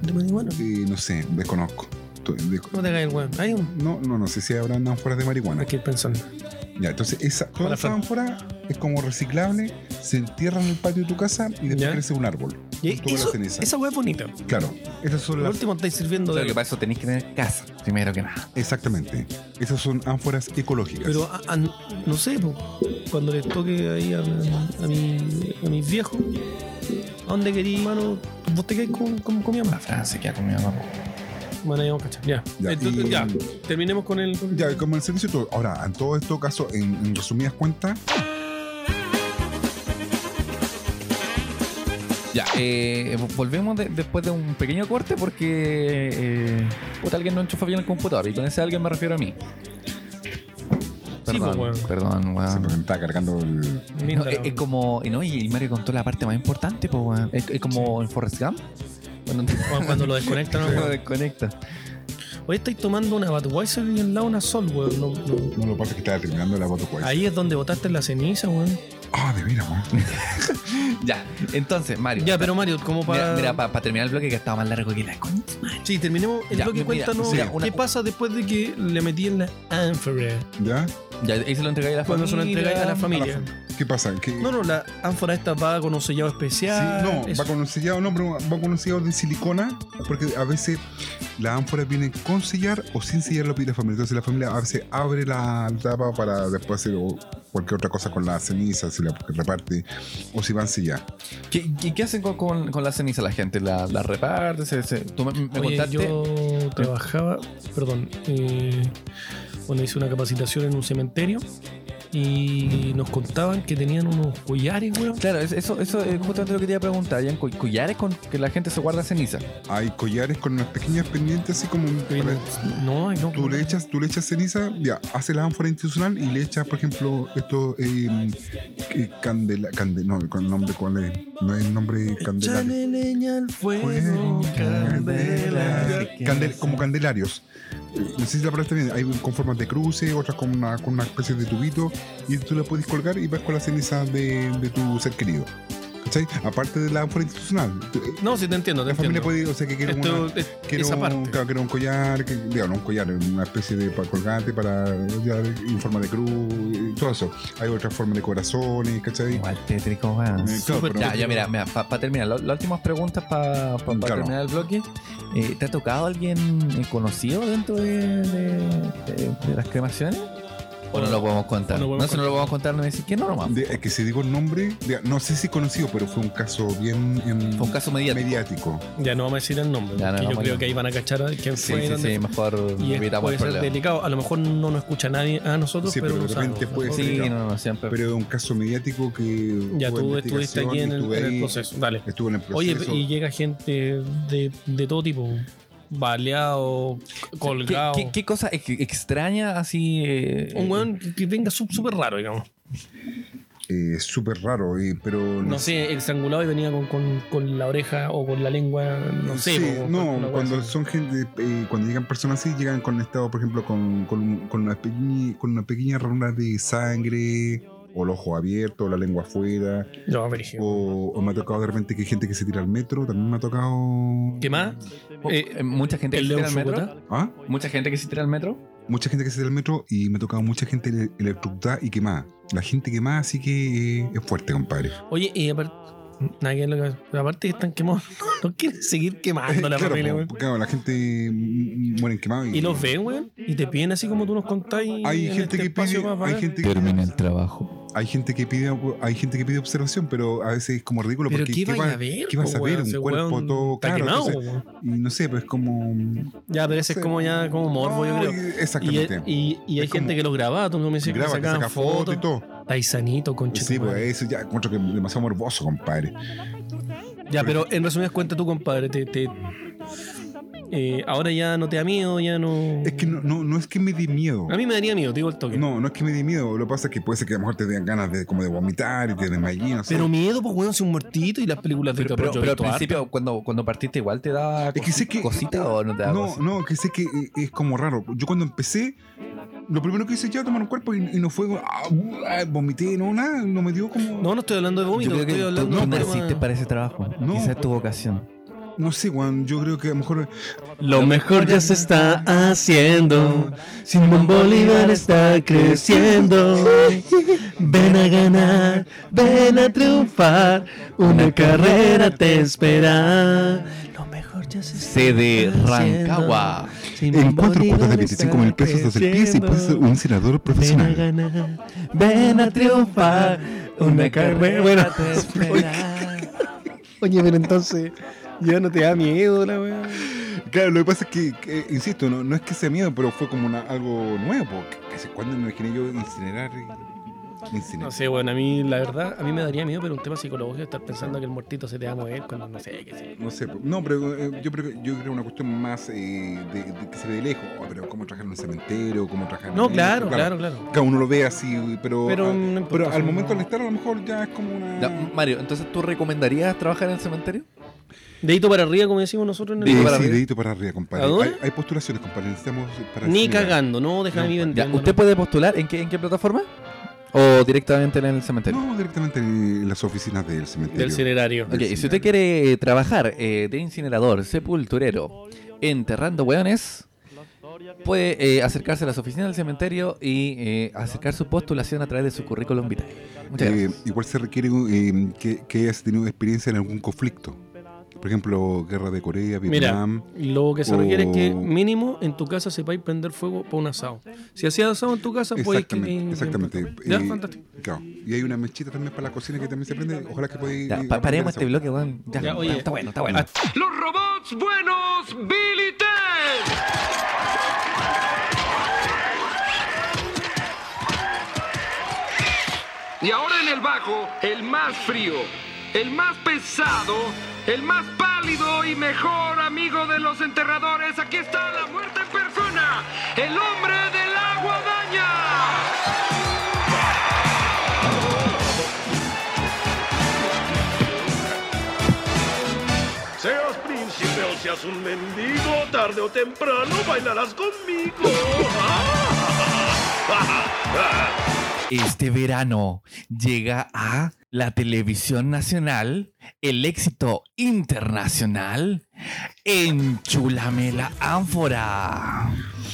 Speaker 3: de marihuana.
Speaker 2: eh, no sé, desconozco. Tu- de-
Speaker 3: No te caes, weón. Hay uno.
Speaker 2: no, no, no sé si habrán ánforas de marihuana.
Speaker 3: Hay que ir pensando.
Speaker 2: Ya, entonces esa, toda
Speaker 3: Hola,
Speaker 2: esa
Speaker 3: Fran.
Speaker 2: ánfora es como reciclable, se entierra en el patio de tu casa y después
Speaker 3: Ya.
Speaker 2: crece un árbol.
Speaker 3: Y
Speaker 2: junto con la
Speaker 3: eso-
Speaker 2: ceniza.
Speaker 3: esa weá es bonita.
Speaker 2: Claro, esas son
Speaker 3: Por
Speaker 2: las,
Speaker 3: último, estáis sirviendo
Speaker 1: Lo
Speaker 3: de.
Speaker 1: que para eso tenéis que tener casa, primero que nada.
Speaker 2: exactamente. Esas son ánforas ecológicas.
Speaker 3: Pero a- a- no sé, po, cuando les toque ahí a, a mi- a mis viejos, ¿a dónde querís, mano? Vos te quedáis con, con, con mi mamá.
Speaker 1: La Francia queda con mi mamá.
Speaker 3: Bueno, ahí vamos a cachar. Ya.
Speaker 2: Ya,
Speaker 3: Entonces,
Speaker 2: y-
Speaker 3: ya. Terminemos con el.
Speaker 2: Ya, como el servicio y todo. Ahora, en todo esto caso, en, en resumidas cuentas,
Speaker 1: Ya, eh, volvemos de- después de un pequeño corte porque eh, puta, alguien no enchufa bien el computador y con ese alguien me refiero a mí.
Speaker 3: Sí,
Speaker 1: Perdón,
Speaker 3: pues, weón. pues,
Speaker 1: perdón,
Speaker 2: se
Speaker 1: weón.
Speaker 2: me está cargando el.
Speaker 1: No, es, es como, y no, y Mario contó la parte más importante, pues, weón. Es, es como en Forrest Gump. Cuando te- [laughs]
Speaker 3: Cuando- Cuando lo desconectan, ¿no?
Speaker 1: cuando desconecta.
Speaker 3: Hoy estáis tomando una Budweiser y al lado una Sol, weón. No- no.
Speaker 2: No, lo que pasa es que estaba terminando la foto, pues.
Speaker 3: Ahí es donde botaste la ceniza, weón.
Speaker 2: Ah, de veras,
Speaker 3: [laughs]
Speaker 2: weón.
Speaker 1: Ya, entonces, Mario.
Speaker 3: Ya, pero Mario, como para.
Speaker 1: Mira, para terminar el bloque que estaba más largo que la concha.
Speaker 3: Sí, terminemos el
Speaker 1: Ya,
Speaker 3: bloque.
Speaker 1: mira,
Speaker 3: Cuéntanos
Speaker 1: mira, una-
Speaker 3: qué pasa después de que le metí en la ánfora.
Speaker 2: ¿Ya?
Speaker 1: Ya, ahí se lo entregáis a la
Speaker 3: Cuando se lo
Speaker 1: familia.
Speaker 3: entregáis a la familia.
Speaker 2: ¿Qué pasa? ¿Qué-
Speaker 3: No, no, la ánfora esta va con un sellado
Speaker 2: Sí,
Speaker 3: especial.
Speaker 2: no,
Speaker 3: eso.
Speaker 2: va con un sellado, no, pero va con un sellado de silicona, porque a veces las ánforas vienen con sellar o sin sellar lo pide la familia. Entonces la familia a veces abre la tapa para después hacer o- cualquier otra cosa con la ceniza, si la reparte, o si van sellar.
Speaker 1: ¿Qué, qué, qué hacen con, con, con la ceniza la gente? ¿La, la reparte? Se, se- tú me, me
Speaker 3: Oye,
Speaker 1: contaste.
Speaker 3: yo trabajaba, perdón, eh, cuando hice una capacitación en un cementerio y nos contaban que tenían unos collares, weón.
Speaker 1: Claro, es- eso, eso es justamente lo que te iba a preguntar. ¿Hayan co- collares con que la gente se guarda ceniza?
Speaker 2: Hay collares con unas pequeñas pendientes, así como
Speaker 3: Que
Speaker 2: para-
Speaker 3: No, ay, no.
Speaker 2: Tú le echas, tú le echas ceniza, ya, hace la ánfora institucional y le echas, por ejemplo, esto eh, eh, candela, cande- no, con nombre cuál es, no es nombre candelario.
Speaker 3: Échale leña al fuego,
Speaker 2: Fuego,
Speaker 3: candela.
Speaker 2: candela- candel- como candelarios. Eh, No sé si la palabra está bien. Hay con formas de cruce, otras con una, con una especie de tubito. Y tú la puedes colgar y vas con la ceniza de, de tu ser querido. ¿cachai? Aparte de la ampoleta institucional.
Speaker 3: No, sí te entiendo, te
Speaker 2: La familia
Speaker 3: entiendo.
Speaker 2: puede, o sea, que quiero
Speaker 3: Esto-
Speaker 2: una-
Speaker 3: es-
Speaker 2: Quiero,
Speaker 3: esa parte.
Speaker 2: un, claro, quiero un collar, que, digo, no un collar, una especie de pa- colgante para ya, en forma de cruz, y todo eso. Hay otra forma de corazones, ¿cachai?
Speaker 1: Igual tétrico, weón.
Speaker 2: Eh, claro, pero-
Speaker 1: Ya, ya, mira, mira para terminar, lo- las últimas preguntas para
Speaker 2: Claro.
Speaker 1: terminar el bloque. Eh, ¿Te ha tocado alguien eh, conocido dentro de, de- de- de las cremaciones? ¿O no lo podemos contar?
Speaker 3: No
Speaker 1: No,
Speaker 3: lo podemos
Speaker 1: si no lo podemos contar, no me decís que no nomás.
Speaker 2: De- es que si digo el nombre, de- no sé si conocido, pero fue un caso bien en-
Speaker 1: Fue un caso mediático.
Speaker 2: mediático.
Speaker 3: Ya no vamos a decir el nombre,
Speaker 1: Ya, no,
Speaker 3: porque
Speaker 1: vamos
Speaker 3: yo creo
Speaker 1: ya.
Speaker 3: que ahí van a cachar a quién
Speaker 1: Sí,
Speaker 3: fue y
Speaker 1: sí,
Speaker 3: dónde
Speaker 1: sí,
Speaker 3: fue.
Speaker 1: mejor
Speaker 3: Y es-
Speaker 1: evitamos
Speaker 3: puede
Speaker 1: el
Speaker 3: ser
Speaker 1: problema.
Speaker 3: delicado. A lo mejor no nos escucha nadie a nosotros,
Speaker 2: Sí,
Speaker 3: pero,
Speaker 2: pero
Speaker 3: no
Speaker 2: de repente
Speaker 3: sabemos.
Speaker 2: puede ser.
Speaker 1: Sí,
Speaker 2: delicado.
Speaker 1: no, no, siempre.
Speaker 2: Pero de un caso mediático que.
Speaker 3: Ya
Speaker 2: fue
Speaker 3: tú
Speaker 2: de
Speaker 3: estuviste aquí
Speaker 2: investigación,
Speaker 3: en el,
Speaker 2: estuve
Speaker 3: en el
Speaker 2: ahí,
Speaker 3: proceso. Dale.
Speaker 2: Estuve en el
Speaker 3: Oye,
Speaker 2: proceso.
Speaker 3: y llega gente de, de todo tipo, baleado,
Speaker 1: ¿Qué,
Speaker 3: colgado.
Speaker 1: qué- qué cosa ex- extraña así? eh,
Speaker 3: Un weón que venga sup- súper raro, digamos.
Speaker 2: Eh, Súper raro, eh, pero.
Speaker 3: No sé, estrangulado y venía con, con, con la oreja o con la lengua, no sé.
Speaker 2: Sí,
Speaker 3: po,
Speaker 2: no,
Speaker 3: una wea
Speaker 2: cuando
Speaker 3: así.
Speaker 2: son gente, eh, cuando llegan personas así, llegan con estado, por ejemplo, con, con, un- con una pequeña, con una pequeña ronda de sangre, o el ojo abierto, o la lengua afuera,
Speaker 3: No, brígido.
Speaker 2: o, o me ha tocado de repente que hay gente que se tira al metro, también me ha tocado.
Speaker 3: ¿Qué más? Eh,
Speaker 1: eh, mucha gente que
Speaker 3: ¿El
Speaker 1: se tira
Speaker 3: León
Speaker 1: al metro.
Speaker 3: Chucota?
Speaker 2: ¿Ah?
Speaker 1: Mucha gente que se tira al metro.
Speaker 2: Mucha gente que se tira al metro y me ha tocado mucha gente ele- electrocutada y quemada. La gente quemada así que eh, es fuerte, compadre.
Speaker 3: Oye, y aparte. Nada que ver lo que- pero aparte están quemados. [laughs] No quieren seguir quemando Ah, la
Speaker 2: [laughs] claro,
Speaker 3: familia,
Speaker 2: po,
Speaker 3: weón.
Speaker 2: claro, la gente mm, muere quemada.
Speaker 3: Y los ven, weón. Y te piden así como tú nos contáis.
Speaker 2: Hay
Speaker 3: en
Speaker 2: gente,
Speaker 3: este
Speaker 2: que
Speaker 3: espacio
Speaker 2: pide,
Speaker 3: más
Speaker 2: hay
Speaker 3: bacán.
Speaker 2: gente que
Speaker 1: Termina el trabajo.
Speaker 2: hay gente que pide hay gente que pide observación, pero a veces es como ridículo
Speaker 3: Pero
Speaker 2: porque
Speaker 3: ¿qué
Speaker 2: ¿qué
Speaker 3: vaya
Speaker 2: va-
Speaker 3: a ver?
Speaker 2: qué vas
Speaker 3: po,
Speaker 2: a ver?
Speaker 3: weón? Ese
Speaker 2: un cuerpo
Speaker 3: weón
Speaker 2: todo
Speaker 3: está
Speaker 2: claro,
Speaker 3: quemado,
Speaker 2: entonces-
Speaker 3: weón.
Speaker 2: y no sé, pero es como
Speaker 3: Ya, pero ese es como ya como morbo, yo
Speaker 2: No,
Speaker 3: creo.
Speaker 2: y-
Speaker 3: Y,
Speaker 2: Exactamente.
Speaker 3: y- y hay
Speaker 2: Es
Speaker 3: gente
Speaker 2: como-
Speaker 3: que lo grababa, tú no me dices que
Speaker 2: graba, te
Speaker 3: sacaban
Speaker 2: saca fotos
Speaker 3: fotos.
Speaker 2: y todo.
Speaker 3: Taisanito, concha.
Speaker 2: Sí,
Speaker 3: tu
Speaker 2: pues
Speaker 3: madre.
Speaker 2: eso ya encuentro que es demasiado morboso, compadre.
Speaker 3: Ya,
Speaker 2: pues.
Speaker 3: pero en resumidas cuentas, tú, compadre, te, te- eh, ahora ya no te da miedo, ya no.
Speaker 2: Es que no, no, no es que me dé miedo.
Speaker 3: A mí me daría miedo, te digo el toque.
Speaker 2: No, no es que me dé miedo. Lo que pasa es que puede ser que a lo mejor te den ganas de como de vomitar y te desmayes, no sé.
Speaker 3: Pero miedo, pues, weón, si un muertito y las películas de
Speaker 1: Pero,
Speaker 3: terror,
Speaker 1: pero,
Speaker 3: yo he
Speaker 1: pero al
Speaker 3: visto harta.
Speaker 1: principio, cuando, cuando partiste, igual te da
Speaker 2: Es que sé que-
Speaker 1: cosita o no te da
Speaker 2: No,
Speaker 1: cosita?
Speaker 2: no, que sé que eh, es como raro. Yo cuando empecé, lo primero que hice ya tomar un cuerpo y, y no fue ah, ah, vomité, no, nada, no me dio como.
Speaker 3: No, no estoy hablando de
Speaker 1: Yo
Speaker 3: vómito,
Speaker 1: creo que
Speaker 3: estoy
Speaker 1: tú
Speaker 3: hablando
Speaker 1: no
Speaker 3: de
Speaker 1: naciste
Speaker 3: tema-
Speaker 1: para ese trabajo.
Speaker 2: No.
Speaker 1: Quizás es tu vocación.
Speaker 2: No sé, Juan, yo creo que a lo mejor.
Speaker 10: Lo mejor ya se está haciendo. Simón Bolívar está creciendo. Ven a ganar, ven a triunfar. Una carrera te espera. Lo mejor ya se está
Speaker 1: CD
Speaker 10: haciendo.
Speaker 1: Rancagua.
Speaker 10: Simón
Speaker 2: En cuatro
Speaker 10: Bolívar
Speaker 2: cuotas de
Speaker 10: está
Speaker 2: 25 mil pesos desde el pie y pues, puedes ser
Speaker 10: creciendo.
Speaker 2: un senador
Speaker 10: Ven a
Speaker 2: profesional.
Speaker 10: ganar, ven a triunfar. Una carrera bueno, [laughs]
Speaker 1: te espera. [laughs]
Speaker 10: Oye, pero entonces, ya no te da miedo la weá.
Speaker 2: Claro, lo que pasa es que, que, insisto, no, no es que sea miedo, pero fue como una- algo nuevo. Porque hace cuándo me imaginé yo incinerar. y-
Speaker 3: No
Speaker 2: Incinerar.
Speaker 3: sé, bueno, a mí la verdad, a mí me daría miedo, pero un tema psicológico estar pensando que el muertito se te va a mover cuando no sé qué sé.
Speaker 2: No sé, pero- no, pero eh, yo creo que yo creo una cuestión más eh, de, de que se ve de lejos. Oh, pero cómo trabajar en un cementerio, cómo trabajar en
Speaker 3: No,
Speaker 2: esto,
Speaker 3: claro, claro, claro.
Speaker 2: Cada uno lo ve así, pero,
Speaker 3: Pero
Speaker 2: ah,
Speaker 3: no importa,
Speaker 2: pero
Speaker 3: sí,
Speaker 2: al
Speaker 3: no.
Speaker 2: momento de estar a lo mejor ya es como una.
Speaker 1: Ya, Mario, entonces tú recomendarías trabajar en el cementerio?
Speaker 3: Dedito para arriba, como decimos nosotros en
Speaker 2: Eh,
Speaker 3: el.
Speaker 1: para
Speaker 2: sí,
Speaker 1: arriba.
Speaker 2: dedito para arriba, compadre.
Speaker 3: ¿A dónde?
Speaker 2: Hay, hay postulaciones, compadre. Necesitamos para
Speaker 3: Ni
Speaker 2: incinerar.
Speaker 3: cagando, no, deja a mí
Speaker 1: Ya,
Speaker 3: vendiendo.
Speaker 1: ¿Usted puede postular en qué, en qué plataforma? ¿O directamente en el cementerio?
Speaker 2: No, directamente en las oficinas del cementerio.
Speaker 3: Del cinerario.
Speaker 1: Ok, si usted quiere eh, trabajar eh, de incinerador, sepulturero, enterrando hueones, puede eh, acercarse a las oficinas del cementerio y eh, acercar su postulación a través de su currículum vitae. Muchas
Speaker 2: Eh,
Speaker 1: gracias.
Speaker 2: igual se requiere eh, que, que hayas tenido experiencia en algún conflicto. Por ejemplo, guerra de Corea,
Speaker 3: Mira,
Speaker 2: Vietnam.
Speaker 3: lo que se requiere es que
Speaker 2: o-
Speaker 3: mínimo en tu casa sepáis prender fuego para un asado. Si hacías asado en tu casa, puedes pues, que.
Speaker 2: exactamente, exactamente.
Speaker 3: Ya,
Speaker 2: Eh,
Speaker 3: fantástico.
Speaker 2: claro. Y hay una mechita también para la cocina que también se prende. Ojalá que pueda.
Speaker 1: Ya,
Speaker 2: eh,
Speaker 1: pa- paremos este
Speaker 2: aprender
Speaker 1: bloque, weón. Ya,
Speaker 3: Ya, oye.
Speaker 1: está bueno, está bueno.
Speaker 3: Ah,
Speaker 11: Los robots buenos, Billy Ted. Y ahora en el bajo, el más frío, el más pesado, el más pálido y mejor amigo de los enterradores. Aquí está la muerte en persona, el hombre del agua daña.
Speaker 5: Seas príncipe o seas un mendigo, tarde o temprano bailarás conmigo.
Speaker 1: Este verano llega a la televisión nacional el éxito internacional Enchúlame la ánfora.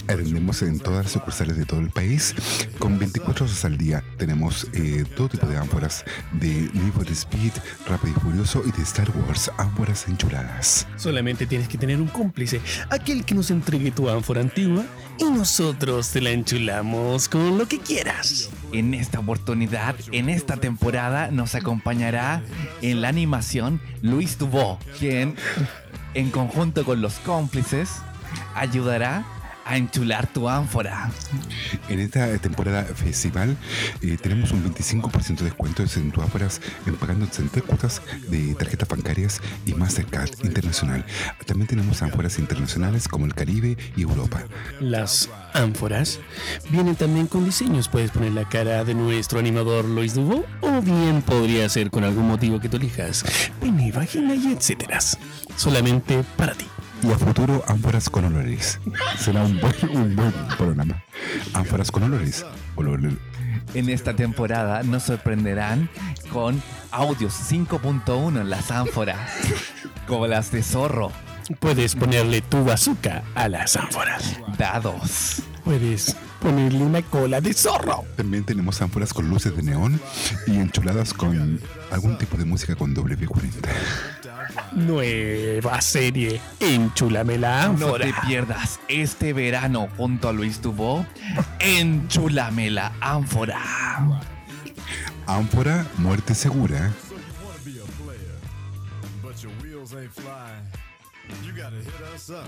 Speaker 2: Tenemos en todas las sucursales de todo el país. Con 24 horas al día tenemos eh, todo tipo de ánforas de Need for Speed, Rápido y Furioso y de Star Wars, ánforas enchuladas.
Speaker 3: Solamente tienes que tener un cómplice, aquel que nos entregue tu ánfora antigua y nosotros te la enchulamos con lo que quieras.
Speaker 1: En esta oportunidad, en esta temporada, nos acompañará en la animación Luis Dubó, quien, en conjunto con los cómplices, ayudará a enchular tu ánfora.
Speaker 2: En esta temporada festival eh, tenemos un 25% de descuento en tu ánforas en pagando en tres cuotas de tarjetas bancarias y Mastercard Internacional. También tenemos ánforas internacionales como el Caribe y Europa.
Speaker 3: Las ánforas vienen también con diseños. Puedes poner la cara de nuestro animador Luis Dubó o bien podría ser con algún motivo que tú elijas. Pene, vagina y etcétera. Solamente para ti.
Speaker 2: Y a futuro, ánforas con olores. Será un buen, un buen programa. Ánforas con olores. Olor-
Speaker 1: En esta temporada nos sorprenderán con audios 5.1 en las ánforas, como las de zorro,
Speaker 3: Puedes ponerle tu bazooka a las ánforas.
Speaker 1: dados.
Speaker 3: Puedes ponerle una cola de zorro.
Speaker 2: También tenemos ánforas con luces de neón y enchuladas con algún tipo de música con W40.
Speaker 3: Nueva serie. Enchúlame la
Speaker 1: No te
Speaker 3: ánfora.
Speaker 1: pierdas este verano junto a Luis Dubó en Chulamela Ánfora.
Speaker 2: Ánfora, muerte segura.
Speaker 12: But your wheels ain't flying. You gotta hit us up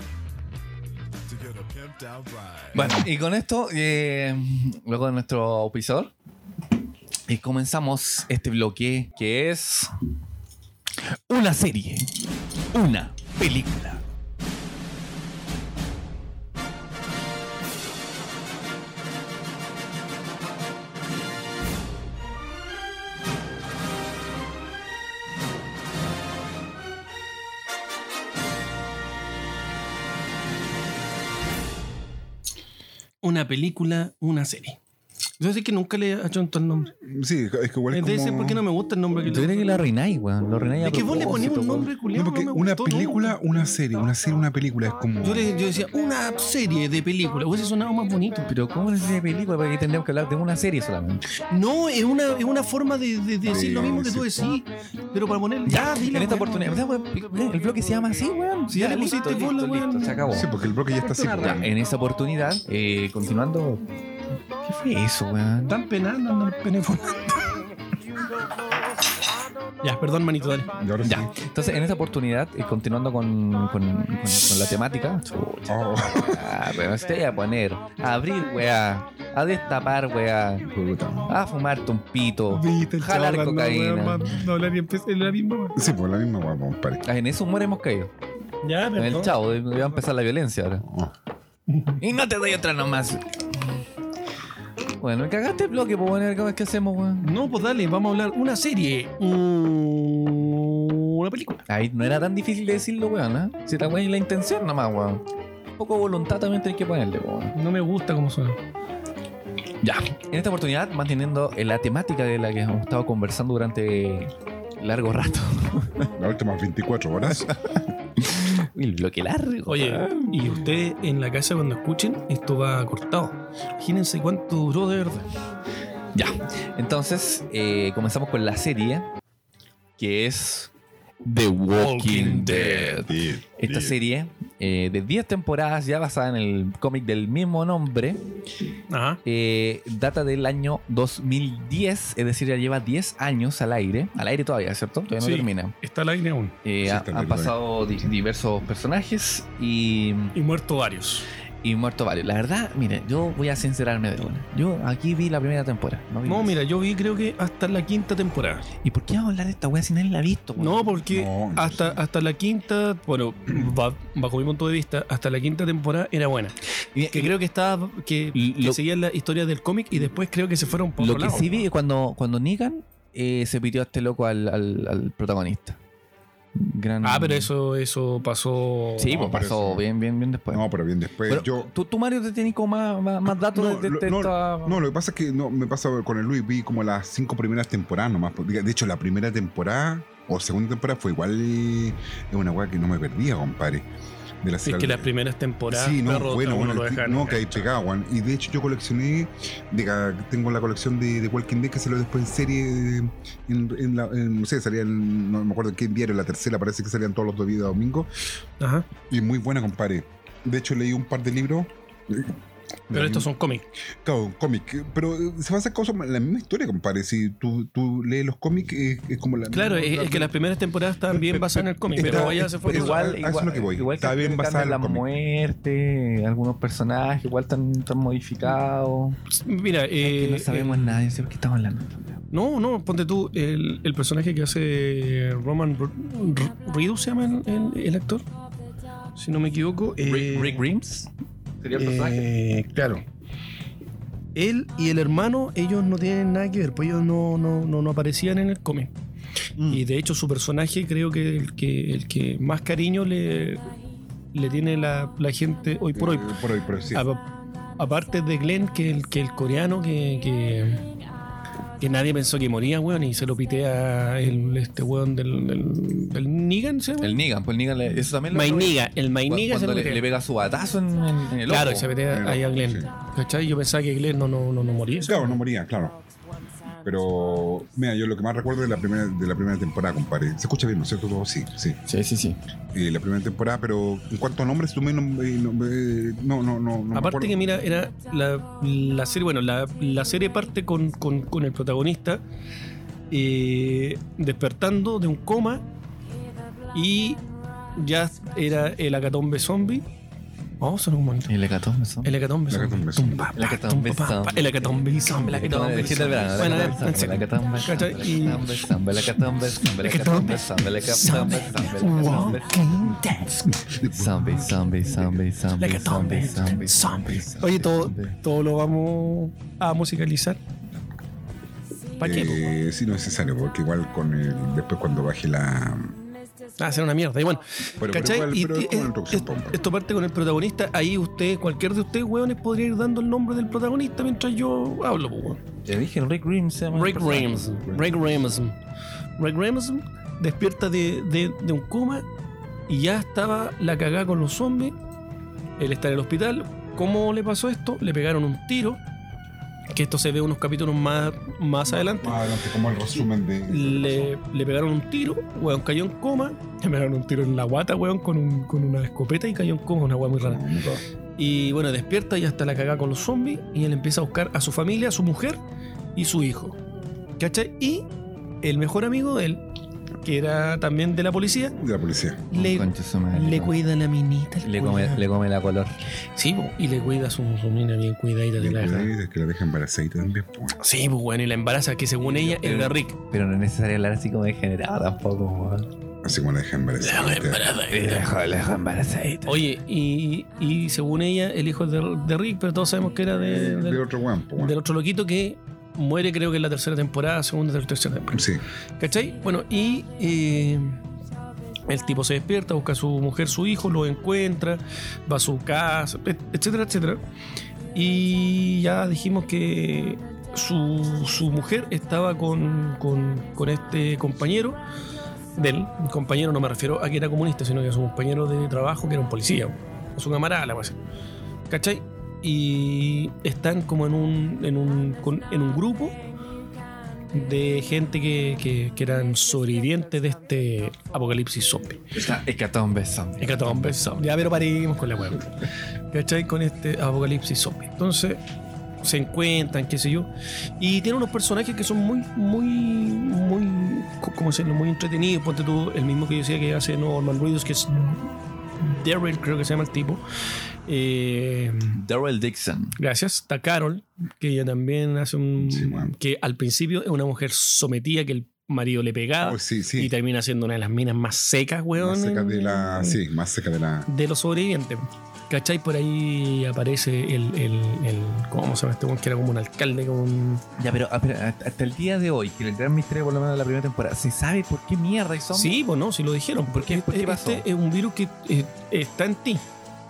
Speaker 12: to get a pimped out ride.
Speaker 1: Bueno, y con esto, eh, luego de nuestro auspiciador, y comenzamos este bloque que es una serie, una película.
Speaker 3: Una película, una serie. Yo sé que nunca le he hecho un tal nombre.
Speaker 2: Sí, es que igual es
Speaker 3: Es de ese
Speaker 2: como-
Speaker 3: porque no me gusta el nombre que
Speaker 1: Yo creo
Speaker 3: le
Speaker 1: que la arruináis, weón. Lo arruináis a
Speaker 3: Es que vos le ponías
Speaker 1: propósito,
Speaker 3: un
Speaker 1: weón.
Speaker 3: nombre
Speaker 2: No,
Speaker 3: culiado.
Speaker 2: porque una película, una serie, una serie, una película es como...
Speaker 3: Yo, le, yo decía, una serie de películas. Hubiese sonado más bonito.
Speaker 1: Pero ¿cómo es de película? Porque tendríamos que hablar de una serie solamente.
Speaker 3: No, es una, es una forma de, de- de decir lo mismo que tú decís. Pero para poner. Ya, dile.
Speaker 1: en esta
Speaker 3: weón.
Speaker 1: oportunidad. El bloque se llama así, weón.
Speaker 3: Ya le pusiste bola, weón. pues.
Speaker 1: Se acabó.
Speaker 2: Sí, porque el bloque ya está así.
Speaker 1: Ya, en esta oportunidad, eh, continuando. ¿Qué fue eso, weón?
Speaker 3: Están penando, andan penefolando. [laughs] ya, perdón, manito, dale.
Speaker 2: Y ahora sí.
Speaker 1: Ya, entonces en esta oportunidad, eh, continuando con, con- con- con la temática, chucha,
Speaker 2: Oh.
Speaker 1: ah, weón, te voy a poner a abrir, weá, a destapar, weá, a fumarte un pito,
Speaker 3: Viste, el
Speaker 1: jalar
Speaker 3: chaval,
Speaker 1: cocaína.
Speaker 3: No, weón, va- va a hablar y empieza en la misma. weón.
Speaker 2: Sí, pues la misma guapa, compadre.
Speaker 1: Ah, en eso muere hemos caído.
Speaker 3: Ya,
Speaker 1: En el
Speaker 3: perdón.
Speaker 1: chavo, eh, va a empezar la violencia ahora. Y no te doy otra nomás. Bueno, me cagaste el bloque, pues bueno, ¿cómo es que hacemos, weón?
Speaker 3: No, pues dale, vamos a hablar una serie. uh, Una película.
Speaker 1: Ahí no era tan difícil de decirlo, weón, ¿eh? Si la weón es la intención nomás, weón. Un poco de voluntad también tenés que ponerle, weón.
Speaker 3: No me gusta cómo suena.
Speaker 1: Ya, en esta oportunidad, manteniendo eh, la temática de la que hemos estado conversando durante largo rato. [laughs]
Speaker 2: Las últimas 24 horas.
Speaker 1: Uy, el bloque largo.
Speaker 3: Oye,
Speaker 1: weón.
Speaker 3: y ustedes en la casa cuando escuchen, esto va cortado. Imagínense cuánto duró de verdad.
Speaker 1: Ya, entonces eh, comenzamos con la serie que es The Walking Dead. Esta serie eh, de 10 temporadas, ya basada en el cómic del mismo nombre,
Speaker 3: Ajá.
Speaker 1: eh, data del año 2010, es decir, ya lleva 10 años al aire. Al aire todavía, ¿cierto? Todavía no
Speaker 3: Sí.
Speaker 1: termina.
Speaker 3: Está al aire aún.
Speaker 1: Eh,
Speaker 2: Sí,
Speaker 1: ha-
Speaker 2: está en
Speaker 1: han
Speaker 2: el
Speaker 1: pasado di- diversos personajes y,
Speaker 3: Y muerto varios.
Speaker 1: y muerto varios. La verdad, mire, yo voy a sincerarme de una. Yo aquí vi la primera temporada. No, vi
Speaker 3: No,
Speaker 1: más.
Speaker 3: mira, yo vi creo que hasta la quinta temporada.
Speaker 1: ¿Y por qué vamos a hablar de esta wea si nadie la ha visto? weón?
Speaker 3: No, porque
Speaker 2: No, no
Speaker 3: hasta, hasta la quinta,
Speaker 1: [clears throat]
Speaker 3: bueno, ba- bajo mi punto de vista, hasta la quinta temporada era buena.
Speaker 1: Y-
Speaker 3: Que
Speaker 1: y-
Speaker 3: creo que estaba, que, que
Speaker 1: Lo-
Speaker 3: seguían las historias del cómic y después creo que se fueron por
Speaker 1: Lo
Speaker 3: otro
Speaker 1: que
Speaker 3: lado.
Speaker 1: sí vi es cuando, cuando Negan eh, se pitió a este loco al, al- al protagonista. Gran-
Speaker 3: Ah, pero eso, eso pasó.
Speaker 1: Sí, pues
Speaker 2: No, pero
Speaker 1: pasó
Speaker 2: eso-
Speaker 1: bien, bien, bien después.
Speaker 2: No, pero bien después.
Speaker 1: Pero
Speaker 2: yo.
Speaker 1: tú, tú, Mario, te tienes como más, más, más datos
Speaker 2: No,
Speaker 1: de, este de-
Speaker 2: lo,
Speaker 1: de
Speaker 2: no,
Speaker 1: esta-
Speaker 2: no, lo que pasa es que no, me pasa con el Luis, vi como las cinco primeras temporadas nomás. porque De hecho, la primera temporada o segunda temporada fue igual. eh, Es una weá que no me perdía, compadre. De la
Speaker 3: Es que las primeras temporadas.
Speaker 2: Sí, no,
Speaker 3: perro,
Speaker 2: bueno,
Speaker 3: uno
Speaker 2: bueno,
Speaker 3: lo
Speaker 2: sí,
Speaker 3: dejan
Speaker 2: no, que ahí
Speaker 3: enganchado.
Speaker 2: pegado, weón. Y de hecho, yo coleccioné, diga, tengo la colección de, de Walking Dead que salió después en serie, eh, en, en la- en, no sé, salía, en- no me acuerdo en qué diario, la tercera, parece que salían todos los dos días domingos.
Speaker 3: Ajá.
Speaker 2: Y muy buena, compadre. De hecho, leí un par de libros. eh,
Speaker 3: Pero
Speaker 2: de-
Speaker 3: estos son cómics.
Speaker 2: Claro, un cómic. Pero eh, se basa cosas, la misma historia, compadre. Si tú, tú lees los cómics, eh, es como la.
Speaker 3: Claro, es,
Speaker 2: la-
Speaker 3: es que las primeras temporadas estaban bien basadas en el cómic,
Speaker 2: Está-
Speaker 3: pero ella se fue.
Speaker 2: pero
Speaker 3: por-
Speaker 2: a- a eso es lo que voy.
Speaker 1: igual
Speaker 2: Está
Speaker 1: que
Speaker 2: bien
Speaker 1: cambian
Speaker 2: basada en
Speaker 1: la
Speaker 2: los cómics.
Speaker 1: muerte, algunos personajes igual están, están modificados.
Speaker 3: Mira, eh,
Speaker 1: que no sabemos nada, yo sé por qué estamos hablando.
Speaker 3: No, no, ponte tú, el, el personaje que hace Roman Br- R- Reedus se llama el, el- el actor, si no me equivoco. eh,
Speaker 1: Rick, Rick Grimes.
Speaker 10: Sería el personaje.
Speaker 3: eh, claro. Él y el hermano, ellos no tienen nada que ver, pues ellos no, no, no, no aparecían en el cómic.
Speaker 1: Mm.
Speaker 3: Y de hecho su personaje creo que el que, el que más cariño le, le tiene la, la gente hoy por hoy.
Speaker 2: eh, por hoy, por hoy, sí.
Speaker 3: A- aparte de Glenn, que el, que el coreano que, que, que nadie pensó que moría, weón, y se lo pitea el, este weón del, del, del Negan, ¿se llama?
Speaker 1: El Negan, pues el Negan, le- eso también lo.
Speaker 3: Mainiga, el Mainiga se
Speaker 1: Cuando
Speaker 3: lo
Speaker 1: le,
Speaker 3: pitea.
Speaker 1: le pega su batazo en, en- en el
Speaker 3: Claro,
Speaker 1: ojo.
Speaker 3: y se pitea ahí a Glenn.
Speaker 2: Sí.
Speaker 3: ¿Cachai? Yo pensaba que Glenn no, no, no, no moría.
Speaker 2: Claro, no moría, claro. Pero, mira, yo lo que más recuerdo de la primera, de la primera temporada, compadre. Se escucha bien, ¿no es cierto? Todo sí, sí.
Speaker 1: Sí, sí, sí.
Speaker 2: Eh, la primera temporada, pero en cuanto a nombres, tú me nom- eh, nom- eh, no, no, no, no. me
Speaker 3: Aparte
Speaker 2: acuerdo.
Speaker 3: que mira, era la, la serie, bueno, la, la serie parte con, con- con el protagonista eh, despertando de un coma y ya era el hecatombe zombie. Vamos a un momento.
Speaker 1: Y le cató, me son.
Speaker 3: El hecatombe
Speaker 2: La
Speaker 3: zombie.
Speaker 2: hecatombe zombie.
Speaker 3: Tumpa, pa,
Speaker 1: La hecatombe
Speaker 3: tumpa, pa, pa.
Speaker 1: zombie.
Speaker 3: El hecatombe zombie.
Speaker 1: La hecatombe del hit del verano,
Speaker 3: Bueno,
Speaker 1: la hecatombe
Speaker 3: en serio.
Speaker 1: zombie, la hecatombe zombie,
Speaker 3: ¿Cachai? Y-
Speaker 1: la hecatombe zombie, la hecatombe zombie, la hecatombe zombie, la hecatombe zombie, la hecatombe
Speaker 3: Walking Dead.
Speaker 1: zombie, zombie, zombie,
Speaker 3: La
Speaker 1: zombie, zombie,
Speaker 3: hecatombe
Speaker 1: zombie,
Speaker 3: zombie.
Speaker 1: zombie,
Speaker 3: Oye, todo,
Speaker 1: zombie.
Speaker 3: todo lo vamos a musicalizar. ¿Para qué? po?
Speaker 2: Eh, sí, no es necesario, porque igual con el, después cuando baje la.
Speaker 3: Ah, será una mierda. Y bueno,
Speaker 2: Pero- pero
Speaker 3: ¿cachai?
Speaker 2: igual-
Speaker 3: Y-
Speaker 2: pero
Speaker 3: y-
Speaker 2: es como una introducción,
Speaker 3: es-
Speaker 2: pompa.
Speaker 3: esto parte con el protagonista. Ahí usted, cualquier de ustedes, weones, podría ir dando el nombre del protagonista mientras yo hablo, po, weón.
Speaker 1: Te dije, el Rick Grimes se llama el
Speaker 3: Rick
Speaker 1: personaje.
Speaker 3: Grimes. Rick Grimes. Rick Grimes despierta de, de- de un coma y ya estaba la cagada con los zombies. Él está en el hospital. ¿Cómo le pasó esto? Le pegaron un tiro. Que esto se ve unos capítulos más, más adelante.
Speaker 2: Más adelante, Ah, como el resumen de.
Speaker 3: Le, le pegaron un tiro, weón, cayó en coma. [laughs] Le pegaron un tiro en la guata, weón, con, un- con una escopeta y cayó en coma, una weá muy rara.
Speaker 2: No, nunca.
Speaker 3: Y bueno, despierta y hasta la cagada con los zombies. Y él empieza a buscar a su familia, a su mujer y su hijo. ¿Cachai? Y el mejor amigo de él, que era también de la policía,
Speaker 2: De la policía.
Speaker 3: le,
Speaker 1: Concha su madre,
Speaker 3: le
Speaker 1: le come-
Speaker 3: cuida la minita.
Speaker 1: le
Speaker 3: cuida-
Speaker 1: come, le come la color.
Speaker 3: Sí, po, y le cuida a su, su mina bien cuidadita.
Speaker 2: Y
Speaker 3: que la deja.
Speaker 2: es que la deja embarazadita también. pues.
Speaker 3: Sí, pues bueno, y la embaraza, que según ella
Speaker 1: Pero-
Speaker 3: era Rick.
Speaker 1: Pero no es necesario hablar así como degenerado tampoco, weón.
Speaker 2: Así como la deja embarazada.
Speaker 1: Le dejo embarazadita.
Speaker 3: Oye, y, y según ella, el hijo es de, de Rick, pero todos sabemos que era
Speaker 2: De
Speaker 3: de- del,
Speaker 2: otro guampo, pues,
Speaker 3: del otro loquito que muere, creo que en la tercera temporada, segunda o tercera temporada.
Speaker 2: Sí.
Speaker 3: ¿Cachai? Bueno, y eh, el tipo se despierta, busca a su mujer, su hijo, lo encuentra, va a su casa, et- etcétera, etcétera. Y ya dijimos que su, su mujer estaba con, con- con este compañero de él. Compañero no me refiero a que era comunista, sino que a su compañero de trabajo que era un policía, o su camarada, la cosa. ¿Cachai? Y están como en un, en un, con- en un grupo de gente que, que- que eran sobrevivientes de este apocalipsis zombie.
Speaker 1: Esta hecatombe zombie.
Speaker 3: Hecatombe zombie. Ya, pero parimos con la hueá. ¿Cachai? Con este apocalipsis zombie. Entonces, se encuentran, qué sé yo. Y tiene unos personajes que son muy, muy, muy, co- ¿cómo decirlo? Muy entretenidos. Ponte tú, el mismo que yo decía que hace Norman Reedus, que es Daryl, creo que se llama el tipo. Eh,
Speaker 1: Daryl Dixon.
Speaker 3: Gracias. Está Carol, que ella también hace un.
Speaker 2: Sí, bueno.
Speaker 3: que al principio es una mujer sometida que el marido le pegaba
Speaker 2: Oh, sí, sí.
Speaker 3: Ah. y termina siendo una de las minas más secas, weón.
Speaker 2: Más seca de
Speaker 3: en-
Speaker 2: la. Sí, más seca de la.
Speaker 3: De los sobrevivientes. ¿Cachai? Por ahí aparece el, el, el ¿cómo se llama este weón? Que era como un alcalde, como un...
Speaker 1: Ya, pero, ah, pero hasta hasta el día de hoy, que el gran misterio por lo menos de la primera temporada, ¿se sabe por qué mierda y son?
Speaker 3: Sí, pues no, si lo dijeron, porque
Speaker 1: ¿Por qué
Speaker 3: este
Speaker 1: pasó?
Speaker 3: es un virus que eh, está en ti.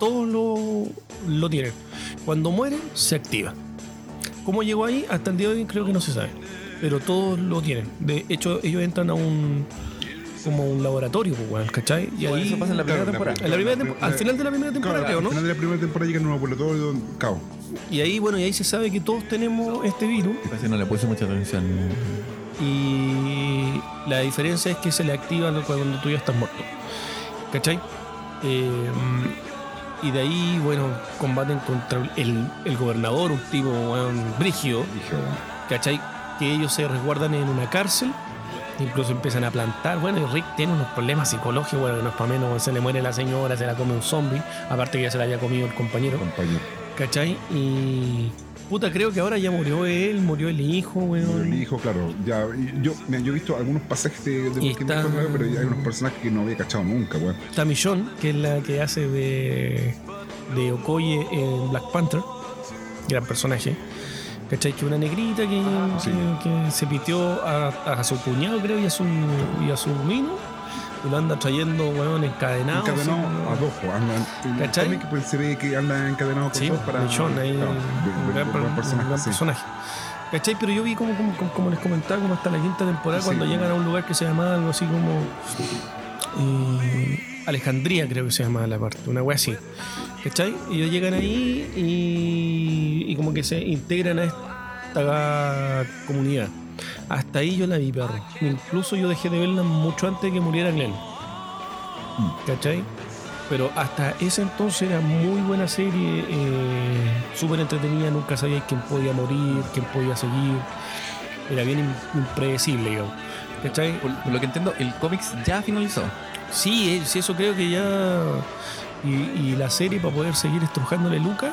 Speaker 3: Todos lo, lo tienen. Cuando muere, se activa. ¿Cómo llegó ahí? Hasta el día de hoy creo que no se sabe. Pero todos lo tienen. De hecho, ellos entran a un como a un laboratorio, pues, weón, ¿cachai? Y
Speaker 1: Bueno,
Speaker 3: ahí
Speaker 1: eso pasa en la primera
Speaker 2: Claro,
Speaker 1: temporada.
Speaker 3: en la primera tempo- al final de la primera temporada, creo,
Speaker 2: Al
Speaker 3: ¿no?
Speaker 2: final de la primera temporada llega en un ambulatorio, cabo.
Speaker 3: Y ahí, bueno, y ahí se sabe que todos tenemos este virus.
Speaker 1: Parece que no le puse mucha atención.
Speaker 3: y la diferencia es que se le activa lo- cuando tú ya estás muerto. ¿Cachai? Eh, y de ahí, bueno, combaten contra el, el gobernador, un tipo weón, brígido,
Speaker 2: Dije, bueno.
Speaker 3: ¿cachai? Que ellos se resguardan en una cárcel, incluso empiezan a plantar. Bueno, y Rick tiene unos problemas psicológicos, bueno, que no es para menos, se le muere la señora, se la come un zombie, aparte que ya se la había comido el compañero.
Speaker 2: "Oh, Compañero.
Speaker 3: ¿Cachai? Y. Puta, creo que ahora ya murió él, murió el hijo,
Speaker 2: Pero
Speaker 3: weón.
Speaker 2: El hijo, claro. Ya, y yo, mira, yo he visto algunos pasajes de, de
Speaker 3: Y
Speaker 2: Walking
Speaker 3: está-
Speaker 2: Dead, claro, pero hay unos personajes que no había cachado nunca, weón.
Speaker 3: Está Michonne, que es la que hace de, de Okoye en Black Panther. Gran personaje. ¿Cachai? Que una negrita que,
Speaker 2: Sí.
Speaker 3: que, que se pitió a, a su cuñado, creo, y a su, y a su mino. Y lo anda trayendo, weón, encadenado.
Speaker 2: Encadenado a
Speaker 3: así
Speaker 2: dos, pues, anda- en-
Speaker 3: Ah, ¿Cachai?
Speaker 2: también que, pues, se ve que anda encadenado con
Speaker 3: Sí,
Speaker 2: dos para.
Speaker 3: Michonne, ahí,
Speaker 2: claro, de- de-
Speaker 3: un gran,
Speaker 2: de-
Speaker 3: per-
Speaker 2: buen
Speaker 3: un
Speaker 2: personaje,
Speaker 3: gran
Speaker 2: sí.
Speaker 3: personaje. ¿Cachai? Pero yo vi como, como, como- como les comentaba, como hasta la quinta temporada,
Speaker 2: Sí.
Speaker 3: cuando llegan a un lugar que se llama algo así como eh, Alejandría, creo que se llama la parte, una wea así. ¿Cachai? Y ellos llegan ahí y, y como que se integran a esta comunidad. Hasta ahí yo la vi, perro. Incluso yo dejé de verla mucho antes de que muriera Glenn. ¿Cachai? Pero hasta ese entonces era muy buena serie, eh, súper entretenida, nunca sabías quién podía morir, quién podía seguir. Era bien im- impredecible, digamos. ¿Cachai?
Speaker 1: Por, por lo que entiendo, el cómics ya finalizó.
Speaker 3: Sí, eh, sí, eso creo que ya. Y, y la serie para poder seguir estrujándole Luca,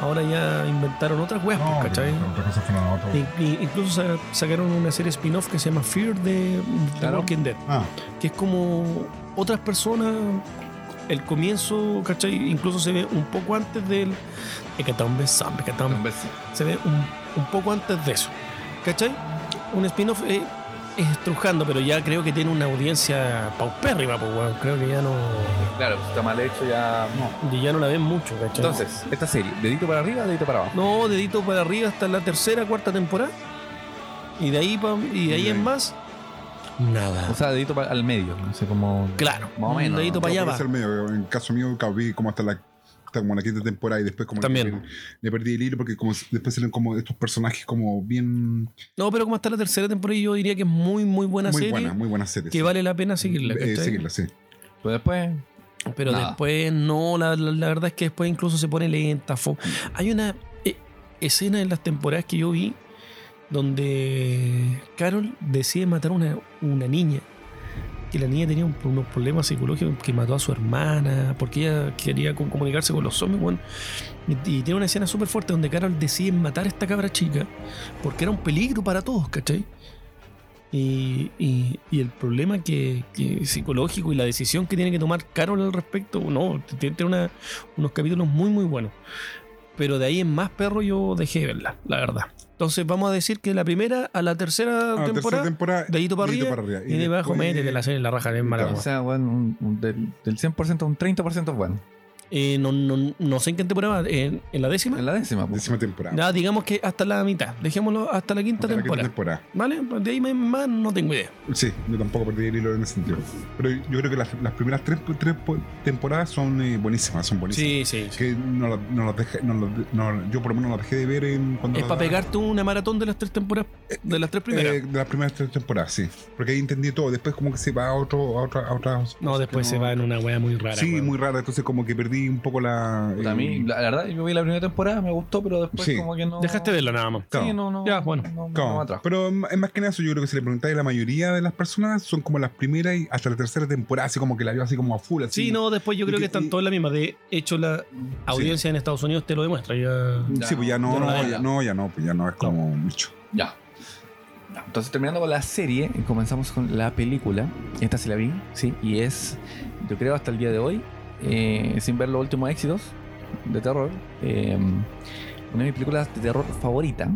Speaker 3: ahora ya inventaron otras weas,
Speaker 2: No,
Speaker 3: pues, ¿cachai?
Speaker 2: pero otra cosa fue una otra.
Speaker 3: Y- y incluso sa- sacaron una serie spin-off que se llama Fear de The
Speaker 1: Claro.
Speaker 3: Walking Dead
Speaker 2: Ah,
Speaker 3: que es como otras personas. El comienzo, ¿cachai? Incluso se ve un poco antes del. Hecatombe, zombie, hecatombe. Se ve un, un poco antes de eso. ¿cachai? Un spin-off eh, es estrujando, pero ya creo que tiene una audiencia paupérrima, pues, weón. Creo que ya no.
Speaker 1: Claro, está mal hecho ya.
Speaker 3: Ya no la ven mucho, ¿cachai?
Speaker 1: Entonces, esta serie, dedito para arriba, dedito para abajo.
Speaker 3: No, dedito para arriba hasta la tercera, cuarta temporada. Y de ahí, pa- y de ahí en más. Nada.
Speaker 1: O sea, dedito para, al medio, no sé cómo.
Speaker 3: Claro.
Speaker 1: Más o menos.
Speaker 3: Un dedito
Speaker 1: ¿no?
Speaker 3: para allá
Speaker 2: no,
Speaker 3: va.
Speaker 2: parece el medio. En el caso mío, claro, vi como hasta la hasta como la quinta temporada y después como que
Speaker 3: También.
Speaker 2: le- le perdí el hilo porque como s- después salen como estos personajes como bien
Speaker 3: No, pero como hasta la tercera temporada, yo diría que es muy, muy buena
Speaker 2: muy
Speaker 3: serie.
Speaker 2: buenas muy buenas series
Speaker 3: que vale la pena seguirla.
Speaker 2: Eh,
Speaker 3: ¿cachai? Ah,
Speaker 2: seguirla, sí
Speaker 1: Pero después.
Speaker 3: Pero
Speaker 1: Nada.
Speaker 3: después no, la, la- la verdad es que después incluso se pone lenta. fo- Hay una eh, escena en las temporadas que yo vi donde Carol decide matar a una, una niña. Que la niña tenía un- unos problemas psicológicos que mató a su hermana porque ella quería com- comunicarse con los zombies. weón. Y, y tiene una escena súper fuerte donde Carol decide matar a esta cabra chica porque era un peligro para todos, ¿cachai? Y, y- y el problema que, que psicológico y la decisión que tiene que tomar Carol al respecto, no, t- tiene una- unos capítulos muy, muy buenos. Pero de ahí en más, perro, yo dejé de verla, la verdad. Entonces vamos a decir que la primera a la tercera
Speaker 2: Ah, tercera
Speaker 3: temporada,
Speaker 2: temporada
Speaker 3: dedito para arriba, y de
Speaker 2: después,
Speaker 3: abajo métete la serie en la raja, es
Speaker 1: O
Speaker 3: maravilla.
Speaker 1: sea, bueno, un- un del, del 100% un 30% es bueno.
Speaker 3: Eh, no, no, no sé en qué temporada, en, en la décima.
Speaker 1: En la décima, pues.
Speaker 2: décima temporada
Speaker 3: Ya, digamos que hasta la mitad, dejémoslo hasta la quinta
Speaker 2: Hasta la quinta
Speaker 3: temporada.
Speaker 2: temporada
Speaker 3: ¿Vale? De ahí en más no tengo idea.
Speaker 2: Sí, yo tampoco perdí el hilo en ese sentido. Pero yo creo que las, las primeras tres, tres po- temporadas son eh, buenísimas, son buenísimas.
Speaker 3: Sí, sí. sí.
Speaker 2: Que no las no las dejé, no las- no- yo por lo menos no las dejé de ver en cuando...
Speaker 3: Es
Speaker 2: las daban.
Speaker 3: para pegarte una maratón de las tres temporadas, de las tres primeras.
Speaker 2: Eh, de las primeras tres temporadas, sí. Porque ahí entendí todo. Después como que se va a otro... A otra, a otras
Speaker 3: No,
Speaker 2: cosas
Speaker 3: después
Speaker 2: que
Speaker 3: se
Speaker 2: no-
Speaker 3: va en una wea muy rara.
Speaker 2: Sí,
Speaker 3: weón.
Speaker 2: muy rara. Entonces como que perdí un poco la...
Speaker 1: Puta, a mí,
Speaker 2: eh,
Speaker 1: la, la verdad, yo vi la primera temporada, me gustó, pero después
Speaker 2: Sí.
Speaker 1: como que no.
Speaker 3: Dejaste verla nada más.
Speaker 1: Sí,
Speaker 2: Claro.
Speaker 1: no, no.
Speaker 3: Ya, bueno.
Speaker 1: No, no
Speaker 2: Claro,
Speaker 1: me atrajo.
Speaker 2: pero mm, es más que nada eso, yo creo que si le preguntáis a la mayoría de las personas, son como las primeras y hasta la tercera temporada, así como que la vio así como a full. Así.
Speaker 3: Sí, no, después yo
Speaker 2: Y
Speaker 3: creo
Speaker 2: que-
Speaker 3: que están
Speaker 2: y-
Speaker 3: todas las mismas. De hecho, la audiencia en Estados Unidos te lo demuestra. Ya...
Speaker 1: Ya
Speaker 2: sí, pues ya no,
Speaker 1: no, ya
Speaker 2: no,
Speaker 1: no.
Speaker 2: ya no, ya no, pues ya no es como mucho.
Speaker 1: Ya. Ya, Entonces, terminando con la serie, comenzamos con la película. Esta se la vi, sí, y es, yo creo, hasta el día de hoy, eh, sin ver los últimos éxitos de terror, eh, una de mis películas de terror favorita.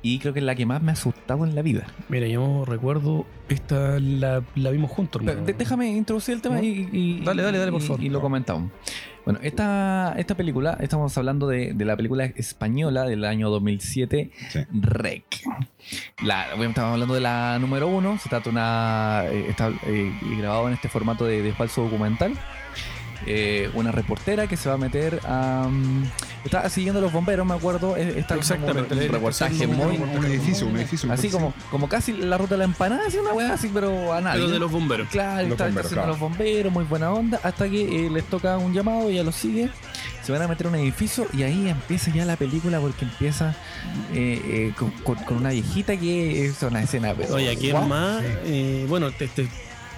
Speaker 1: Y creo que es la que más me ha asustado en la vida.
Speaker 3: Mira, yo recuerdo, esta la, la vimos juntos, hermano.
Speaker 1: De- Déjame introducir el tema
Speaker 3: ¿No?
Speaker 1: y, y-
Speaker 3: Dale, dale, dale, por
Speaker 1: y-
Speaker 3: favor.
Speaker 1: Y lo comentamos. Bueno, esta, esta película, estamos hablando de, de la película española del año 2007,
Speaker 2: Sí.
Speaker 1: Rec. La, bueno, estamos hablando de la número uno, se trata de una. eh, está eh, grabado en este formato de, de falso documental. Eh, una reportera que se va a meter a. mm, está siguiendo a los bomberos, me acuerdo. eh, Está como
Speaker 3: Exactamente,
Speaker 1: Un,
Speaker 3: le-
Speaker 1: un
Speaker 3: le
Speaker 1: reportaje
Speaker 3: está haciendo
Speaker 1: muy.
Speaker 3: un-
Speaker 2: Un edificio, un edificio.
Speaker 1: Así
Speaker 2: un-
Speaker 1: como, como casi la ruta de la empanada, así una weá así, pero a nadie.
Speaker 3: Pero de los bomberos.
Speaker 1: Claro,
Speaker 2: Los
Speaker 1: está, está
Speaker 2: bomberos,
Speaker 1: haciendo
Speaker 2: claro.
Speaker 1: los bomberos, muy buena onda, hasta que eh, les toca un llamado, ella lo sigue, se van a meter a un edificio y ahí empieza ya la película porque empieza eh, eh, con, con- con una viejita que es una escena. pero-
Speaker 3: Oye, aquí
Speaker 1: ¡guau!
Speaker 3: más. eh, bueno, este- este,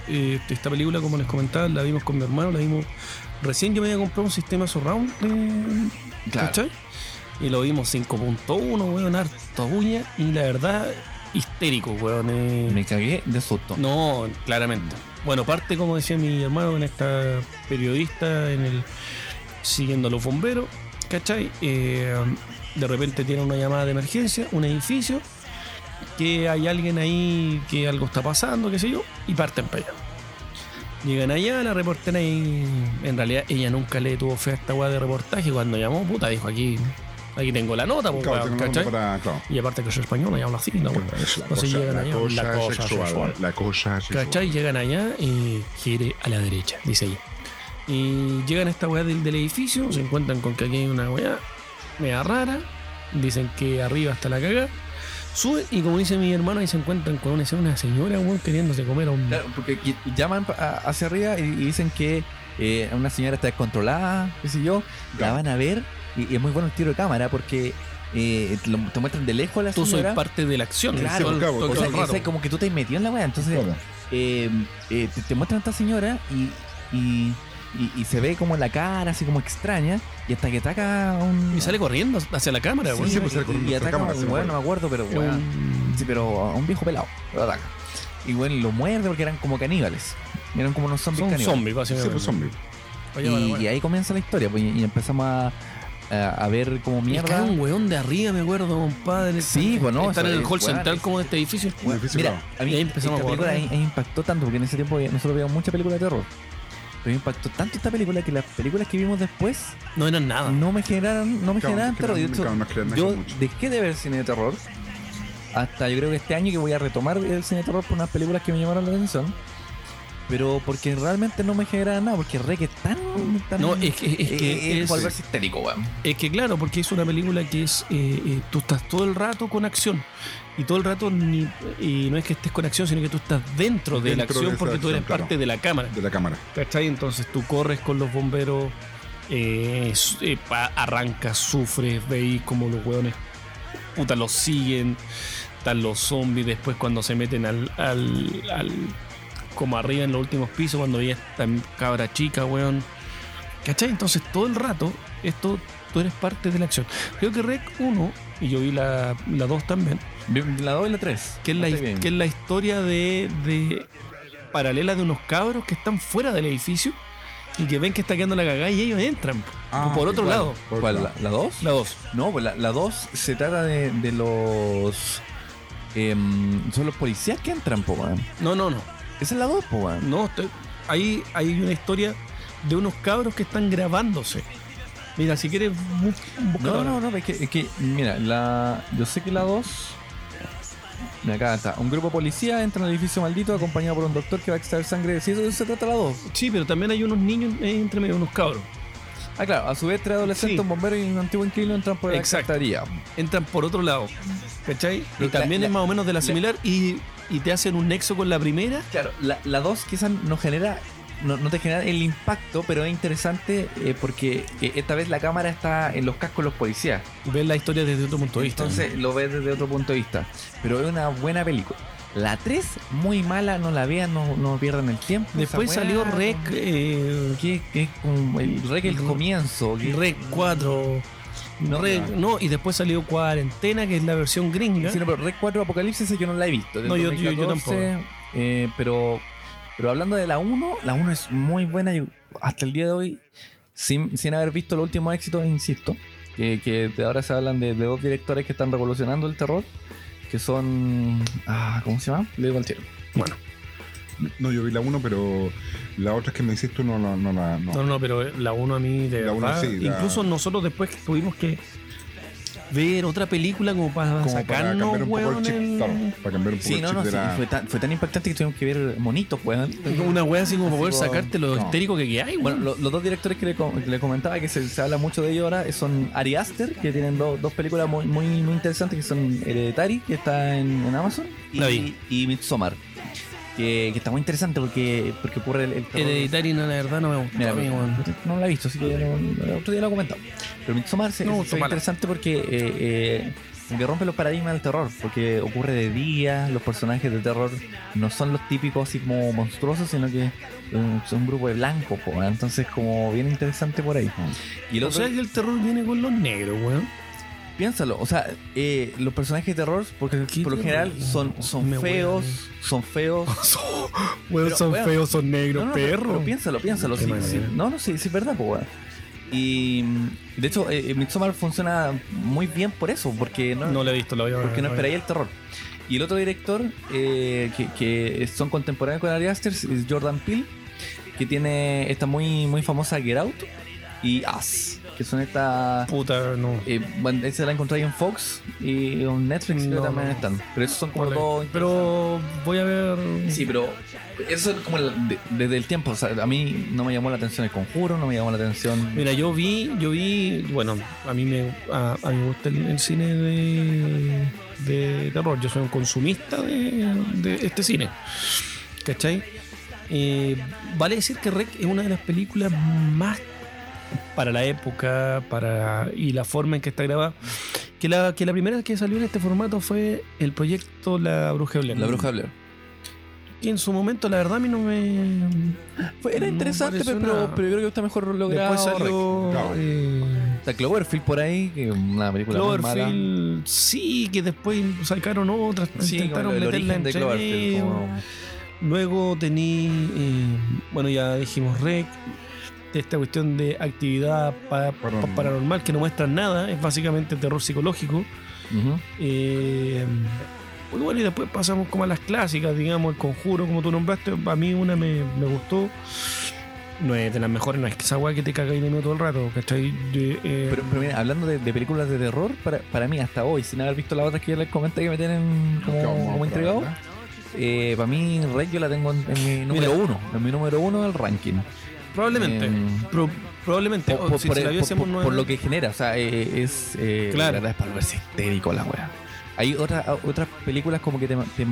Speaker 3: eh, esta película, como les comentaba, la vimos con mi hermano, la vimos. Recién yo me había comprado un sistema surround de.
Speaker 1: Claro.
Speaker 3: ¿cachai? Y lo vimos 5.1, weón, harto bulla. Y la verdad, histérico, weón. eh.
Speaker 1: Me cagué de susto.
Speaker 3: No, claramente. Bueno, parte, como decía mi hermano, en esta periodista, en el siguiendo a los bomberos, ¿cachai? Eh, de repente tiene una llamada de emergencia, un edificio, que hay alguien ahí, que algo está pasando, qué sé yo, y parten para allá. Llegan allá, la reportera ahí. En realidad, ella nunca le tuvo fe a esta weá de reportaje. Cuando llamó, puta, dijo aquí. Aquí tengo la nota, po,
Speaker 2: Claro,
Speaker 3: weón,
Speaker 2: tengo una
Speaker 3: ¿cachai?
Speaker 2: para- claro.
Speaker 3: Y aparte que soy española y hablo así, ¿no? weón.
Speaker 2: Es la
Speaker 3: Entonces
Speaker 2: cosa-
Speaker 3: llegan
Speaker 2: la
Speaker 3: allá,
Speaker 2: cosa
Speaker 3: la cosa
Speaker 2: sexual,
Speaker 3: sexual.
Speaker 2: La cosa sexual.
Speaker 3: ¿Cachai? Llegan allá y gire a la derecha, dice ella. Y llegan a esta weá del, del edificio, se encuentran con que aquí hay una weá media rara, dicen que arriba está la cagada. Suben y como dice mi hermano, ahí se encuentran con una, una señora weón, queriéndose comer a un...
Speaker 1: Claro, porque qui- llaman pa- a- hacia arriba y, y dicen que eh, una señora está descontrolada, qué sé yo, la
Speaker 2: Claro.
Speaker 1: van a ver y, y es muy bueno el tiro de cámara porque eh, te lo- te muestran de lejos a la
Speaker 3: Tú soy
Speaker 1: señora.
Speaker 3: parte de la acción.
Speaker 1: Claro,
Speaker 3: todo el-
Speaker 2: claro,
Speaker 3: todo el
Speaker 1: O sea,
Speaker 3: rato.
Speaker 1: ese como que tú te has metido en la weá. Entonces,
Speaker 2: Claro.
Speaker 1: eh, eh, te, te muestran a esta señora y, y, y- y se ve como la cara, así como extraña, y hasta que ataca un.
Speaker 3: Y sale corriendo hacia la cámara,
Speaker 1: Sí,
Speaker 3: weón.
Speaker 2: Sí, pues sale
Speaker 1: y-
Speaker 2: corriendo
Speaker 1: y
Speaker 2: hasta
Speaker 1: ataca
Speaker 2: cámara,
Speaker 1: a
Speaker 2: se
Speaker 1: un weón,
Speaker 2: muere.
Speaker 1: no me acuerdo, pero weón. Sí, pero a pues. un viejo pelado. Lo ataca. Y bueno, lo muerde porque eran como caníbales. Eran como unos zombies
Speaker 3: Son
Speaker 1: caníbales.
Speaker 3: zombies,
Speaker 2: Sí,
Speaker 3: básicamente.
Speaker 2: pues hombre.
Speaker 1: Y,
Speaker 3: Oye, vale,
Speaker 1: y
Speaker 3: bueno.
Speaker 1: ahí comienza la historia, pues, y, y empezamos a, a- a ver como
Speaker 3: Y cae
Speaker 1: mierda.
Speaker 3: un weón de arriba, me acuerdo, compadre.
Speaker 1: Sí, pues, no,
Speaker 3: Están
Speaker 1: eso
Speaker 3: en el
Speaker 1: es,
Speaker 3: hall
Speaker 1: weón,
Speaker 3: central
Speaker 1: es-
Speaker 3: como de este edificio.
Speaker 2: Un edificio
Speaker 1: Mira,
Speaker 2: bravo.
Speaker 1: a mí
Speaker 3: Y ahí empezamos
Speaker 1: esta
Speaker 3: a
Speaker 1: película
Speaker 3: borrar.
Speaker 1: ahí- ahí impactó tanto, porque en ese tiempo nosotros veíamos muchas películas de terror. Pero me impactó tanto esta película que las películas que vimos después
Speaker 3: No eran nada.
Speaker 1: no me generaron, no me
Speaker 2: Claro,
Speaker 1: generaron
Speaker 2: no
Speaker 1: terror. De
Speaker 2: generaron-
Speaker 1: hecho,
Speaker 2: claro, no generaron
Speaker 1: yo
Speaker 2: mucho.
Speaker 1: dejé de ver cine de terror hasta yo creo que este año que voy a retomar el cine de terror por unas películas que me llamaron la atención. Pero porque realmente no me generaron nada, porque Rec es tan. tan- Eh,
Speaker 3: No, es que- es que es-
Speaker 1: volverse histérico, weón.
Speaker 3: Es que claro, porque es una película que es. eh, eh, tú estás todo el rato con acción. Y todo el rato, ni, y no es que estés con acción, sino que tú estás dentro de la
Speaker 2: Dentro de
Speaker 3: acción
Speaker 2: esa
Speaker 3: porque tú
Speaker 2: acción,
Speaker 3: eres
Speaker 2: claro.
Speaker 3: parte de la cámara.
Speaker 2: De la cámara.
Speaker 3: ¿Cachai? Entonces tú corres con los bomberos, eh, su- eh, pa- arrancas, sufres, veis como los hueones puta los siguen, están los zombies, después cuando se meten al, al, al- como arriba en los últimos pisos, cuando veías esta cabra chica, weón. ¿Cachai? Entonces todo el rato, esto, tú eres parte de la acción. Creo que Rec 1, y yo vi la 2 también,
Speaker 1: La 2 y la 3.
Speaker 3: que es la, his- que es la historia de, de- paralela de unos cabros que están fuera del edificio y que ven que está quedando la cagada y ellos entran.
Speaker 2: Ah,
Speaker 3: por otro
Speaker 2: igual.
Speaker 3: lado,
Speaker 2: Por otro
Speaker 1: ¿Cuál?
Speaker 2: lado.
Speaker 1: ¿La- ¿La 2?
Speaker 3: la dos.
Speaker 1: No, pues la, la 2 se trata de, de los. em, son los policías que entran, po, weón.
Speaker 3: No, no, no.
Speaker 1: Esa es la 2, po, weón.
Speaker 3: no estoy- ahí hay una historia de unos cabros que están grabándose. Mira, si quieres, bu- búscalo
Speaker 1: No,
Speaker 3: ahora.
Speaker 1: no, no, es que, es que, mira, la, yo sé que la 2. Mira, acá está. Un grupo de policías entra en el edificio maldito acompañado por un doctor que va a extraer sangre. Sí, eso, eso se trata la 2.
Speaker 3: Sí, pero también hay unos niños eh, entre medio, unos cabros.
Speaker 1: Ah, claro, a su vez, tres adolescentes,
Speaker 3: Sí.
Speaker 1: un bombero y un antiguo inquilino entran por la
Speaker 3: Exacto.
Speaker 1: cafetería.
Speaker 3: Entran por otro lado. ¿Cachai? Y
Speaker 1: Pero la-
Speaker 3: también
Speaker 1: la-
Speaker 3: es más o menos de la
Speaker 1: la-
Speaker 3: similar y, y te hacen un nexo con la primera.
Speaker 1: Claro, la, la 2 quizás no genera. No, no te genera el impacto, pero es interesante eh, porque eh, esta vez la cámara está en los cascos de los policías.
Speaker 3: y Ves la historia desde otro punto de vista.
Speaker 1: Entonces lo ves desde otro punto de vista. Pero es una buena película. La 3, muy mala, no la vean, no, no pierdan el tiempo.
Speaker 3: Después
Speaker 1: Esa
Speaker 3: salió
Speaker 1: weá,
Speaker 3: Rec, eh,
Speaker 1: Que que es como el Rec el comienzo. que-
Speaker 3: Rec 4.
Speaker 1: No,
Speaker 3: Rec-
Speaker 1: no.
Speaker 3: no, y después salió Cuarentena, que es la versión gringa.
Speaker 1: Sí, no, pero Rec 4 Apocalipsis esa yo no la he visto. del
Speaker 3: No, yo- yo- yo
Speaker 1: 2014, eh, pero, Pero hablando de la 1, la 1 es muy buena. Yo, hasta el día de hoy, sin, sin haber visto los últimos éxitos, insisto, que, que de ahora se hablan de, de dos directores que están revolucionando el terror, que son... Ah, ¿Cómo se llama? Le digo al tiro. Bueno.
Speaker 2: No, yo vi la 1, pero la otra que me hiciste tú no, no, no la. No.
Speaker 3: No, no, pero la 1 a mí de
Speaker 2: La uno
Speaker 3: verdad,
Speaker 2: sí, la-
Speaker 3: Incluso nosotros después que tuvimos que ver otra película como para
Speaker 2: Como para
Speaker 3: sacarnos,
Speaker 2: cambiar un poco el
Speaker 3: weón,
Speaker 2: chip,
Speaker 3: el-
Speaker 2: claro, para cambiar un poco
Speaker 1: Sí,
Speaker 2: el
Speaker 1: no,
Speaker 2: chip
Speaker 1: no,
Speaker 2: de
Speaker 1: sí,
Speaker 2: la...
Speaker 1: fue, tan, fue tan impactante que tuvimos que ver monitos, weón.
Speaker 3: Una wea así como para poder
Speaker 1: como-
Speaker 3: sacarte lo
Speaker 1: no.
Speaker 3: histérico que hay,
Speaker 1: Bueno, lo- los dos directores que le, com- que le comentaba que se, se habla mucho de ellos ahora eh, son Ari Aster, que tienen do- dos películas muy, muy, muy interesantes que son Hereditary, que está en, en Amazon,
Speaker 3: La
Speaker 1: y,
Speaker 3: vi.
Speaker 1: y Midsommar, que, que está muy interesante porque, porque ocurre el, el terror-
Speaker 3: Hereditario, no, la verdad, no me gusta.
Speaker 1: Mira,
Speaker 3: a mí, weón.
Speaker 1: no la he visto, así que no- otro día lo comentamos. Pero Midsommar se,
Speaker 3: No,
Speaker 1: se-
Speaker 3: está
Speaker 1: fue
Speaker 3: mala.
Speaker 1: interesante porque eh, eh, como que rompe los paradigmas del terror, porque ocurre de día, los personajes de terror no son los típicos así como monstruosos, sino que eh, son un grupo de blancos, po, ¿eh? entonces como bien interesante por ahí. Y el
Speaker 3: O
Speaker 1: otro,
Speaker 3: sea que el terror viene con los negros, weón.
Speaker 1: piénsalo, o sea, eh, los personajes de terror, porque por lo
Speaker 3: terror?
Speaker 1: general son, son
Speaker 3: Me
Speaker 1: feos, [laughs] son feos,
Speaker 3: Weón,
Speaker 1: Pero,
Speaker 3: son
Speaker 1: weón,
Speaker 3: feos, son negros,
Speaker 1: No, no,
Speaker 3: perro.
Speaker 1: pero piénsalo, piénsalo.
Speaker 3: Qué
Speaker 1: sí,
Speaker 3: manera.
Speaker 1: sí. no, no, sí, sí, es verdad, po, weón. Y mm, de hecho, eh, eh, Midsommar funciona muy bien por eso, porque no,
Speaker 3: No lo he visto, lo voy a ver.
Speaker 1: porque no esperáis el terror. Y el otro director, eh, que, que son contemporáneos con Ari Aster, es Jordan Peele, que tiene esta muy, muy famosa Get Out y Us, que son estas.
Speaker 3: Puta, no.
Speaker 1: Eh, bueno, esa la encontré en Fox y en Netflix creo
Speaker 3: No,
Speaker 1: que también
Speaker 3: no.
Speaker 1: están. Pero esos son como
Speaker 3: Vale.
Speaker 1: dos
Speaker 3: Pero voy a ver.
Speaker 1: Sí, pero eso es como el- de- desde el tiempo. O sea, a mí no me llamó la atención el conjuro, no me llamó la atención.
Speaker 3: Mira, yo vi, yo vi, bueno, a mí me, a, a mí me gusta el, el cine de, de terror. Yo soy un consumista de, de este cine. ¿Cachai? Eh, vale decir que Rec es una de las películas más para la época para y la forma en que está grabada. Que la, que la primera que salió en este formato fue el proyecto La Bruja de Blair.
Speaker 1: La bruja de Blair.
Speaker 3: Que en su momento, la verdad, a mí no me.
Speaker 1: Fue- era
Speaker 3: No
Speaker 1: interesante,
Speaker 3: pareció
Speaker 1: pero, pero,
Speaker 3: nada.
Speaker 1: pero yo creo que está mejor logrado.
Speaker 3: Mm, Después salió.
Speaker 2: Claro.
Speaker 3: eh,
Speaker 1: Está Cloverfield por ahí, que es una película muy mala.
Speaker 3: Cloverfield, sí, que después sacaron otras,
Speaker 1: Sí,
Speaker 3: intentaron
Speaker 1: como el, el
Speaker 3: meterla
Speaker 1: origen de
Speaker 3: entre
Speaker 1: Cloverfield.
Speaker 3: medio.
Speaker 1: como-
Speaker 3: Luego tení, eh, bueno, ya dijimos Rec, esta cuestión de actividad pa- pa-
Speaker 2: Paranormal.
Speaker 3: paranormal que no muestran nada, es básicamente terror psicológico.
Speaker 1: Ujú.
Speaker 3: Eh, bueno, y después pasamos como a las clásicas, digamos, el conjuro, como tú nombraste. A mí una me, me gustó. No es de las mejores, no es que esa weá que te cagáis de miedo todo el rato, ¿cachai? De, eh,
Speaker 1: Pero, pero mira, hablando de, de películas de terror, para, para mí hasta hoy, sin haber visto las otras que ya les comenté que me tienen como,
Speaker 2: que vamos a
Speaker 1: como intrigado,
Speaker 2: probar,
Speaker 1: eh, para mí Rey yo la tengo en, en mi número uno. En mi número uno del ranking.
Speaker 3: Probablemente.
Speaker 1: Em,
Speaker 3: Pro- probablemente.
Speaker 1: Por,
Speaker 3: O
Speaker 1: por-
Speaker 3: si
Speaker 1: por-
Speaker 3: se la
Speaker 1: por-
Speaker 3: viésemos
Speaker 1: por-
Speaker 3: no-
Speaker 1: por lo que genera, o sea, eh, es. eh,
Speaker 3: Claro.
Speaker 1: La verdad es para verse histérico la wea. Hay otras otras películas como que te, te-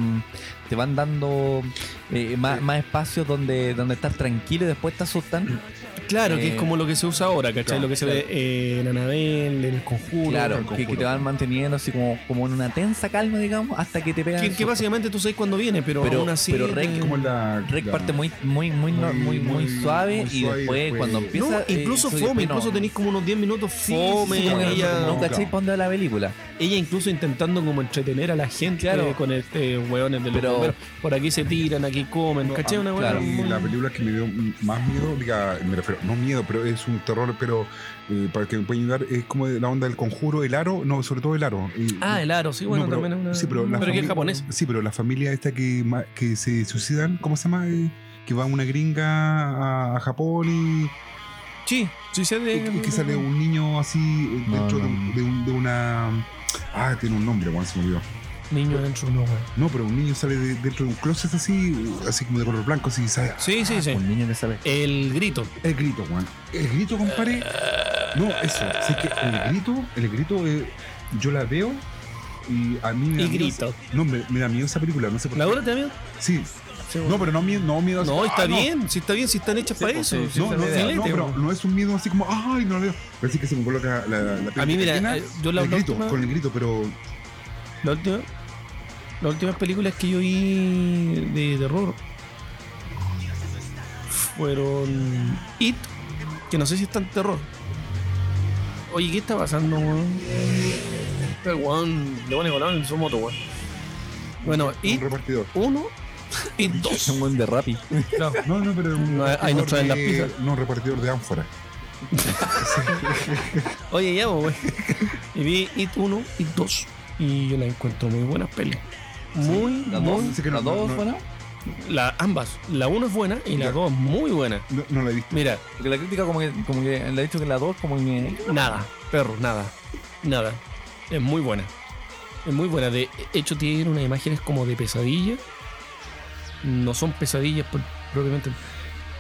Speaker 1: te van dando eh, más, más espacios donde, donde estás tranquilo y después te asustan.
Speaker 3: Claro, que es
Speaker 1: eh,
Speaker 3: como lo que se usa ahora, ¿cachai?
Speaker 1: claro,
Speaker 3: lo que se ve eh, en Anabel, en El Conjuro.
Speaker 1: Claro,
Speaker 3: que,
Speaker 1: que, que te van manteniendo así como, como en una tensa calma, digamos, hasta que te pegan.
Speaker 3: que
Speaker 1: el susto.
Speaker 3: básicamente tú sabes cuándo viene, pero,
Speaker 1: Pero-
Speaker 3: aún así.
Speaker 1: pero Rey
Speaker 3: eh,
Speaker 2: Como la...
Speaker 1: Rick
Speaker 2: la-
Speaker 1: parte muy, muy, muy, no- muy,
Speaker 2: Muy-
Speaker 1: muy,
Speaker 2: muy-
Speaker 1: suave
Speaker 2: muy
Speaker 1: y
Speaker 2: suave
Speaker 1: después
Speaker 2: y después-
Speaker 1: cuando
Speaker 2: No,
Speaker 1: empieza.
Speaker 3: no, incluso
Speaker 1: eh, eso
Speaker 3: fome,
Speaker 1: después no-
Speaker 3: incluso tenéis como unos 10 minutos
Speaker 1: Sí,
Speaker 3: fome.
Speaker 1: sí, como que
Speaker 3: ella,
Speaker 1: no, cachai pa' dónde va la película.
Speaker 3: ella incluso intentando como entretener a la gente
Speaker 1: Claro.
Speaker 3: eh, con este hueones de los
Speaker 1: Pero-
Speaker 3: bomberos. Por aquí se tiran, aquí comen,
Speaker 2: No,
Speaker 3: ¿cachai?
Speaker 2: a-
Speaker 3: Una hueá
Speaker 1: claro.
Speaker 2: a mí
Speaker 3: muy-
Speaker 2: la película que me dio más miedo, diga, me refiero, no miedo, pero es un terror, pero eh, para que me puedan ayudar, es como la onda del conjuro, el aro, no, sobre todo el aro. eh,
Speaker 3: Ah, el aro, sí,
Speaker 2: no,
Speaker 3: bueno,
Speaker 2: pero-
Speaker 3: también es una.
Speaker 2: sí, pero la
Speaker 3: que es
Speaker 2: familia-
Speaker 3: japonés.
Speaker 2: Sí, pero la familia esta que, ma- que se suicidan, ¿cómo se llama? Eh, que va una gringa a, a Japón y,
Speaker 3: Sí, sí, se
Speaker 2: y que- que sale un niño así eh,
Speaker 1: No,
Speaker 2: dentro
Speaker 1: no,
Speaker 2: de, un-
Speaker 1: no.
Speaker 2: de un- de una... Ah, tiene un nombre, bueno, se me olvidó.
Speaker 3: Niño dentro, no, weón.
Speaker 2: No, pero un niño sale de- dentro de un closet así, eh, así como de color blanco, así, ¿sabes?
Speaker 3: Sí, sí, sí.
Speaker 1: Un niño que sabe.
Speaker 3: El grito.
Speaker 2: El grito, Juan. El grito, compadre. No, eso. Sé que el grito, el grito, eh, yo la veo y a mí me
Speaker 3: Y
Speaker 2: da miedo
Speaker 3: grito.
Speaker 2: esa- no, me, me da miedo esa película, no sé por
Speaker 3: ¿La
Speaker 2: qué.
Speaker 3: hora te da miedo?
Speaker 2: Sí.
Speaker 3: Sí,
Speaker 2: No, pero no miedo, no miedo así,
Speaker 3: No, está
Speaker 2: ah,
Speaker 3: bien, si está bien, si están hechas para eso.
Speaker 1: sí,
Speaker 3: si
Speaker 2: No, no, no,
Speaker 3: está bien,
Speaker 2: no,
Speaker 3: filete,
Speaker 2: pero
Speaker 3: weón.
Speaker 2: no es un miedo así como, ay, no lo veo. Parece que se me coloca la, la piel
Speaker 3: A mí, mira,
Speaker 2: pequeña,
Speaker 3: eh, yo la-
Speaker 2: el
Speaker 3: la
Speaker 2: grito,
Speaker 3: última-
Speaker 2: con el grito, pero
Speaker 3: La última, las últimas películas que yo vi de terror fueron It, que no sé si es tan terror. Oye, ¿qué está pasando, weón? Este weón le pone colón en su moto, weón. Bueno,
Speaker 2: un
Speaker 3: It [laughs]
Speaker 2: repartidor.
Speaker 3: 1
Speaker 1: En dos. Un buen de Rappi.
Speaker 2: No, no, pero un
Speaker 1: No, ahí nos traen las
Speaker 2: repartidor
Speaker 1: pizzas.
Speaker 2: de- No, repartidor de ánfora.
Speaker 3: Oye, ya, pues, güey. [laughs] Y vi It 1, It 2. Y yo la encuentro muy buena peli. Muy,
Speaker 1: Las dos,
Speaker 3: muy.
Speaker 1: las
Speaker 3: no-
Speaker 1: dos
Speaker 3: no-
Speaker 1: buena.
Speaker 3: La, ambas. La 1 es buena y la 2 es muy buena.
Speaker 2: No, no la he visto.
Speaker 3: Mira,
Speaker 1: Porque la crítica como que, como que le ha dicho que la dos como que...
Speaker 3: nada, perro, nada. Nada. Es muy buena. Es muy buena. De hecho, tiene unas imágenes como de pesadilla. No son pesadillas por- propiamente.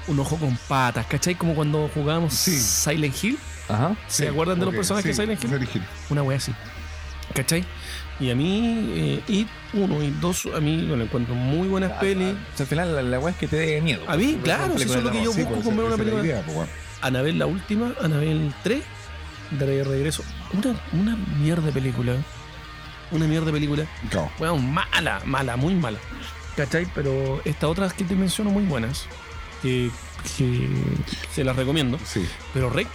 Speaker 3: Un ojo con patas, ¿cachai? Como cuando jugábamos
Speaker 2: Sí.
Speaker 3: Silent Hill.
Speaker 1: Ajá.
Speaker 3: ¿Se acuerdan de los personajes
Speaker 2: que
Speaker 3: de Silent Hill? Una wea así. ¿Cachai? Y a mí, eh, It 1 y 2, a mí yo le encuentro muy buenas pelis.
Speaker 1: O sea, al final la, la weá es que te dé miedo.
Speaker 3: A mí, Ah, claro,
Speaker 1: Película
Speaker 3: si eso es
Speaker 1: de
Speaker 3: lo que
Speaker 1: terror.
Speaker 3: yo
Speaker 2: Sí,
Speaker 3: busco
Speaker 2: pues,
Speaker 3: con ver
Speaker 2: esa- esa
Speaker 3: una
Speaker 2: es la
Speaker 3: película.
Speaker 2: idea, pues, bueno.
Speaker 3: Anabel la última, Anabel 3, de regreso. Una, una mierda de película. Una mierda de película.
Speaker 2: Cao.
Speaker 3: Weón, mala, mala, muy mala. ¿Cachai? Pero estas otras que te menciono muy buenas. Que, que se las recomiendo.
Speaker 2: Sí.
Speaker 3: Pero Rec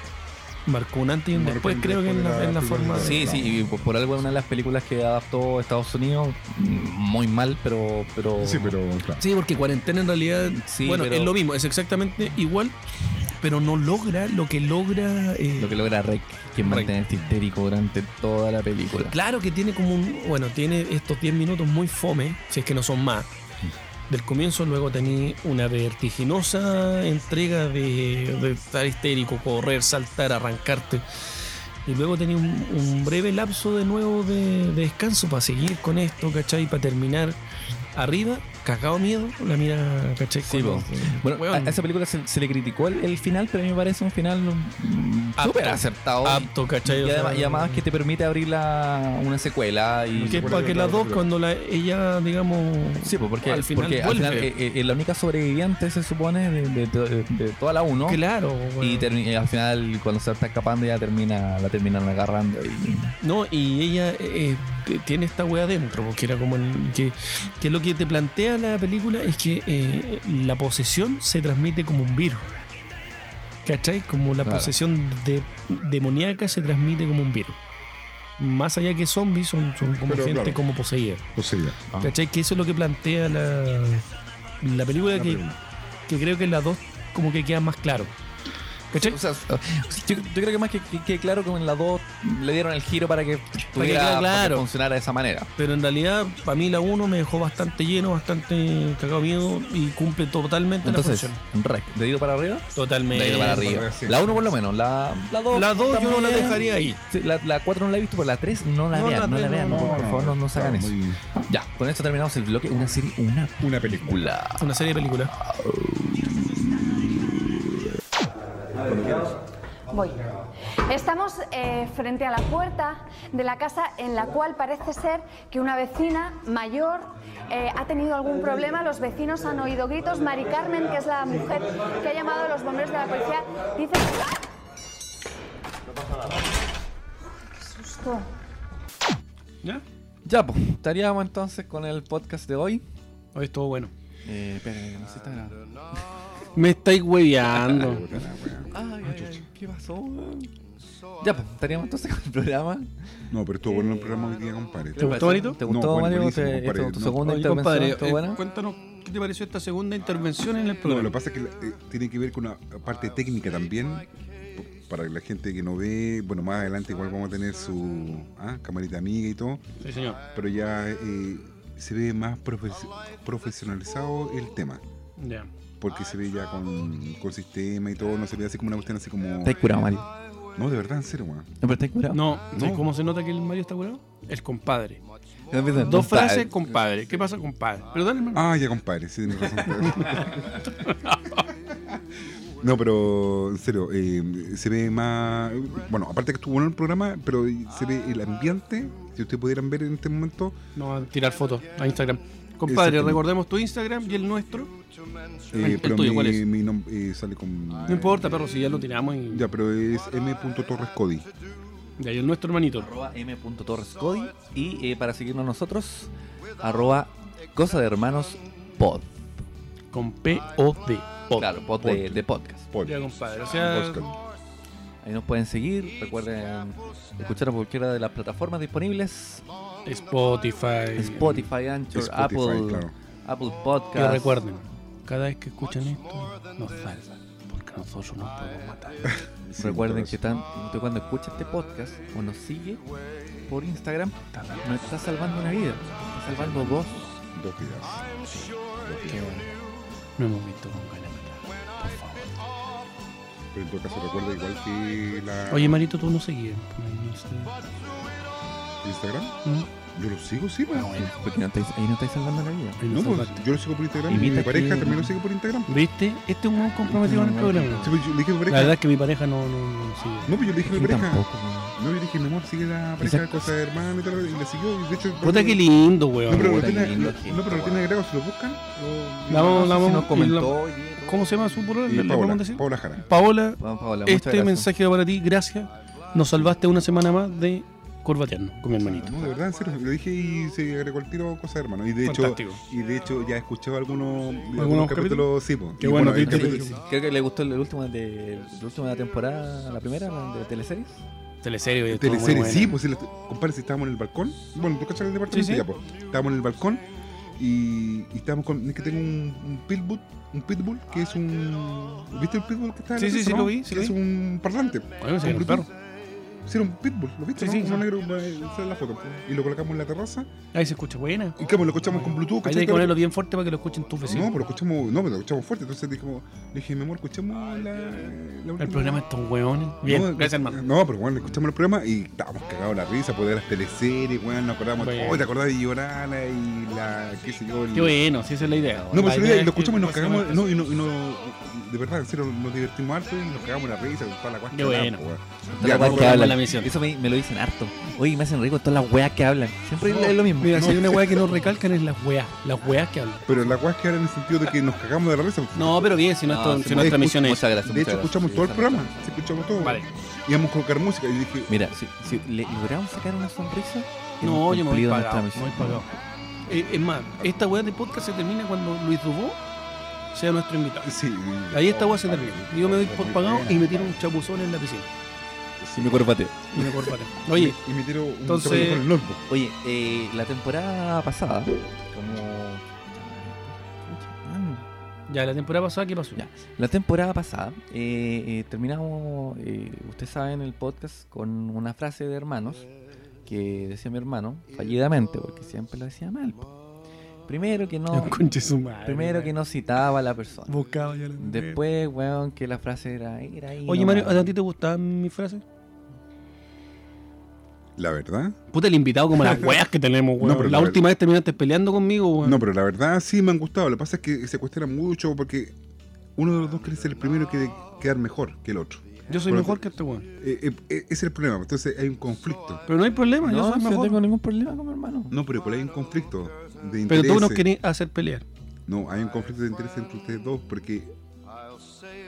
Speaker 3: marcó un antes y un
Speaker 2: Marcó
Speaker 3: después,
Speaker 2: un
Speaker 3: creo que en
Speaker 2: después
Speaker 3: la,
Speaker 2: de la
Speaker 3: en la
Speaker 2: película
Speaker 3: forma.
Speaker 1: Sí,
Speaker 2: de-
Speaker 1: sí, y por, por algo es una de las películas que adaptó Estados Unidos, mm, muy mal, pero... pero...
Speaker 2: Sí, pero claro.
Speaker 3: Sí, porque cuarentena en realidad
Speaker 1: Sí,
Speaker 3: bueno,
Speaker 1: pero-
Speaker 3: es lo mismo, es exactamente igual, pero no logra lo que logra. eh,
Speaker 1: Lo que logra Rec, que es
Speaker 3: Rec.
Speaker 1: mantenerse histérico durante toda la película.
Speaker 3: Claro que tiene como un. Bueno, tiene estos 10 minutos muy fome, si es que no son más. Del comienzo, luego tení una vertiginosa entrega de, de estar histérico, correr, saltar, arrancarte. Y luego tenía un, un breve lapso de nuevo de, de descanso para seguir con esto, ¿cachai? Para terminar arriba, cagado miedo, la mira, ¿cachai?
Speaker 1: Sí,
Speaker 3: Cuando-
Speaker 1: po. Bueno,
Speaker 3: Weón.
Speaker 1: a a esa película se, se le criticó el, el final, pero a mí me parece un final mm,
Speaker 3: Apto.
Speaker 1: súper acertado.
Speaker 3: apto, ¿cachai?
Speaker 1: Y
Speaker 3: O sea,
Speaker 1: además, y además que te permite abrir la, una secuela. Y,
Speaker 3: que es para que las dos, cuando la, ella, digamos,
Speaker 1: Sí, pues, porque, porque
Speaker 3: al
Speaker 1: al
Speaker 3: final
Speaker 1: final,
Speaker 3: vuelve.
Speaker 1: eh, eh, eh, la única sobreviviente se supone de, de- de- de toda la 1.
Speaker 3: Claro,
Speaker 1: Y
Speaker 3: weón.
Speaker 1: termi- eh, al final, cuando se está escapando, ya termina, la terminan agarrando. Y,
Speaker 3: No, y ella eh, eh, tiene esta wea adentro, porque era como el- que, que lo que te plantea la película es que eh, la posesión se transmite como un virus. ¿Cachai? Como la
Speaker 1: Claro.
Speaker 3: posesión de, demoníaca se transmite como un virus. Más allá que zombies, son, son como
Speaker 2: Pero,
Speaker 3: gente
Speaker 2: claro.
Speaker 3: como poseída.
Speaker 2: Pues sí, ya. Ah,
Speaker 3: ¿Cachai? Que eso es lo que plantea la, la película
Speaker 2: la
Speaker 3: que,
Speaker 2: pregunta.
Speaker 3: que creo que en las dos como que queda más claro. ¿Cachai?
Speaker 1: O sea, yo, yo creo que más que, que- que claro que en la 2 le dieron el giro para que pudiera
Speaker 3: quede
Speaker 1: para que
Speaker 3: claro.
Speaker 1: funcionara de esa manera.
Speaker 3: Pero en realidad, para mí la 1 me dejó bastante lleno, bastante cagado miedo y cumple totalmente
Speaker 1: Entonces,
Speaker 3: la función.
Speaker 1: rec, dedito para arriba,
Speaker 3: Totalmente.
Speaker 1: dedito para arriba.
Speaker 2: sí.
Speaker 1: La 1 por lo menos, la 2
Speaker 3: La 2 yo no la dejaría ahí.
Speaker 1: La, la 4 no la he visto, pero la 3 no la
Speaker 3: No,
Speaker 1: vean,
Speaker 3: la
Speaker 1: no la
Speaker 3: tres
Speaker 1: vean,
Speaker 3: no,
Speaker 1: por, por favor, no, no
Speaker 2: claro,
Speaker 1: sacan eso.
Speaker 2: Ah, muy-
Speaker 1: Ya, con esto terminamos el bloque, una serie, una
Speaker 2: Una película.
Speaker 1: película.
Speaker 3: Una serie de películas.
Speaker 13: Voy. Estamos eh, frente a la puerta de la casa en la cual parece ser que una vecina mayor eh, ha tenido algún problema. Los vecinos han oído gritos. Mari Carmen, que es la mujer que ha llamado a los bomberos de la policía, dice... ¡Ah! ¡Qué susto!
Speaker 3: ¿Ya?
Speaker 1: Ya, pues, estaríamos entonces con el podcast de hoy.
Speaker 3: Hoy estuvo bueno.
Speaker 1: Eh, espera, no sé si está grabando.
Speaker 10: Ah, Me estáis [laughs] hueveando.
Speaker 1: Ay, ay, ay, Ah, ¿qué pasó?
Speaker 10: ah.
Speaker 1: Ya, pues, estaríamos entonces [laughs] con el programa.
Speaker 2: No, pero estuvo bueno el programa hoy día, compadre.
Speaker 1: ¿Te
Speaker 10: gustó, Marito?
Speaker 1: ¿Te
Speaker 2: No,
Speaker 1: gustó,
Speaker 2: buen-
Speaker 1: Mario?
Speaker 2: buenísimo,
Speaker 1: ¿Te,
Speaker 2: compadre,
Speaker 1: esto, tu
Speaker 2: no.
Speaker 1: segunda
Speaker 10: Oye,
Speaker 1: intervención
Speaker 10: compadre,
Speaker 1: estuvo
Speaker 10: eh,
Speaker 1: buena?
Speaker 10: cuéntanos qué te pareció esta segunda intervención en el
Speaker 2: No, lo
Speaker 10: programa.
Speaker 2: que pasa es que eh, tiene que ver con una parte técnica también. p- Para la gente que no ve, bueno, más adelante igual vamos a tener su ah, camarita amiga y todo.
Speaker 10: Sí, señor.
Speaker 2: Pero ya eh, se ve más profe- profesionalizado el tema.
Speaker 10: Ya.
Speaker 2: Porque se ve ya con, con sistema y todo. No se ve así como una cuestión así como.
Speaker 1: ¿Estás curado, Mario?
Speaker 2: No, de verdad, en serio, weón.
Speaker 1: No, pero estás curado.
Speaker 10: No, ¿sabes
Speaker 2: No.
Speaker 10: cómo se nota que el Mario está curado? El compadre.
Speaker 1: No, empieza,
Speaker 10: Dos
Speaker 1: compadre.
Speaker 10: frases, compadre. ¿Qué pasa, compadre? Pero dale, hermano.
Speaker 2: Ah, ya compadre, sí, tienes
Speaker 10: [laughs]
Speaker 2: razón. No, pero en serio, eh, se ve más. Bueno, aparte que estuvo bueno el programa, pero se ve el ambiente. Si ustedes pudieran ver en este momento,
Speaker 10: No, a tirar fotos a Instagram. Compadre,
Speaker 2: Exactamente.
Speaker 10: recordemos tu Instagram y el nuestro.
Speaker 2: eh,
Speaker 10: ¿El
Speaker 2: pero
Speaker 10: tuyo
Speaker 2: mi,
Speaker 10: cuál es?
Speaker 2: mi nom- eh, sale con.
Speaker 10: No importa, perro, si ya lo tiramos. Y...
Speaker 2: Ya, pero es m.torrescodi.
Speaker 10: Ya, y el nuestro, hermanito.
Speaker 1: Arroba m.torrescodi y eh, para seguirnos nosotros, arroba cosa de hermanos pod.
Speaker 10: Con P-O-D. Pod.
Speaker 1: Claro, pod de, de podcast.
Speaker 2: Pod.
Speaker 10: Ya, compadre. O sea,
Speaker 2: Podcast.
Speaker 1: Ahí nos pueden seguir. Recuerden escuchar a cualquiera de las plataformas disponibles.
Speaker 10: Spotify.
Speaker 1: Spotify, Anchor,
Speaker 2: Spotify,
Speaker 1: Apple,
Speaker 2: claro.
Speaker 1: Apple Podcast.
Speaker 3: Que recuerden, cada vez que escuchan esto, nos salvan, porque nosotros nos podemos matar.
Speaker 1: Recuerden que tan, usted cuando escucha este podcast o nos sigue por Instagram, nos está salvando una vida. Está salvando dos.
Speaker 2: Dos vidas.
Speaker 3: Sí, porque no hemos visto con ganas de matar. Por favor.
Speaker 2: Pero en todo caso, recuerda igual que la.
Speaker 3: Oye, Marito, tú no seguías por ahí, no sé.
Speaker 2: ¿Instagram?
Speaker 3: ¿Mm?
Speaker 2: Yo lo sigo, sí,
Speaker 3: Ah,
Speaker 2: pues.
Speaker 1: Porque no estáis- ahí no estáis salvando la vida.
Speaker 3: Ahí
Speaker 2: No,
Speaker 3: nos
Speaker 2: pues,
Speaker 3: salvaste.
Speaker 2: yo lo sigo por Instagram.
Speaker 3: Y
Speaker 2: Y mi
Speaker 3: viste
Speaker 2: pareja
Speaker 3: que-
Speaker 2: también lo sigue por Instagram.
Speaker 3: ¿Viste? Este es un buen comprometido con el
Speaker 1: Este
Speaker 3: programa.
Speaker 2: Sí, pues, yo le dije a mi
Speaker 3: La
Speaker 2: pareja.
Speaker 3: verdad es que mi pareja no, no, no sigue.
Speaker 2: No, pues yo le dije a mi
Speaker 1: Yo
Speaker 2: pareja.
Speaker 1: tampoco, weón.
Speaker 2: No, yo le dije, mi amor, sigue la pareja de cosas de hermano y tal. Y la siguió. Y de hecho.
Speaker 3: Puta que lindo,
Speaker 2: No, pero
Speaker 3: weón.
Speaker 2: lo
Speaker 1: Puta,
Speaker 2: tiene,
Speaker 1: qué lindo
Speaker 2: no,
Speaker 1: gesto,
Speaker 2: no, pero lo tiene agregado. Si lo buscan, lo.
Speaker 3: La
Speaker 1: No
Speaker 3: vamos- la
Speaker 1: sé si
Speaker 3: vamos-
Speaker 1: nos comentó.
Speaker 3: y la- ¿Cómo se llama su polola?
Speaker 2: Y
Speaker 3: ¿La
Speaker 2: Paola,
Speaker 3: podemos decir?
Speaker 2: Paola Jara.
Speaker 3: Paola,
Speaker 1: Vamos, Paola, muchas
Speaker 3: este
Speaker 1: gracias.
Speaker 3: mensaje va para ti. Gracias. Nos salvaste una semana más de corbatearnos con mi hermanito.
Speaker 2: No, de verdad, en serio, lo dije y se agregó el tiro cosas de hermano. Y de
Speaker 3: Fantástico.
Speaker 2: hecho, y de hecho ya he escuchado algunos, algunos,
Speaker 3: capítulos?
Speaker 2: capítulos, sí, po.
Speaker 3: Qué
Speaker 2: Y
Speaker 3: bueno,
Speaker 2: hay
Speaker 3: viste,
Speaker 2: capítulos-
Speaker 3: viste.
Speaker 1: Creo que le gustó el último de, el último de la temporada, la primera, la de teleseries.
Speaker 3: Teleserio. oye, Ah. estuvo muy
Speaker 2: Teleserie,
Speaker 3: buena.
Speaker 2: sí, pues sí, la- compadre, si estábamos en el balcón. Bueno, tú cachas el departamento
Speaker 3: Sí, sí.
Speaker 2: ya, pues. Estábamos en el balcón y, y estábamos con. Es que tengo un, un pitbull, un pitbull que es un. ¿Viste el pitbull que está en
Speaker 3: Sí,
Speaker 2: la
Speaker 3: sí,
Speaker 2: casa,
Speaker 3: sí,
Speaker 2: no?
Speaker 3: lo vi, sí
Speaker 2: Que
Speaker 3: lo
Speaker 2: es
Speaker 3: vi.
Speaker 2: un parlante.
Speaker 3: Oye, se
Speaker 2: Un
Speaker 3: llama el perro.
Speaker 2: Bluetooth. Sí, era un pitbull, ¿lo viste?
Speaker 3: Sí,
Speaker 2: no?
Speaker 3: sí,
Speaker 2: Uno
Speaker 3: sí.
Speaker 2: negro, eh, esa es la foto. Y lo colocamos en la terraza.
Speaker 3: Ahí se escucha buena.
Speaker 2: Y como lo escuchamos con Bluetooth,
Speaker 3: Ahí
Speaker 2: ¿cachai?
Speaker 3: hay que ponerlo bien fuerte para que lo escuchen tus
Speaker 2: No,
Speaker 3: vecinos.
Speaker 2: pero escuchamos, no, pero escuchamos fuerte. Entonces dijimos, le dije, mi amor, escuchemos la, la última-
Speaker 3: El programa de estos hueones. Bien,
Speaker 2: No,
Speaker 3: gracias, hermano.
Speaker 2: No, pero bueno, escuchamos el programa y estábamos cagados la risa, poder las teleseries, bueno, nos acordamos,
Speaker 3: Bueno.
Speaker 2: oh, te acordás de Llorana y la, qué sé yo. el-
Speaker 3: Qué bueno, sí, esa es la idea.
Speaker 2: No, pero
Speaker 3: La
Speaker 2: se
Speaker 3: idea
Speaker 2: lo
Speaker 3: es que
Speaker 2: escuchamos y nos
Speaker 3: pasemos
Speaker 2: cagamos,
Speaker 3: el
Speaker 2: no, y no, y no, de verdad, en serio, nos divertimos harto y nos cagamos la risa, pues, toda la pues, cuasca.
Speaker 3: Qué bueno.
Speaker 1: Todas las
Speaker 3: Ya,
Speaker 1: weas
Speaker 3: no,
Speaker 1: que
Speaker 3: no,
Speaker 1: hablan.
Speaker 3: la misión.
Speaker 1: Eso me, me lo dicen harto. Oye, me hacen rico todas las weas que hablan. Siempre es lo mismo.
Speaker 3: Mira, si hay una weá que nos recalcan es las weas, las weas que hablan.
Speaker 2: Pero la cuasca era en el sentido de que nos cagamos de la risa.
Speaker 3: No, pero bien, si,
Speaker 1: No,
Speaker 3: nuestro-
Speaker 1: Ah, sí,
Speaker 3: si
Speaker 2: muchas
Speaker 3: nuestra misión es.
Speaker 1: Muchas gracias.
Speaker 2: De hecho,
Speaker 1: muchas gracias.
Speaker 2: escuchamos todo el programa, sí, escuchamos todo.
Speaker 3: Vale.
Speaker 2: Íbamos a colocar música y dije,
Speaker 1: Mira, si, si le logramos sacar una sonrisa,
Speaker 3: No,
Speaker 1: hemos
Speaker 3: yo me voy
Speaker 1: cumplido
Speaker 3: pagado.
Speaker 1: nuestra
Speaker 3: me voy
Speaker 1: misión.
Speaker 3: pagado. Eh, es más, esta weá de podcast se termina cuando Luis Dubó sea nuestro invitado.
Speaker 2: sí. oh,
Speaker 3: Ahí esta weá se termina. Yo me doy por pagado y me tiro un chapuzón en la piscina.
Speaker 1: Sí, me corbateo.
Speaker 3: Y me corpateo. Oye,
Speaker 2: y me tiro un
Speaker 3: entonces-
Speaker 2: chapuzón con el notebook.
Speaker 1: Oye, eh, la temporada pasada, como.
Speaker 3: ya la temporada pasada, ¿qué pasó?
Speaker 1: Ya. La temporada pasada eh, eh, terminamos, eh, ustedes saben, el podcast con una frase de hermanos que decía mi hermano, fallidamente, porque siempre lo decía mal. po. Primero que no,
Speaker 3: Ya, [laughs] conche su madre,
Speaker 1: primero que
Speaker 3: weón.
Speaker 1: no citaba a la persona.
Speaker 3: Buscaba ya la
Speaker 1: Después, weón, que la frase era, era ahí.
Speaker 3: Oye,
Speaker 1: nomás.
Speaker 3: Mario, ¿a ti te gustaban mis frases?
Speaker 2: La verdad.
Speaker 3: Puta, el invitado como [laughs] las weas que tenemos, weón.
Speaker 2: No, pero
Speaker 3: la
Speaker 2: la
Speaker 3: última vez terminaste peleando conmigo, weón.
Speaker 2: No, pero la verdad sí me han gustado. Lo que pasa es que se cuestiona mucho porque uno de los dos quiere ser el primero que quedar mejor que el otro.
Speaker 3: Yo soy
Speaker 2: Pero-
Speaker 3: mejor que este weón.
Speaker 2: Eh, eh, eh, ese es el problema. Entonces hay un conflicto.
Speaker 3: Pero no hay problema, yo
Speaker 1: No,
Speaker 3: soy
Speaker 1: si no
Speaker 3: mejor.
Speaker 1: tengo ningún problema con mi hermano.
Speaker 2: No, pero por ahí hay un conflicto de interés.
Speaker 3: Pero tú nos querés hacer pelear.
Speaker 2: No, hay un conflicto de interés entre ustedes dos porque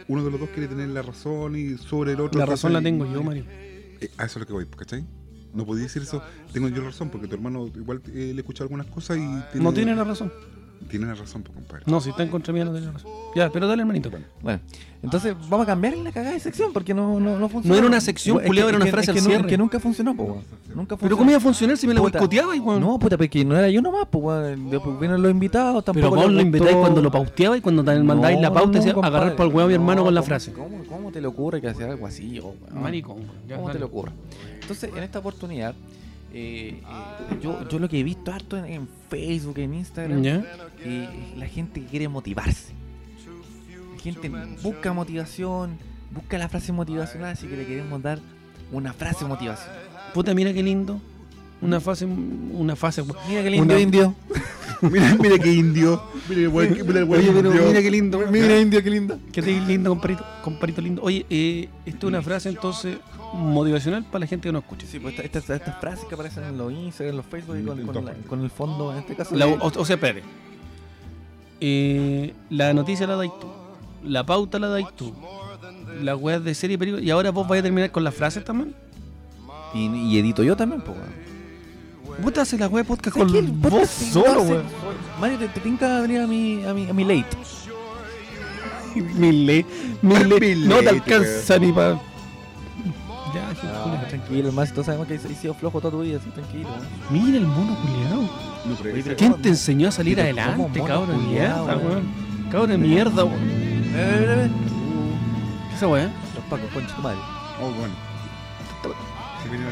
Speaker 2: uno de los dos quiere tener la razón y sobre el otro.
Speaker 3: La razón la tengo
Speaker 2: entonces-
Speaker 3: yo, Mario.
Speaker 2: Eh, a eso es lo que voy, ¿cachai? No podía decir eso. Tengo yo la razón porque tu hermano igual eh, le escucha algunas cosas y.
Speaker 3: No tiene la razón.
Speaker 2: Tiene la razón, pues, compadre.
Speaker 3: No, si está en contra mía no tiene razón. Ya, pero dale, hermanito.
Speaker 1: Bueno, entonces vamos a cambiar la cagada de sección porque no, no, no funcionó.
Speaker 3: No era una sección,
Speaker 1: Es que-
Speaker 3: culiao, era
Speaker 1: es
Speaker 3: una
Speaker 1: que-
Speaker 3: frase
Speaker 1: es que
Speaker 3: al
Speaker 1: nu- es
Speaker 3: cierre.
Speaker 1: que nunca funcionó, po, weón. Nunca
Speaker 3: Pero
Speaker 1: funcionó.
Speaker 3: ¿cómo iba a funcionar si me la
Speaker 1: Puta.
Speaker 3: boicoteabas, weón?
Speaker 1: No, puta, porque no era yo nomás, pues, weón. Después vienen los invitados,
Speaker 3: pero
Speaker 1: tampoco.
Speaker 3: vos
Speaker 1: les
Speaker 3: lo
Speaker 1: gustó.
Speaker 3: invitáis cuando lo pauteabais, cuando te mandáis
Speaker 1: No,
Speaker 3: la
Speaker 1: no,
Speaker 3: pauta, decía,
Speaker 1: compadre,
Speaker 3: agarrar para el huevo a mi
Speaker 1: no,
Speaker 3: hermano con la
Speaker 1: ¿cómo-
Speaker 3: frase.
Speaker 1: ¿Cómo, cómo te le ocurre que hacer algo así, oh, weón?
Speaker 3: Maricón, weón. Ya,
Speaker 1: ¿Cómo te
Speaker 3: dale.
Speaker 1: le ocurre? Entonces, en esta oportunidad, eh, eh, yo, yo lo que he visto harto en, en Facebook, en Instagram,
Speaker 3: ¿Ya?
Speaker 1: eh, la gente que quiere motivarse. La gente busca motivación, busca la frase motivacional, así que le queremos dar una frase motivacional.
Speaker 3: Puta, mira qué lindo. Una fase, una fase. pues.
Speaker 1: Mira qué lindo
Speaker 3: Una-
Speaker 1: indio.
Speaker 2: Mira, mira qué indio. Mira el buen- mira el buen
Speaker 3: Oye, pero
Speaker 2: indio.
Speaker 3: mira qué lindo.
Speaker 1: Mira indio, qué lindo.
Speaker 3: Qué lindo, comparito, comparito lindo. Oye, eh, esto es una frase entonces motivacional para la gente que no escucha.
Speaker 1: Sí, pues esta- estas estas frases que aparecen en los Instagram, en los Facebook y con,
Speaker 2: En
Speaker 1: con
Speaker 2: todo.
Speaker 1: la- con el fondo, en este caso.
Speaker 3: La- oh,
Speaker 1: de-
Speaker 3: o, o sea, espérate. Eh, la noticia la dais tú. La pauta la dais tú. Las weas de serie y película. Y ahora vos vais a terminar con las frases también.
Speaker 1: y, y edito yo también, pues.
Speaker 3: Vos te haces la wea de podcast con vos solo, weón.
Speaker 1: Mario, te, te tinca venir a mi, a mi, a mi late.
Speaker 3: Mil ley. mil ley.
Speaker 2: Mil
Speaker 3: No te
Speaker 2: ley,
Speaker 3: alcanza ni para. Ya, gente,
Speaker 1: Ah.
Speaker 3: culia,
Speaker 1: tranquilo, más todos sabemos que has sido flojo toda tu vida, así tranquilo.
Speaker 3: Mira el mono culiao. ¿Quién te enseñó a salir adelante, cabrón? Mierda, weón. Cabrón de mierda, weón. ¿Qué es esa weón?
Speaker 1: Uh, Los pacos, concha tu madre.
Speaker 2: Oh, bueno. Se viene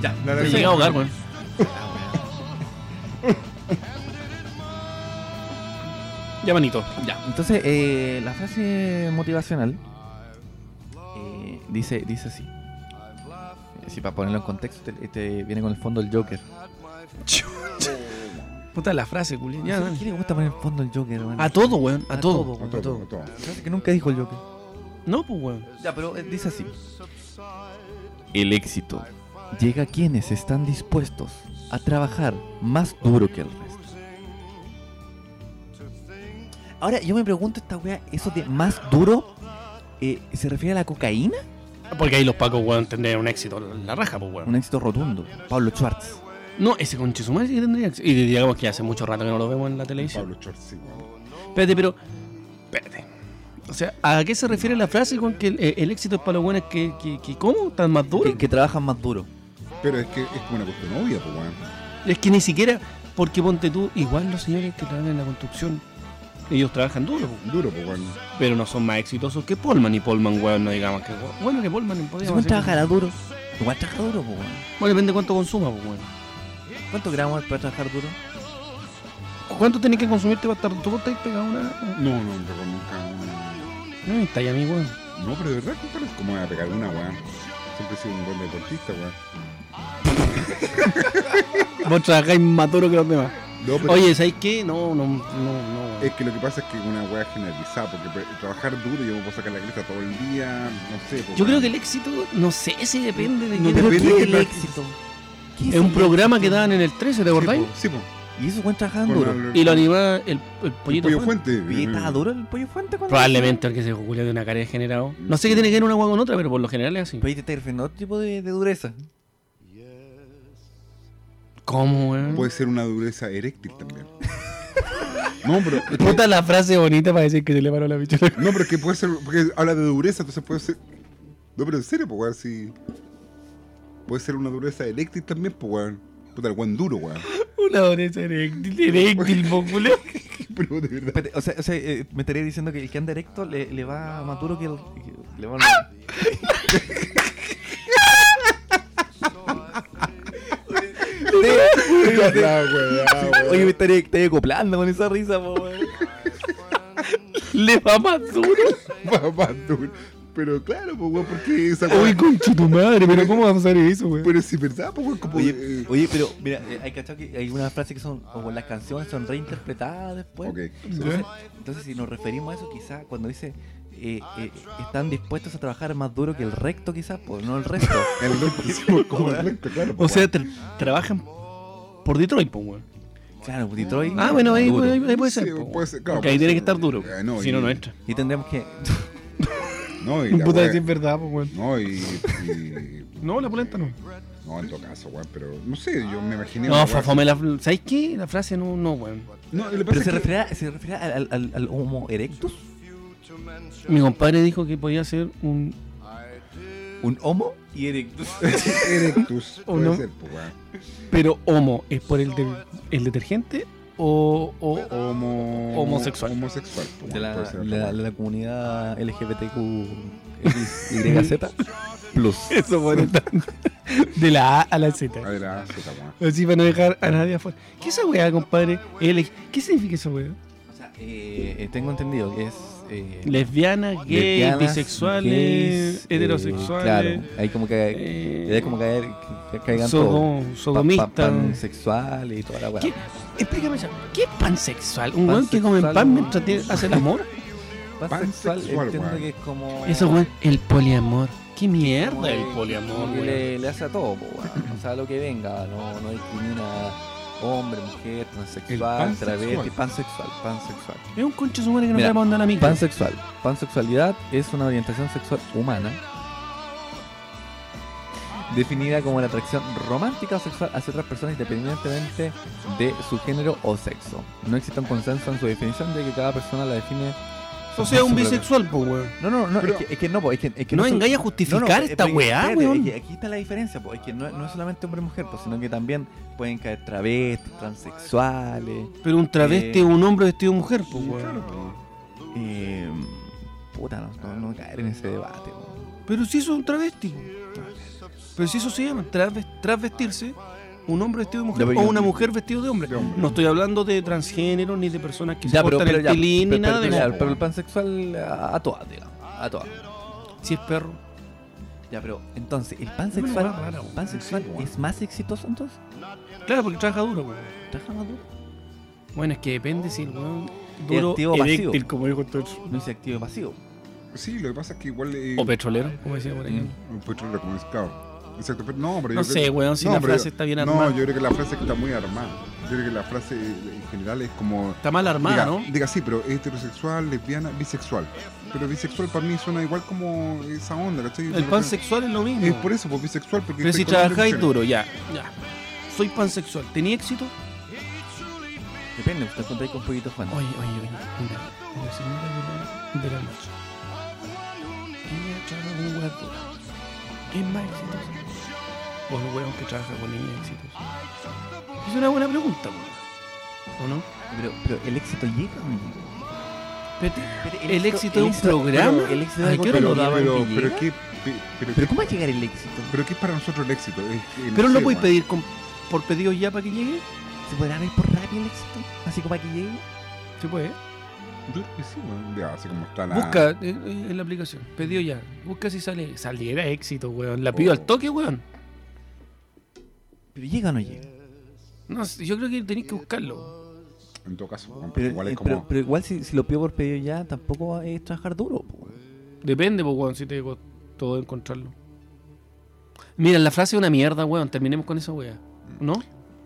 Speaker 3: Ya,
Speaker 2: la-
Speaker 3: me llegué a ahogar, weón. Ya, manito. Ya.
Speaker 1: Entonces, eh, la frase motivacional eh, dice, dice así. Eh, Si para ponerlo en contexto, este, este viene con el fondo del Joker.
Speaker 3: Puta la frase, culiao. Ya,
Speaker 1: ¿A
Speaker 3: dale.
Speaker 1: quién le gusta poner el fondo del Joker, weón?
Speaker 3: A todo, weón. A,
Speaker 1: A
Speaker 3: todo.
Speaker 1: todo, weón,
Speaker 3: a todo.
Speaker 1: Frase que nunca dijo el Joker.
Speaker 3: No, pues, weón.
Speaker 1: Ya, pero eh, dice así. El éxito llega a quienes están dispuestos a trabajar más duro que el resto. Ahora, yo me pregunto esta wea, eso de más duro, eh, ¿se refiere a la cocaína?
Speaker 3: Porque ahí los pacos, weón, tendrían un éxito. La raja, pues, weón.
Speaker 1: Un éxito rotundo. Pablo Schwartz.
Speaker 3: No, ese conchizumar sí que tendría éxito. Y digamos que hace mucho rato que no lo vemos en la televisión.
Speaker 2: Pablo Schwartz, sí, weón.
Speaker 3: Espérate, pero. Espérate. O sea, ¿a qué se refiere la frase con que el, el éxito es para los buenos que, que, que ¿Cómo? ¿Tan más duro?
Speaker 1: Que, que trabajan más duro.
Speaker 2: Pero es que es como una cuestión obvia, pues, weón.
Speaker 3: Es que ni siquiera. Porque ponte tú, igual los señores que trabajan en la construcción, ellos trabajan duro,
Speaker 2: Duro, pues, weón.
Speaker 3: pero no son más exitosos que Polman. Y Polman, weón, no digamos que. Bueno, que Polman podría
Speaker 1: Ese weón trabajará duro. Igual trabaja duro, pues weón.
Speaker 3: Bueno, depende cuánto consuma, pues, weón.
Speaker 1: ¿Cuántos gramos para trabajar duro?
Speaker 3: ¿Cuánto tenés que consumirte para estar tú estás pegado a una.?
Speaker 2: No, no, pero nunca. weón.
Speaker 3: No, está ahí a mí, weón.
Speaker 2: No, pero de verdad, compadre, es como voy a pegar una, weón. Siempre he sido un buen deportista, weón.
Speaker 3: Vos trabajáis más duro que los demás.
Speaker 2: No, pero-
Speaker 3: Oye, ¿sabes qué? No, no, no, no.
Speaker 2: Es que lo que pasa es que es una weá generalizada, porque pre- trabajar duro yo me puedo sacar la cresta todo el día, no sé. pues,
Speaker 3: Yo creo
Speaker 2: weón.
Speaker 3: que el éxito, no sé si depende de
Speaker 1: No,
Speaker 3: qué.
Speaker 1: pero ¿qué
Speaker 2: depende de
Speaker 1: es
Speaker 2: qué
Speaker 1: el
Speaker 2: tra-
Speaker 1: éxito? ¿Qué es
Speaker 3: Es un
Speaker 1: el
Speaker 3: programa que
Speaker 1: éxito?
Speaker 3: daban en el 13, ¿te acordáis?
Speaker 2: Sí, pues.
Speaker 1: Y esos weón trabajaban
Speaker 2: Con
Speaker 1: duro.
Speaker 2: el-
Speaker 3: Y lo animaba el, el
Speaker 2: el
Speaker 3: pollito.
Speaker 2: Pollo
Speaker 3: Fuente.
Speaker 2: Fuente.
Speaker 1: Oye, ¿Estaba duro el pollo fuente cuando
Speaker 3: Mm. Probablemente porque se jubiló de una cara degenerado. No sé qué tiene que ver una hueá con otra, pero por lo general es así.
Speaker 1: Pero ahí te está refiriendo a otro tipo de, de dureza.
Speaker 3: ¿Cómo, weón?
Speaker 2: Puede ser una dureza eréctil también. No, pero. es que-
Speaker 3: Puta la frase bonita para decir que se le paró la pichula. [laughs]
Speaker 2: No, pero es que puede ser. Porque habla de dureza, entonces puede ser. No, pero en serio, pues, weón, si. Puede ser una dureza eréctil también, pues, weón. Puta, el weón duro, weón.
Speaker 3: Una dureza eréctil, eréctil, mongole.
Speaker 2: [laughs] Pero de [laughs] verdad.
Speaker 1: Espérate, O sea, o sea eh, me estaría diciendo que el que anda erecto le, le va más duro que el. que le va
Speaker 2: La weá, weón.
Speaker 1: Oye, me estaría, estaría acoplando con esa risa, po, weón.
Speaker 3: Le va más duro.
Speaker 2: Va, va, duro. Pero claro, pues, weón, porque esa
Speaker 3: Uy,
Speaker 2: weá.
Speaker 3: concha tu madre, pero ¿cómo vamos a hacer eso, weón?
Speaker 2: Pero si es verdad, pues, weón, como.
Speaker 1: Oye,
Speaker 2: eh,
Speaker 1: oye, pero mira, eh, hay cachado que hay unas frases que son, o las canciones son reinterpretadas después.
Speaker 2: Ok.
Speaker 1: Entonces, entonces, si nos referimos a eso, quizás cuando dice eh, eh, están dispuestos a trabajar más duro que el recto, quizás, pues no el resto.
Speaker 2: [laughs] El recto, sí, pues, como el recto, claro.
Speaker 3: O
Speaker 2: pues,
Speaker 3: sea, tra- trabajan por Detroit, pues, weón.
Speaker 1: claro, pues, Detroit.
Speaker 3: Ah, bueno, ahí,
Speaker 1: duro.
Speaker 3: ahí- ahí puede
Speaker 2: Sí,
Speaker 3: ser. po,
Speaker 2: puede ser, claro,
Speaker 3: Porque ahí
Speaker 2: puede
Speaker 3: tiene que
Speaker 2: ser.
Speaker 3: estar duro.
Speaker 2: Eh, no,
Speaker 3: si
Speaker 2: y-
Speaker 3: no, no entra.
Speaker 1: Y tendremos que.
Speaker 2: No, y la weá-
Speaker 3: verdad, pues, weón.
Speaker 2: No, y, y-
Speaker 3: No, la polenta no.
Speaker 2: No, en todo caso, weón, pero no sé, yo me imaginé. una
Speaker 3: No,
Speaker 2: weá-
Speaker 3: fafome la. ¿Sabes qué? La frase no, no, weón.
Speaker 2: No, lo que
Speaker 1: Pero
Speaker 2: pasa
Speaker 1: se
Speaker 2: es que.
Speaker 1: refería, se refería al, al- al- al Homo erectus.
Speaker 3: Mi compadre dijo que podía ser un.
Speaker 1: Un Homo y [laughs] erectus.
Speaker 2: Erectus,
Speaker 3: [laughs] ¿O
Speaker 2: puede
Speaker 3: no?
Speaker 2: ser, pues, weón.
Speaker 3: Pero homo, ¿es por el, de- el detergente o, o, o-
Speaker 2: Homo...
Speaker 3: Homosexual.
Speaker 2: Homosexual, pues,
Speaker 1: De
Speaker 2: weón,
Speaker 1: la,
Speaker 2: puede ser,
Speaker 1: la-
Speaker 2: weón.
Speaker 1: la comunidad LGBTQ YZ plus.
Speaker 3: Eso, bueno, está- [laughs] De la A a la Z.
Speaker 2: A ver, ah, puta, weón.
Speaker 3: Así para no dejar a nadie afuera. ¿Qué es esa weá, compadre? L- ¿Qué significa esa weá?
Speaker 1: O sea, eh, eh, tengo entendido que es. eh,
Speaker 3: Lesbiana, gay,
Speaker 1: lesbianas,
Speaker 3: bisexuales,
Speaker 1: gays, eh,
Speaker 3: heterosexuales.
Speaker 1: claro, ahí como que.
Speaker 3: eh,
Speaker 1: ahí como caer, que caigan todos.
Speaker 3: sodo- sodomistas.
Speaker 1: pansexual y toda la weá.
Speaker 3: ¿Qué? Explícame eso. ¿Qué es pansexual? ¿Un weón que
Speaker 1: Pansexual,
Speaker 3: come pan
Speaker 1: weón.
Speaker 3: mientras tiene- hace
Speaker 1: [laughs]
Speaker 3: el amor?
Speaker 1: Pansexual,
Speaker 2: Pansexual,
Speaker 1: entiendo
Speaker 2: weón.
Speaker 1: que es como.
Speaker 3: Eso, weón. El poliamor. ¿Qué
Speaker 1: como
Speaker 3: mierda?
Speaker 1: que- como que le, le hace a todo, po, weón. O sea, lo que venga, no, no discrimina hombre, mujer, transexual,
Speaker 2: pansexual.
Speaker 1: travesti, pansexual, pansexual.
Speaker 3: Es un concho su madre que no
Speaker 1: Mira,
Speaker 3: sabe para dónde va la micro.
Speaker 1: Pansexual. Pansexualidad es una orientación sexual humana definida como la atracción romántica o sexual hacia otras personas independientemente de su género o sexo. No existe un consenso en su definición ya que cada persona la define
Speaker 3: O sea, un bisexual, pues, weón.
Speaker 1: No, no, no, es, que, es que no, po, es que, es que
Speaker 3: No
Speaker 1: son-
Speaker 3: vengáis a justificar esta
Speaker 1: pero
Speaker 3: weá,
Speaker 1: espérate,
Speaker 3: weón.
Speaker 1: es que aquí está la diferencia, po, es que no, no es solamente hombre y mujer, po, sino que también pueden caer travestis, transexuales.
Speaker 3: Pero un travesti
Speaker 1: eh,
Speaker 3: es un hombre vestido de mujer, pues, weón.
Speaker 1: eh, puta, no, no, no caer en ese debate, po.
Speaker 3: Pero si eso es un travesti. Pero si eso se llama trasves- transvestirse, un hombre vestido de
Speaker 1: Ya,
Speaker 3: mujer
Speaker 1: pero
Speaker 3: o
Speaker 1: yo-
Speaker 3: una mujer vestida de hombre. No estoy hablando de transgénero ni de personas que se portan el
Speaker 1: ya,
Speaker 3: pilín ni
Speaker 1: pero-
Speaker 3: nada
Speaker 1: pero-
Speaker 3: de
Speaker 1: ya,
Speaker 3: eso.
Speaker 1: pero el pansexual a, a todas, digamos, a todas.
Speaker 3: Si es perro.
Speaker 1: Ya, pero entonces, ¿el pansexual,
Speaker 3: Una weá rara, weón.
Speaker 1: pansexual es más exitoso entonces?
Speaker 3: Claro, porque trabaja duro, weón.
Speaker 1: ¿Trabaja más duro?
Speaker 3: Bueno, es que depende si el weón
Speaker 1: ¿Es
Speaker 3: duro
Speaker 1: activo o pasivo?
Speaker 3: eréctil, como dijo Torch.
Speaker 1: No es activo o pasivo.
Speaker 2: Sí, lo que pasa es que igual. eh,
Speaker 3: O petrolero, como decía por
Speaker 1: Mm.
Speaker 3: ahí.
Speaker 2: Un petrolero, como es, claro. Exacto, pero no, pero
Speaker 3: No
Speaker 2: yo
Speaker 3: sé,
Speaker 2: creo-
Speaker 3: weón, si la
Speaker 2: pero
Speaker 3: frase
Speaker 2: yo-
Speaker 3: está bien
Speaker 2: No,
Speaker 3: armada.
Speaker 2: yo creo que la frase está muy armada. Yo creo que la frase eh, en general es como.
Speaker 3: Está mal armada,
Speaker 2: diga,
Speaker 3: ¿no?
Speaker 2: Diga, sí, pero heterosexual, lesbiana, bisexual. Pero bisexual para mí suena igual como esa onda, ¿cachai?
Speaker 3: El pansexual es lo mismo.
Speaker 2: Es por eso, pues bisexual. Porque
Speaker 3: Pero
Speaker 2: estoy
Speaker 3: si
Speaker 2: con hombres y
Speaker 3: trabajáis
Speaker 2: mujeres.
Speaker 3: duro, ya, ya. Soy pansexual. ¿Tenía éxito?
Speaker 1: Depende, usted contáis con Pollito Juan.
Speaker 14: Oye, oye, oye. Mira, la señora de la, de la noche. Ella trabaja con weas duras. Es más exitosa. O los weón que trabaja con niñas exitosas. Es una buena pregunta, weón. ¿O no?
Speaker 1: Pero, pero el éxito llega, o no llega?
Speaker 3: Espérate,
Speaker 1: Pero
Speaker 3: el, éxito de un programa.
Speaker 1: pero el éxito
Speaker 3: ¿A
Speaker 1: de
Speaker 3: qué hora
Speaker 2: Pero,
Speaker 3: lo daban
Speaker 2: pero,
Speaker 3: que
Speaker 2: pero,
Speaker 3: llega?
Speaker 2: ¿qué, pe- pero,
Speaker 1: Pero
Speaker 2: qué,
Speaker 1: ¿cómo va a llegar el éxito?
Speaker 2: pero qué es para nosotros el éxito? Es que no
Speaker 3: Pero
Speaker 2: sé,
Speaker 3: no lo podéis
Speaker 2: weón.
Speaker 3: pedir con- por pedido ya para que llegue.
Speaker 1: ¿Se podrá ver por rápido el éxito? Así como para que llegue.
Speaker 3: Se puede.
Speaker 2: Yo creo que sí, weón. Ya, así como está la.
Speaker 3: Busca eh, eh, en la aplicación. Pedido ya. Busca si sale. Saliera éxito, weón. La pido al toque, weón.
Speaker 1: Pero llega o no llega.
Speaker 2: Eh,
Speaker 3: No, sé, yo creo que tenéis que buscarlo.
Speaker 2: En todo caso, weón,
Speaker 1: Pero,
Speaker 2: pero, igual es
Speaker 1: eh,
Speaker 2: como.
Speaker 1: pero- pero igual si, si lo pido por pedido ya, tampoco es trabajar duro. po.
Speaker 3: Depende, pues, weón, si te todo encontrarlo. Mira, la frase es una mierda, weón. Terminemos con esa weá. ¿No?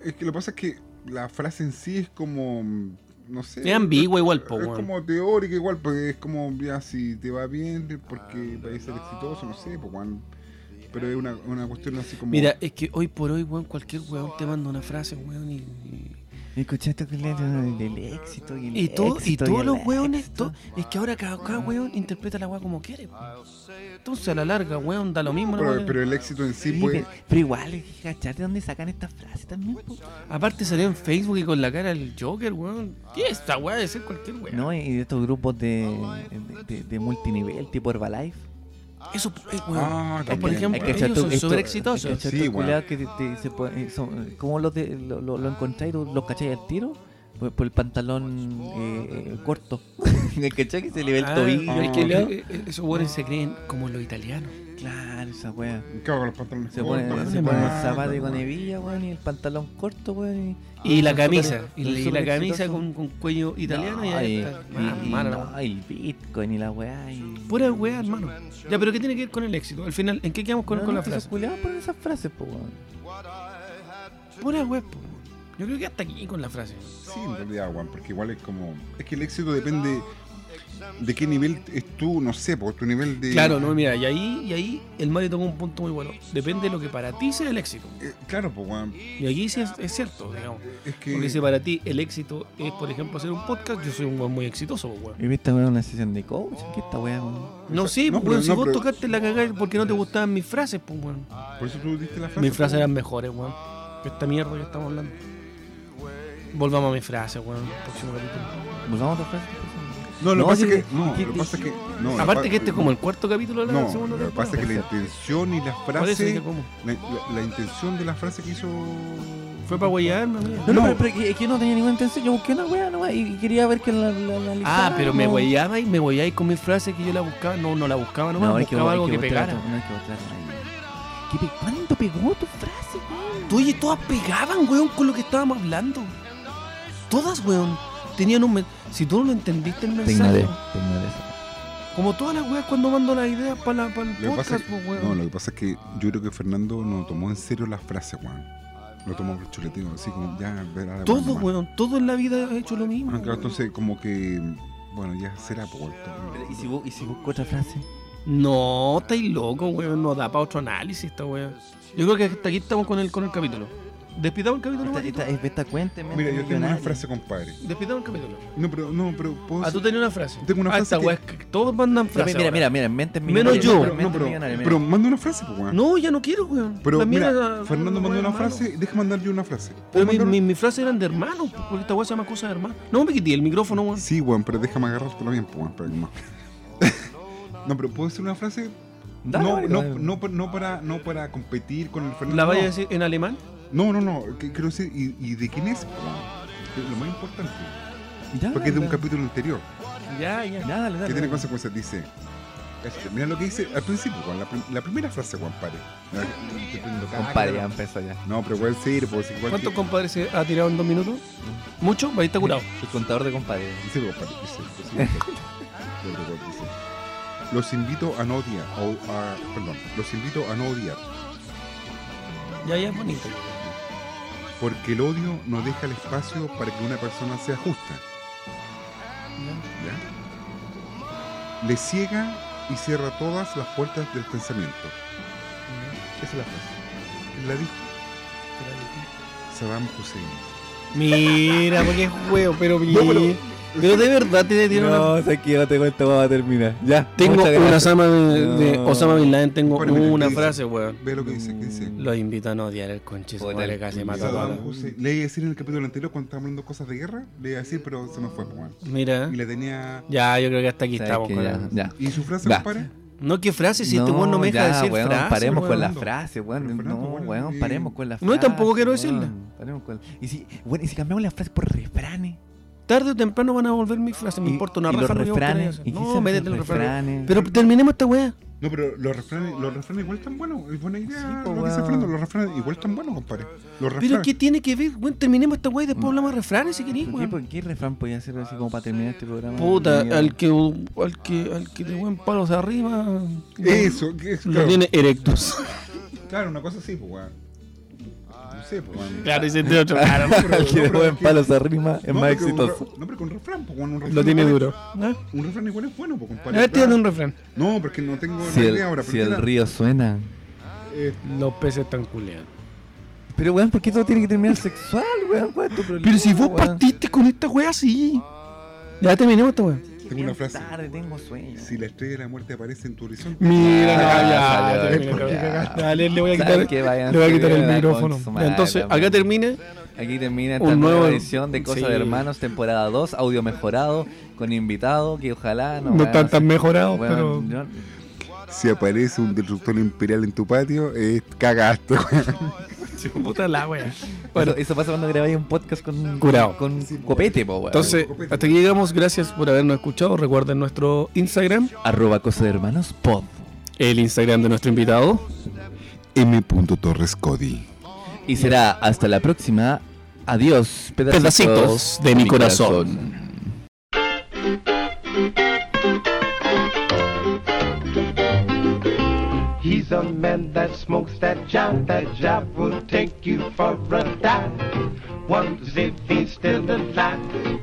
Speaker 2: Es que lo que pasa es que la frase en sí es como. mm, No sé.
Speaker 3: Es ambigua igual, po,
Speaker 2: Es
Speaker 3: weón.
Speaker 2: como teórica igual, porque es como, ya, si te va bien, porque vais a ser exitoso, no sé, po, weón. Pero es una, una cuestión así como.
Speaker 3: Mira, es que hoy por hoy, weón, cualquier weón te manda una frase, weón, y. y-
Speaker 1: Escuchaste que le- el, el éxito y el
Speaker 3: Y, todo, y
Speaker 1: éxito
Speaker 3: todos
Speaker 1: el
Speaker 3: los weones,
Speaker 1: éxito.
Speaker 3: to- es que ahora cada, cada weón interpreta la weá como quiere. po. Entonces a la larga, weón, da lo mismo. la
Speaker 2: pero,
Speaker 3: weá.
Speaker 2: pero el éxito en sí, pues.
Speaker 1: Sí,
Speaker 2: puede.
Speaker 1: pero, pero igual, hay que cachar de dónde sacan estas frases también. po.
Speaker 3: Aparte salió en Facebook y con la cara del Joker, weón. ¿Qué es esta weá de ser cualquier weón?
Speaker 1: ¿No? Y de estos grupos de, de, de- de multinivel, tipo Herbalife.
Speaker 3: Eso es weón.
Speaker 2: Ah,
Speaker 3: O, por
Speaker 2: también,
Speaker 3: ejemplo,
Speaker 2: weón.
Speaker 1: cachar
Speaker 3: ellos
Speaker 1: tu-
Speaker 3: son
Speaker 1: esto-
Speaker 3: súper
Speaker 1: hay
Speaker 3: exitosos.
Speaker 1: cachar
Speaker 2: Sí,
Speaker 1: estos
Speaker 2: weón.
Speaker 1: culiados que te- te- se pon- eh, son- eh, ¿Cómo los de- lo, lo, lo encontráis? ¿Lo- ¿Los cacháis al tiro? Por, por el pantalón eh, eh, corto. [laughs] ¿Cachai que se le ve el
Speaker 3: Ah,
Speaker 1: tobillo?
Speaker 3: es que
Speaker 1: culiao?
Speaker 3: le- eh, eh, esos weones se creen como los italianos.
Speaker 1: Claro, esa wea.
Speaker 2: Cago con los pantalones
Speaker 3: Oh,
Speaker 1: Se pone,
Speaker 2: cortos,
Speaker 1: se
Speaker 2: weón,
Speaker 1: pone el
Speaker 2: weón,
Speaker 1: zapato con
Speaker 2: weón.
Speaker 1: hebilla, weón, y el pantalón corto, weón.
Speaker 3: Y la
Speaker 1: son
Speaker 3: camisa.
Speaker 1: súper-
Speaker 3: Y,
Speaker 1: son
Speaker 3: la- y
Speaker 1: súper
Speaker 3: la camisa
Speaker 1: exitosos.
Speaker 3: con, con cuello italiano
Speaker 1: No,
Speaker 3: y ahí
Speaker 1: y-
Speaker 3: está.
Speaker 1: y-
Speaker 3: Ah,
Speaker 1: y
Speaker 3: mano, la
Speaker 1: no, el Bitcoin y la weá. Y...
Speaker 3: Pura weá, hermano. Ya, pero ¿qué tiene que ver con el éxito? Al final, ¿en qué quedamos con,
Speaker 1: No,
Speaker 3: con
Speaker 1: no,
Speaker 3: la
Speaker 1: que
Speaker 3: frase?
Speaker 1: Esos culiados ponen esas frases, po, weón.
Speaker 3: Pura weá, po. Yo creo que hasta aquí con la frase.
Speaker 2: Sí, en realidad, weón, porque igual es como. Es que el éxito depende de qué nivel es tú, no sé, porque tu nivel de.
Speaker 3: Claro, no, mira, y ahí, y ahí el Mario tocó un punto muy bueno. Depende de lo que para ti sea el éxito.
Speaker 2: Eh, claro, pues, weón.
Speaker 3: Y aquí sí es, es cierto, digamos.
Speaker 2: Es que.
Speaker 3: Porque si para ti el éxito es, por ejemplo, hacer un podcast, yo soy un weón muy exitoso, pues, weón.
Speaker 1: Y viste, weón, una sesión de coach. ¿Qué esta weá, weón?
Speaker 3: No sé,
Speaker 2: No,
Speaker 3: pues,
Speaker 2: pero-
Speaker 3: weón, si
Speaker 2: no,
Speaker 3: vos
Speaker 2: pero-
Speaker 3: tocaste la cagada porque no te gustaban mis frases, pues, weón.
Speaker 2: Por eso tú diste la frase.
Speaker 3: Mis frases
Speaker 2: po,
Speaker 3: eran mejores, eh, weón. que Esta mierda que estamos hablando. Volvamos a mis frases, weón. Próximo capítulo.
Speaker 1: Volvamos a otra frase. por favor.
Speaker 2: No, lo
Speaker 1: No,
Speaker 2: que pasa
Speaker 1: sí,
Speaker 2: es que. No,
Speaker 1: que-
Speaker 2: lo que pasa es que. No, lo
Speaker 3: Aparte
Speaker 2: pa-
Speaker 3: que este es como el cuarto capítulo de la
Speaker 2: No,
Speaker 3: segunda
Speaker 2: lo que pasa
Speaker 3: temporada.
Speaker 2: es que la intención y la
Speaker 3: Por eso
Speaker 2: frase.
Speaker 3: dije, ¿cómo?
Speaker 2: La, la- la intención de la frase que hizo.
Speaker 3: Fue para guayarme, amigo.
Speaker 1: No, no,
Speaker 2: No.
Speaker 1: pero, pero es que- es que yo no tenía ninguna intención. Yo busqué una weá nomás y quería ver que la, la, la
Speaker 3: Ah,
Speaker 1: listaba,
Speaker 3: pero me
Speaker 1: no.
Speaker 3: guayaba y me guayaba y con mis frases que yo la buscaba. No, no la buscaba nomás, buscaba algo que,
Speaker 1: vos te la
Speaker 3: pegara.
Speaker 1: to- no, es que vos te la tomáis. ¿Qué pe- ¿Cuánto pegó tu frase, weón?
Speaker 3: Tú oye, todas pegaban, weón, con lo que estábamos hablando. Todas, weón. Tenían un... men- Si tú no lo entendiste el mensaje... Como todas las weas cuando mando las ideas para
Speaker 2: Lo
Speaker 3: el
Speaker 2: que pasa
Speaker 3: podcast,
Speaker 2: es-
Speaker 3: pues,
Speaker 2: no,
Speaker 3: weón.
Speaker 2: lo que pasa es que yo creo que Fernando no tomó en serio la frase, weón. Lo tomó por chuleteo, así como ya verá la
Speaker 3: Todo,
Speaker 2: weón.
Speaker 3: weón. Todo en la vida ha hecho lo mismo.
Speaker 2: Ah, claro,
Speaker 3: weón.
Speaker 2: entonces como que. Bueno, ya será por
Speaker 1: ¿Y si, bu- ¿Y si busco otra frase?
Speaker 3: No, estáis loco, weón. No da para otro análisis esta weá. Yo creo que hasta aquí estamos con el, con el capítulo. Despidamos el capítulo.
Speaker 1: Esta, esta, esta cuente,
Speaker 2: Mira, yo tengo una frase, compadre.
Speaker 3: Despidamos el capítulo.
Speaker 2: No, pero, no, pero ¿puedo
Speaker 3: Ah, tú tenías una frase.
Speaker 2: Oh, Tengo una
Speaker 3: Ah,
Speaker 2: frase
Speaker 3: esta
Speaker 2: que-
Speaker 3: weá es que todos mandan frases.
Speaker 1: mira,
Speaker 3: ahora.
Speaker 1: mira, mira, mente
Speaker 3: Menos
Speaker 1: millonaria,
Speaker 3: yo.
Speaker 1: pero-
Speaker 2: No,
Speaker 1: mente
Speaker 2: pero,
Speaker 1: millonaria, mira.
Speaker 2: pero manda una frase, pues, weón.
Speaker 3: No, ya no quiero, weón.
Speaker 2: Pero
Speaker 3: La mía
Speaker 2: mira,
Speaker 3: era-
Speaker 2: Fernando mandó
Speaker 3: weón,
Speaker 2: una
Speaker 3: hermano.
Speaker 2: frase, deja mandar yo una frase.
Speaker 3: Pero
Speaker 2: ¿Puedo
Speaker 3: mi,
Speaker 2: mandar
Speaker 3: mi, mi frase eran de hermano, porque esta weá se llama cosa de hermano. No me quité el micrófono, weón.
Speaker 2: Sí, weón, pero déjame agarrártelo bien, pues, weón, para que no. [laughs] no, pero ¿puedo decir una frase?
Speaker 3: Dale,
Speaker 2: no,
Speaker 3: dale,
Speaker 2: no,
Speaker 3: dale.
Speaker 2: no, pa- no para, no para competir con el Fernando.
Speaker 3: ¿La vaya
Speaker 2: no.
Speaker 3: a decir en alemán?
Speaker 2: No, no, no, que- quiero decir, ¿y, y de quién es? po? Que es Lo más importante. Porque es de un
Speaker 3: dale.
Speaker 2: capítulo anterior,
Speaker 3: Ya, ya. Ya, dale,
Speaker 2: que tiene consecuencias, dice... cállate, Mira lo que dice al principio, weón, la, prim- la primera frase, Juan Pare.
Speaker 1: Compadre, Ah, ya empezó ya.
Speaker 2: No, pero igual sí, pues igual
Speaker 3: ¿Cuántos
Speaker 2: que-
Speaker 3: compadres se ha tirado en dos minutos? ¿Mucho? Pues Ahí está curado.
Speaker 1: El contador de compadres.
Speaker 2: Dice lo que pues, dice, dice lo que- dice lo que dice. Los invito a no odiar. o- a- perdón, los invito a no odiar.
Speaker 3: Ya, ya es bonito.
Speaker 2: Porque el odio no deja el espacio para que una persona sea justa. ¿ya? Le ciega y cierra todas las puertas del pensamiento. Esa es la frase. Él La dijo Saddam Hussein.
Speaker 1: [laughs]
Speaker 3: Mira, porque es juego, pero
Speaker 2: No, pero-
Speaker 3: Pero de verdad te tiene una.
Speaker 1: No, se aquí yo te cuento cómo va a terminar. Ya.
Speaker 3: Tengo
Speaker 1: muchas
Speaker 3: una
Speaker 1: gracias.
Speaker 3: Osama de, de
Speaker 1: No.
Speaker 3: Osama Bin Laden, tengo
Speaker 2: Pero mira,
Speaker 3: una
Speaker 2: ¿qué dice?
Speaker 3: frase, weón.
Speaker 2: Ve lo que dice, que dice.
Speaker 3: Los invitan a odiar el conche, su
Speaker 1: Puta,
Speaker 3: madre
Speaker 1: el
Speaker 3: casi mata a todas.
Speaker 2: Saddam Hussein. Le iba a decir en el capítulo anterior cuando estábamos hablando de cosas de guerra, le iba a decir, pero se me fue. pues, bueno.
Speaker 3: Mira.
Speaker 2: Y le tenía.
Speaker 3: Ya, yo creo que hasta aquí
Speaker 1: Sabes
Speaker 3: estamos
Speaker 1: que
Speaker 3: con
Speaker 1: ya,
Speaker 3: la-
Speaker 1: ya.
Speaker 2: ¿Y su frase,
Speaker 1: Va.
Speaker 2: compadre?
Speaker 3: No, qué frase, si este weón no me deja
Speaker 1: ya,
Speaker 3: decir
Speaker 1: weón,
Speaker 3: frase.
Speaker 1: Paremos
Speaker 3: weón.
Speaker 1: con la
Speaker 2: Fernando.
Speaker 1: frase,
Speaker 2: Pero
Speaker 1: weón. No,
Speaker 2: Fernando, weón,
Speaker 1: weón,
Speaker 2: sí.
Speaker 1: paremos con la frase.
Speaker 3: No, y tampoco quiero
Speaker 1: weón.
Speaker 3: decirla.
Speaker 1: Paremos con la- Y si, bueno, y si cambiamos la frase por refranes.
Speaker 3: Tarde o temprano van a volver mis frases, me
Speaker 1: Y-
Speaker 3: importa una
Speaker 1: y los
Speaker 3: raja. no digo
Speaker 1: refranes,
Speaker 3: que
Speaker 1: y
Speaker 3: no,
Speaker 1: si
Speaker 3: No,
Speaker 1: se eh,
Speaker 3: métete
Speaker 1: meten
Speaker 3: los refranes.
Speaker 1: refranes.
Speaker 3: Pero terminemos esta weá.
Speaker 2: No, pero los refranes, los refranes igual están buenos. Es buena idea.
Speaker 1: Sí, po,
Speaker 2: lo que dice
Speaker 1: weón.
Speaker 2: Fernando, los refranes igual están buenos, compadre. Los refranes.
Speaker 3: Pero ¿qué tiene que ver? Weón, terminemos esta weá y después hablamos de refranes si querís,
Speaker 1: ¿Por qué,
Speaker 3: weón.
Speaker 1: por qué refrán podía ser así como para terminar este programa?
Speaker 3: Puta,
Speaker 1: Mira.
Speaker 3: al que, al que, al que de buen palos arriba.
Speaker 2: Eso, que es,
Speaker 3: Lo
Speaker 2: claro,
Speaker 3: tiene erectus.
Speaker 2: claro, una cosa así, pues, weón. No sé, pues, weón.
Speaker 3: Claro, ese de otro. [laughs]
Speaker 2: [laughs]
Speaker 3: Claro.
Speaker 1: Al que de buen palo se arrima es más
Speaker 2: No, pero un re-
Speaker 1: exitoso.
Speaker 2: No, pero con refrán, pues, weón. Un refrán
Speaker 3: Lo tiene
Speaker 2: igual-
Speaker 3: duro. ¿No?
Speaker 2: Un refrán igual es bueno, pues,
Speaker 3: A
Speaker 2: compadre.
Speaker 3: ver, tírate un refrán.
Speaker 2: No, porque no tengo
Speaker 1: Si
Speaker 2: la
Speaker 1: el,
Speaker 2: idea ahora. pero
Speaker 1: si el
Speaker 2: tira-
Speaker 1: río suena.
Speaker 2: eh,
Speaker 3: Los peces están culeando.
Speaker 1: Pero weón, ¿por qué todo tiene que terminar sexual, weón? ¿Cuál es tu problema?
Speaker 3: Pero si vos
Speaker 1: weón?
Speaker 3: partiste con esta weá así. Ya terminemos esta weá.
Speaker 2: tengo una
Speaker 1: Bien
Speaker 2: frase.
Speaker 1: tarde, tengo sueño.
Speaker 2: Si la estrella de la muerte aparece en tu horizonte.
Speaker 3: Mira,
Speaker 1: Ah,
Speaker 3: no, ya,
Speaker 1: salió,
Speaker 3: ya, terminó,
Speaker 1: porque-
Speaker 3: ya. Dale, le voy a
Speaker 1: ¿Sabes
Speaker 3: quitar,
Speaker 1: qué? Vayan
Speaker 3: le voy a quitar el
Speaker 1: primero,
Speaker 3: micrófono.
Speaker 1: con su
Speaker 3: Ya,
Speaker 1: madre,
Speaker 3: Entonces,
Speaker 1: hombre.
Speaker 3: acá termina.
Speaker 1: Aquí termina
Speaker 3: Un
Speaker 1: esta nueva
Speaker 3: nuevo-
Speaker 1: edición de Cosa
Speaker 3: sí.
Speaker 1: de Hermanos, temporada 2, audio mejorado, con invitado que ojalá no.
Speaker 3: No
Speaker 1: weón,
Speaker 3: están tan
Speaker 1: sí,
Speaker 3: mejorados,
Speaker 1: weón,
Speaker 3: pero.
Speaker 1: yo-
Speaker 2: Si aparece un destructor imperial en tu patio, es cagaste, weón.
Speaker 3: Puta la wea.
Speaker 1: eso, eso pasa cuando grabáis un podcast con.
Speaker 3: Curado.
Speaker 1: Con copete, po, weón.
Speaker 3: Entonces, hasta aquí llegamos. Gracias por habernos escuchado. Recuerden nuestro Instagram,
Speaker 1: Arroba Cosa de Hermanos Pod.
Speaker 3: el Instagram de nuestro invitado.
Speaker 2: M. Torres Cody.
Speaker 1: Y será hasta la próxima. Adiós,
Speaker 3: Pedacitos de mi corazón.
Speaker 4: He's a man that smokes that job. That job will take you for a dive. Wonders if he's still alive